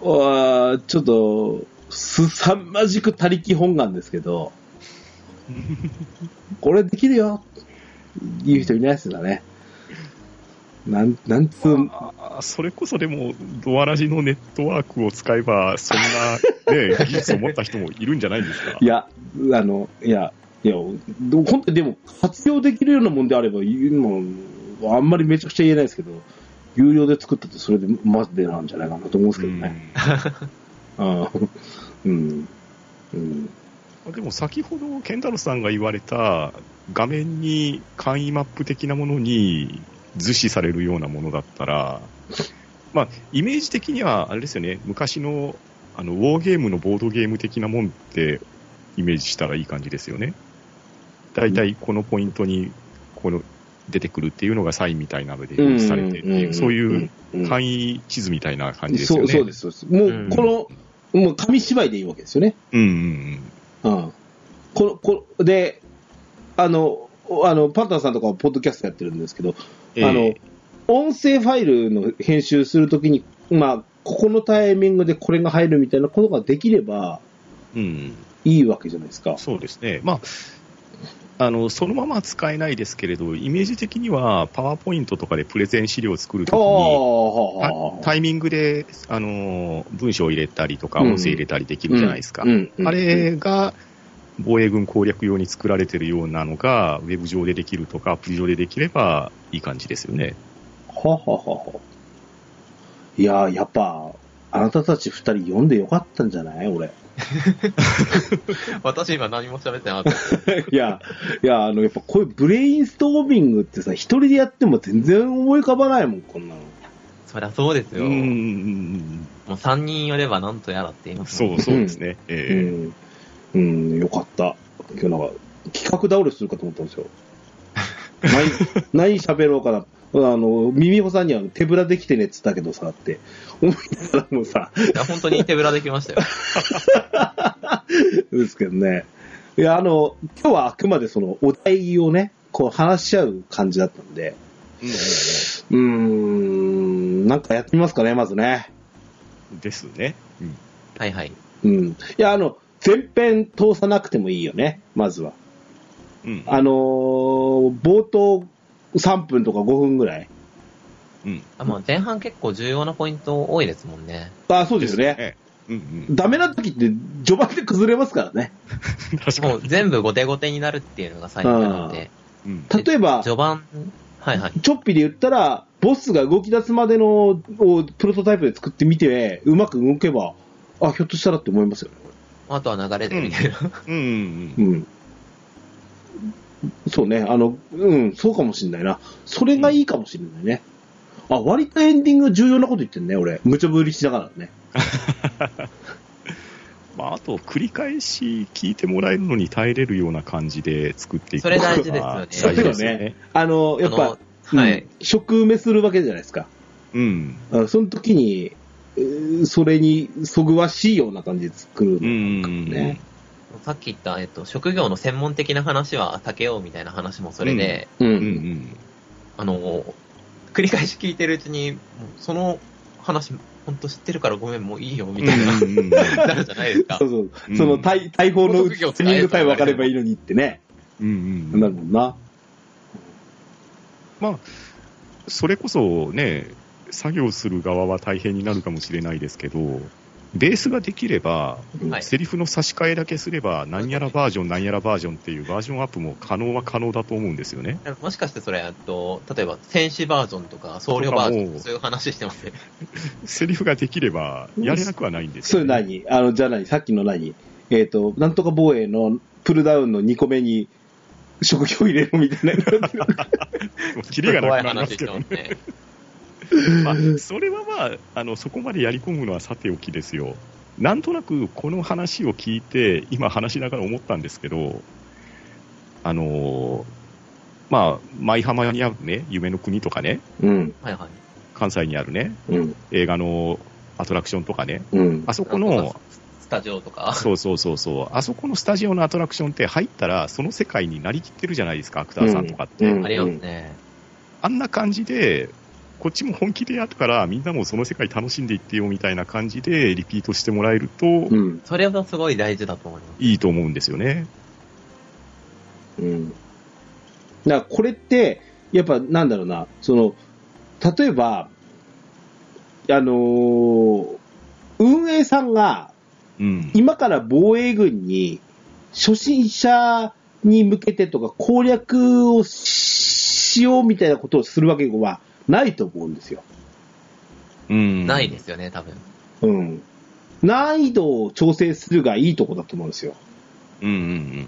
Speaker 1: あーちょっと、すさまじく他力本願ですけど、これできるよ言う人いないですよね。なん、なんつう、
Speaker 2: あーそれこそでも、ドアラジのネットワークを使えば、そんな、 ね、技術を持った人もいるんじゃないんですか
Speaker 1: い。や、あの、いや、いや、ど本当にでも、活用できるようなもんであれば、言うのはあんまりめちゃくちゃ言えないですけど、有料で作ったってそれでマジでなんじゃないかなと思うんですけどね。あーうん。うん。
Speaker 2: うんでも先ほど、ケンタロスさんが言われた、画面に簡易マップ的なものに図示されるようなものだったら、まあ、イメージ的には、あれですよね、昔の、あの、ウォーゲームのボードゲーム的なもんって、イメージしたらいい感じですよね。だいたいこのポイントに、この、出てくるっていうのがサインみたいなので表示されてっていう、そういう
Speaker 1: うん
Speaker 2: 簡易地図みたいな感じですよ
Speaker 1: そう
Speaker 2: ね。
Speaker 1: そうです、そうです。も
Speaker 3: うん
Speaker 1: う、この、もう紙芝居でいいわけですよね。
Speaker 2: うんう
Speaker 1: う
Speaker 2: ん
Speaker 1: ん。この、この、で、あの、あの、パンタンさんとかはポッドキャストやってるんですけど、
Speaker 2: うん。
Speaker 1: あの
Speaker 2: え、
Speaker 1: 音声ファイルの編集するときに、まあ、ここのタイミングでこれが入るみたいなことができれば
Speaker 2: えうん。
Speaker 1: いいわけじゃないですか。
Speaker 2: そうですね。まあ、あの、そのままは使えないですけれど、イメージ的には、パワーポイントとかでプレゼン資料を作るときに、
Speaker 1: あ
Speaker 2: タタイミングで、あの、文章を入れたりとか、
Speaker 1: うん
Speaker 2: 音声入れたりできるじゃないですか。
Speaker 1: うんうん
Speaker 2: あれが、防衛軍攻略用に作られてるようなのが、ウェブ上でできるとか、アプリ上でできればいい感じですよね。
Speaker 1: ははははいやー、やっぱ、あなたたち二人読んでよかったんじゃない俺。
Speaker 3: 私今何も喋ってなかった。
Speaker 1: いや、いや、あの、やっぱこういうブレインストーミングってさ、一人でやっても全然思い浮かばないもん、こんなの。
Speaker 3: そりゃそうですよ。
Speaker 2: うんうんう
Speaker 3: も
Speaker 2: んう
Speaker 3: う
Speaker 2: ん。
Speaker 3: 3人寄ればなんとやらって言いますもん
Speaker 2: そう、そうですね。
Speaker 1: う
Speaker 2: ええ
Speaker 1: ん。うん、よかった。今日なんか、企画倒れするかと思ったん ですよ。何、何喋ろうかな。あの、耳ほさんには手ぶらできてねって言ったけどさ、って。思いながらもさ、
Speaker 3: いや、本当に手ぶらできましたよ。
Speaker 1: ですけどね。いや、あの、今日はあくまでその、お題をね、こう話し合う感じだったんで、うーん、なんかやってみますかね、まずね。
Speaker 2: うんですね。うん
Speaker 3: はいはい。
Speaker 1: うん。いや、あの、前編通さなくてもいいよね、まずは。
Speaker 2: うん。
Speaker 1: あのー冒頭3分とか5分ぐらい。
Speaker 2: うん。
Speaker 3: あまあ、前半結構重要なポイント多いですもんね。
Speaker 1: あ、そうですよね。
Speaker 2: ええ。うんうん。
Speaker 1: ダメな時って序盤で崩れますからね。
Speaker 2: 確か
Speaker 3: も
Speaker 2: に。
Speaker 3: う全部後手後手になるっていうのが最後なので、
Speaker 2: うん
Speaker 1: 例えば、チ
Speaker 3: 序盤、はいはい。
Speaker 1: ョッピーで言ったら、ボスが動き出すまでのをプロトタイプで作ってみて、うまく動けば、あ、ひょっとしたらって思いますよね。
Speaker 3: あとは流れでみたいな。
Speaker 2: うんうんうん。
Speaker 1: うん。そうね、あの、うん、そうかもしんないな。それがいいかもしれないね。あ、割とエンディング重要なこと言ってんね、俺。無茶ぶりしながらね。
Speaker 2: まあ、あと、繰り返し聞いてもらえるのに耐えれるような感じで作っていく
Speaker 3: それ大事ですよ
Speaker 1: ね
Speaker 2: 大事ですよね。
Speaker 1: あの、 やっぱ、
Speaker 3: あのはい、
Speaker 1: うん食埋めするわけじゃないですか。
Speaker 2: うん。
Speaker 1: あその時に、えーそれにそぐわしいような感じで作る。
Speaker 2: うんうんうん。
Speaker 1: ね
Speaker 3: さっき言った、えっと、職業の専門的な話は避けようみたいな話もそれで、
Speaker 1: う
Speaker 2: うんう。ん。
Speaker 3: あの、繰り返し聞いてるうちに、もうその話、本当知ってるからごめん、もういいよ、みたい な、
Speaker 2: うんうんうん
Speaker 3: なるじゃないですか
Speaker 1: そう。そうう。その
Speaker 2: うん
Speaker 1: 対、対方の
Speaker 3: この時を
Speaker 1: スイング対分かればいいのにってね。
Speaker 2: うんうん。
Speaker 1: なるもんな。
Speaker 2: まあ、それこそね、作業する側は大変になるかもしれないですけど、ベースができれば、
Speaker 3: はい
Speaker 2: セリフの差し替えだけすれば、何やらバージョン、何やらバージョンっていうバージョンアップも可能は可能だと思うんですよね。
Speaker 3: もしかしてそれ、えっと、例えば、戦士バージョンとか、僧侶バージョンとか、そういう話してますね。
Speaker 2: セリフができれば、やれなくはないんです
Speaker 1: そ
Speaker 2: よ、
Speaker 1: れ
Speaker 2: ね。
Speaker 1: 何あの、じゃあ何さっきの何えっ、と、なんとか防衛のプルダウンの2個目に職業入れろみたいな。
Speaker 2: もうキリがなくなりま
Speaker 3: 話
Speaker 2: す
Speaker 3: して
Speaker 2: けど
Speaker 3: ま
Speaker 2: ね
Speaker 3: す。ね。
Speaker 2: まあ、それはまあ、あの、そこまでやり込むのはさておきですよ。なんとなくこの話を聞いて、今話しながら思ったんですけど、あのーまあ、舞浜にあるね、夢の国とかね、
Speaker 1: うん、
Speaker 3: はいはい。
Speaker 2: 関西にあるね、
Speaker 1: うん、
Speaker 2: 映画のアトラクションとかね、
Speaker 1: うん。
Speaker 2: あそこ
Speaker 3: なん
Speaker 2: の
Speaker 3: か、スタジオとか。
Speaker 2: そうそうそうそう、あそこのスタジオのアトラクションって入ったら、その世界になりきってるじゃないですか、アクターさんとかって。
Speaker 1: うん
Speaker 3: ありますね。
Speaker 2: あんな感じで、こっちも本気でやったから、みんなもその世界楽しんでいってよみたいな感じで、リピートしてもらえると、
Speaker 1: うん、
Speaker 3: それはすごい大事だと思います。
Speaker 2: いいと思うんですよね。
Speaker 1: うん。だからこれって、やっぱなんだろうな、その、例えば、あのー運営さんが
Speaker 2: うん。
Speaker 1: 今から防衛軍に初心者に向けてとか攻略をしようみたいなことをするわけはないと思うんですよ。
Speaker 2: うん
Speaker 3: ないですよね、多分。
Speaker 1: うん。難易度を調整するがいいとこだと思うんですよ。
Speaker 2: うん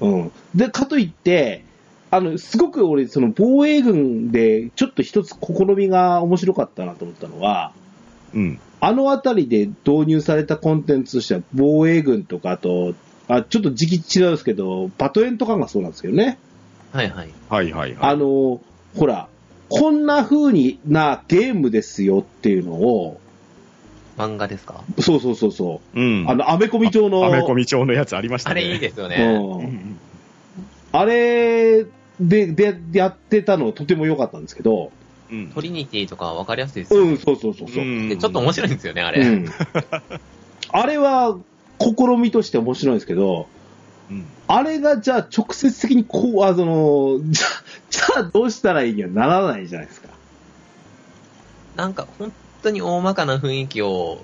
Speaker 2: うん
Speaker 1: うん。で、かといって、あの、すごく俺、その防衛軍でちょっと一つ試みが面白かったなと思ったのは、
Speaker 2: うん。うん。
Speaker 1: あのあたりで導入されたコンテンツとしては、防衛軍とか、あと、あ、ちょっと時期違うんですけど、バトエンとかがそうなんですけどね。
Speaker 3: はいはい。
Speaker 2: はいはいはい。
Speaker 1: あの、ほら、こんな風になゲームですよっていうのを、
Speaker 3: 漫画ですか
Speaker 1: そうそうそうそう、
Speaker 2: うん。
Speaker 1: あの、アメコミ上の、
Speaker 2: アメコミ調のやつありました
Speaker 3: あ
Speaker 2: ね。
Speaker 3: れいいですよ
Speaker 1: う
Speaker 3: ね。
Speaker 1: ん
Speaker 2: うん
Speaker 1: あれで、で、やってたのとても良かったんですけど、
Speaker 2: うん。
Speaker 3: トリニティとかわかりやすいですよ
Speaker 1: う
Speaker 3: ね
Speaker 1: ん、そうそうそうそう、うん。
Speaker 3: でちょっと面白いんですよね、あれ。
Speaker 1: あれは、試みとして面白いんですけど、
Speaker 2: うん
Speaker 1: あれがじゃあ直接的にこう、あその、じゃあ、じゃあどうしたらいいにはならないじゃないですか。
Speaker 3: なんか本当に大まかな雰囲気を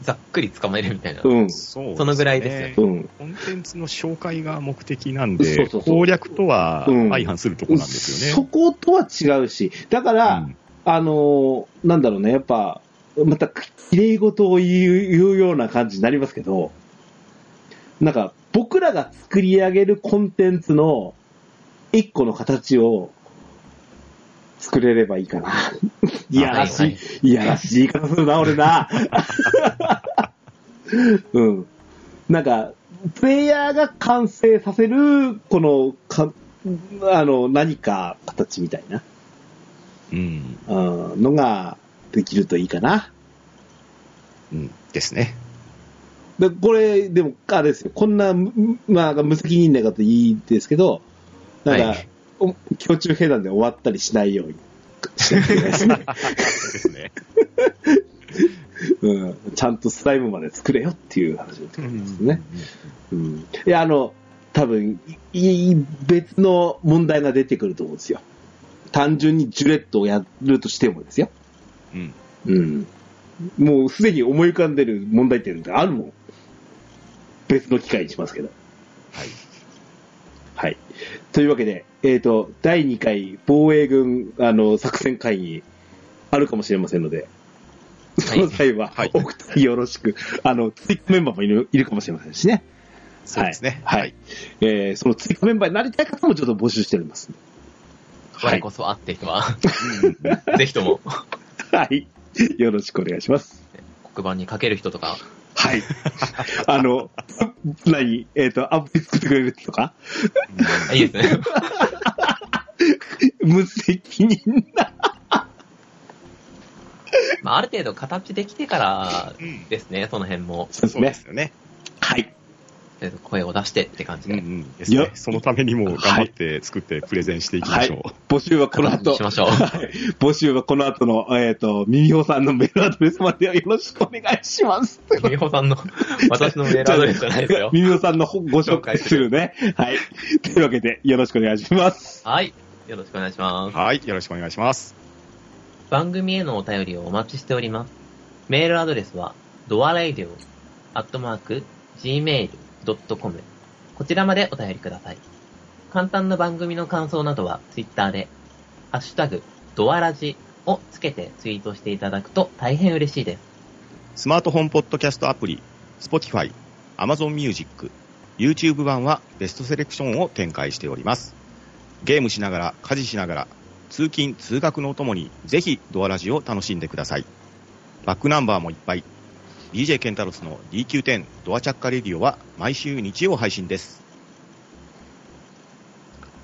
Speaker 3: ざっくりつかめるみたいな。
Speaker 1: うん、
Speaker 2: そう、
Speaker 3: そのぐらいです
Speaker 1: う
Speaker 2: ね。
Speaker 1: ん。
Speaker 2: コンテンツの紹介が目的なんで、
Speaker 1: そうそうそう
Speaker 2: 攻略とは
Speaker 1: うん
Speaker 2: 相反するとこなんですよ
Speaker 1: そ
Speaker 2: ね。
Speaker 1: ことは違うし、だから、
Speaker 2: うん
Speaker 1: あのーなんだろうね、やっぱ、また、綺麗事を言う言うような感じになりますけど、なんか、僕らが作り上げるコンテンツの一個の形を作れればいいかな。 いやらしい、
Speaker 3: はい
Speaker 1: い
Speaker 3: はい
Speaker 1: やらしい言い方するな、俺 な。うん。なんか、プレイヤーが完成させる、この、か、あの、何か形みたいな。
Speaker 2: うん。
Speaker 1: うんのができるといいかな。
Speaker 2: うん。ですね。
Speaker 1: で、これ、でも、あれですよ。こんな、むまあ、無責任なこといいですけど、なんか、
Speaker 3: はい
Speaker 1: お胸中閉断で終わったりしない ように。しなきゃいけない ですね
Speaker 2: ですね。
Speaker 1: うん、ちゃんとスライムまで作れよっていう話ですね。
Speaker 2: うん
Speaker 1: うん、いや、あの、多分いい別の問題が出てくると思うんですよ。単純にジュレットをやるとしてもですよ。
Speaker 2: うん。
Speaker 1: うん。もうすでに思い浮かんでる問題点ってあるもん。別の機会にしますけど。
Speaker 2: はい。
Speaker 1: はい。というわけで、えっ、と、第2回防衛軍、あの、作戦会議、あるかもしれませんので、その際は
Speaker 2: はい、
Speaker 1: お二人よろしく、あの、追加メンバーもいるいるかもしれませんしね。
Speaker 2: そうですね。
Speaker 1: はい。はい。えーその追加メンバーになりたい方もちょっと募集しております。は
Speaker 3: 我
Speaker 1: い
Speaker 3: こ。そあって人は、
Speaker 2: う ん
Speaker 3: ぜひとも
Speaker 1: はい。よろしくお願いします。
Speaker 3: 黒板にかける人とか、
Speaker 1: はい。あの、何えっ、と、アプリ作ってくれるとか、
Speaker 3: あいいですね。
Speaker 1: 無責任な。
Speaker 3: まあ、ある程度形できてからですね、その辺も。
Speaker 1: そう
Speaker 2: そうですよね。
Speaker 1: はい。
Speaker 3: とりあえず声を出してって感じ
Speaker 2: うん
Speaker 3: で。
Speaker 2: うん。ですね
Speaker 1: よ。
Speaker 2: そのためにも頑張って作ってプレゼンしていきましょう。
Speaker 1: 募集はこの後
Speaker 3: し、ましょう。
Speaker 1: 募集はこの後の、えっ、と、ミミホさんのメールアドレスまでよろしくお願いします。
Speaker 3: みほさんの、私のメールアドレスじゃないですよ。
Speaker 1: ミミホさんのご紹介するね。はい。というわけで、よろしくお願いします。
Speaker 3: はい。よろしくお願いします。
Speaker 2: はい。よろしくお願いします。
Speaker 3: 番組へのお便りをお待ちしております。メールアドレスは、ドアライデオ、アットマーク、gmail.com。こちらまでお便りください。簡単な番組の感想などは、ツイッターで、ハッシュタグ、ドアラジをつけてツイートしていただくと大変嬉しいです。
Speaker 2: スマートフォンポッドキャストアプリ、Spotify、Amazon Music、YouTube 版はベストセレクションを展開しております。ゲームしながら、家事しながら、通勤・通学のお供に、ぜひドアラジを楽しんでください。バックナンバーもいっぱい。DJ ケンタロスの DQ10 ドアチャッカレディオは毎週日曜配信です。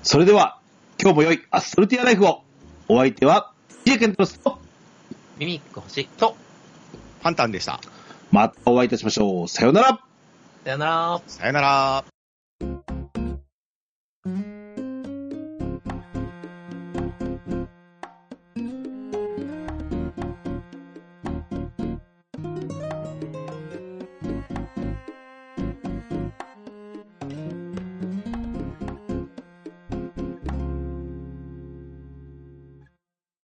Speaker 1: それでは、今日も良いアストルティアライフを。お相手は、ジェケントロスと、
Speaker 3: ミミック星と、
Speaker 2: パンタンでした。
Speaker 1: またお会いいたしましょう。さようなら。
Speaker 3: さよなら。
Speaker 2: さよなら。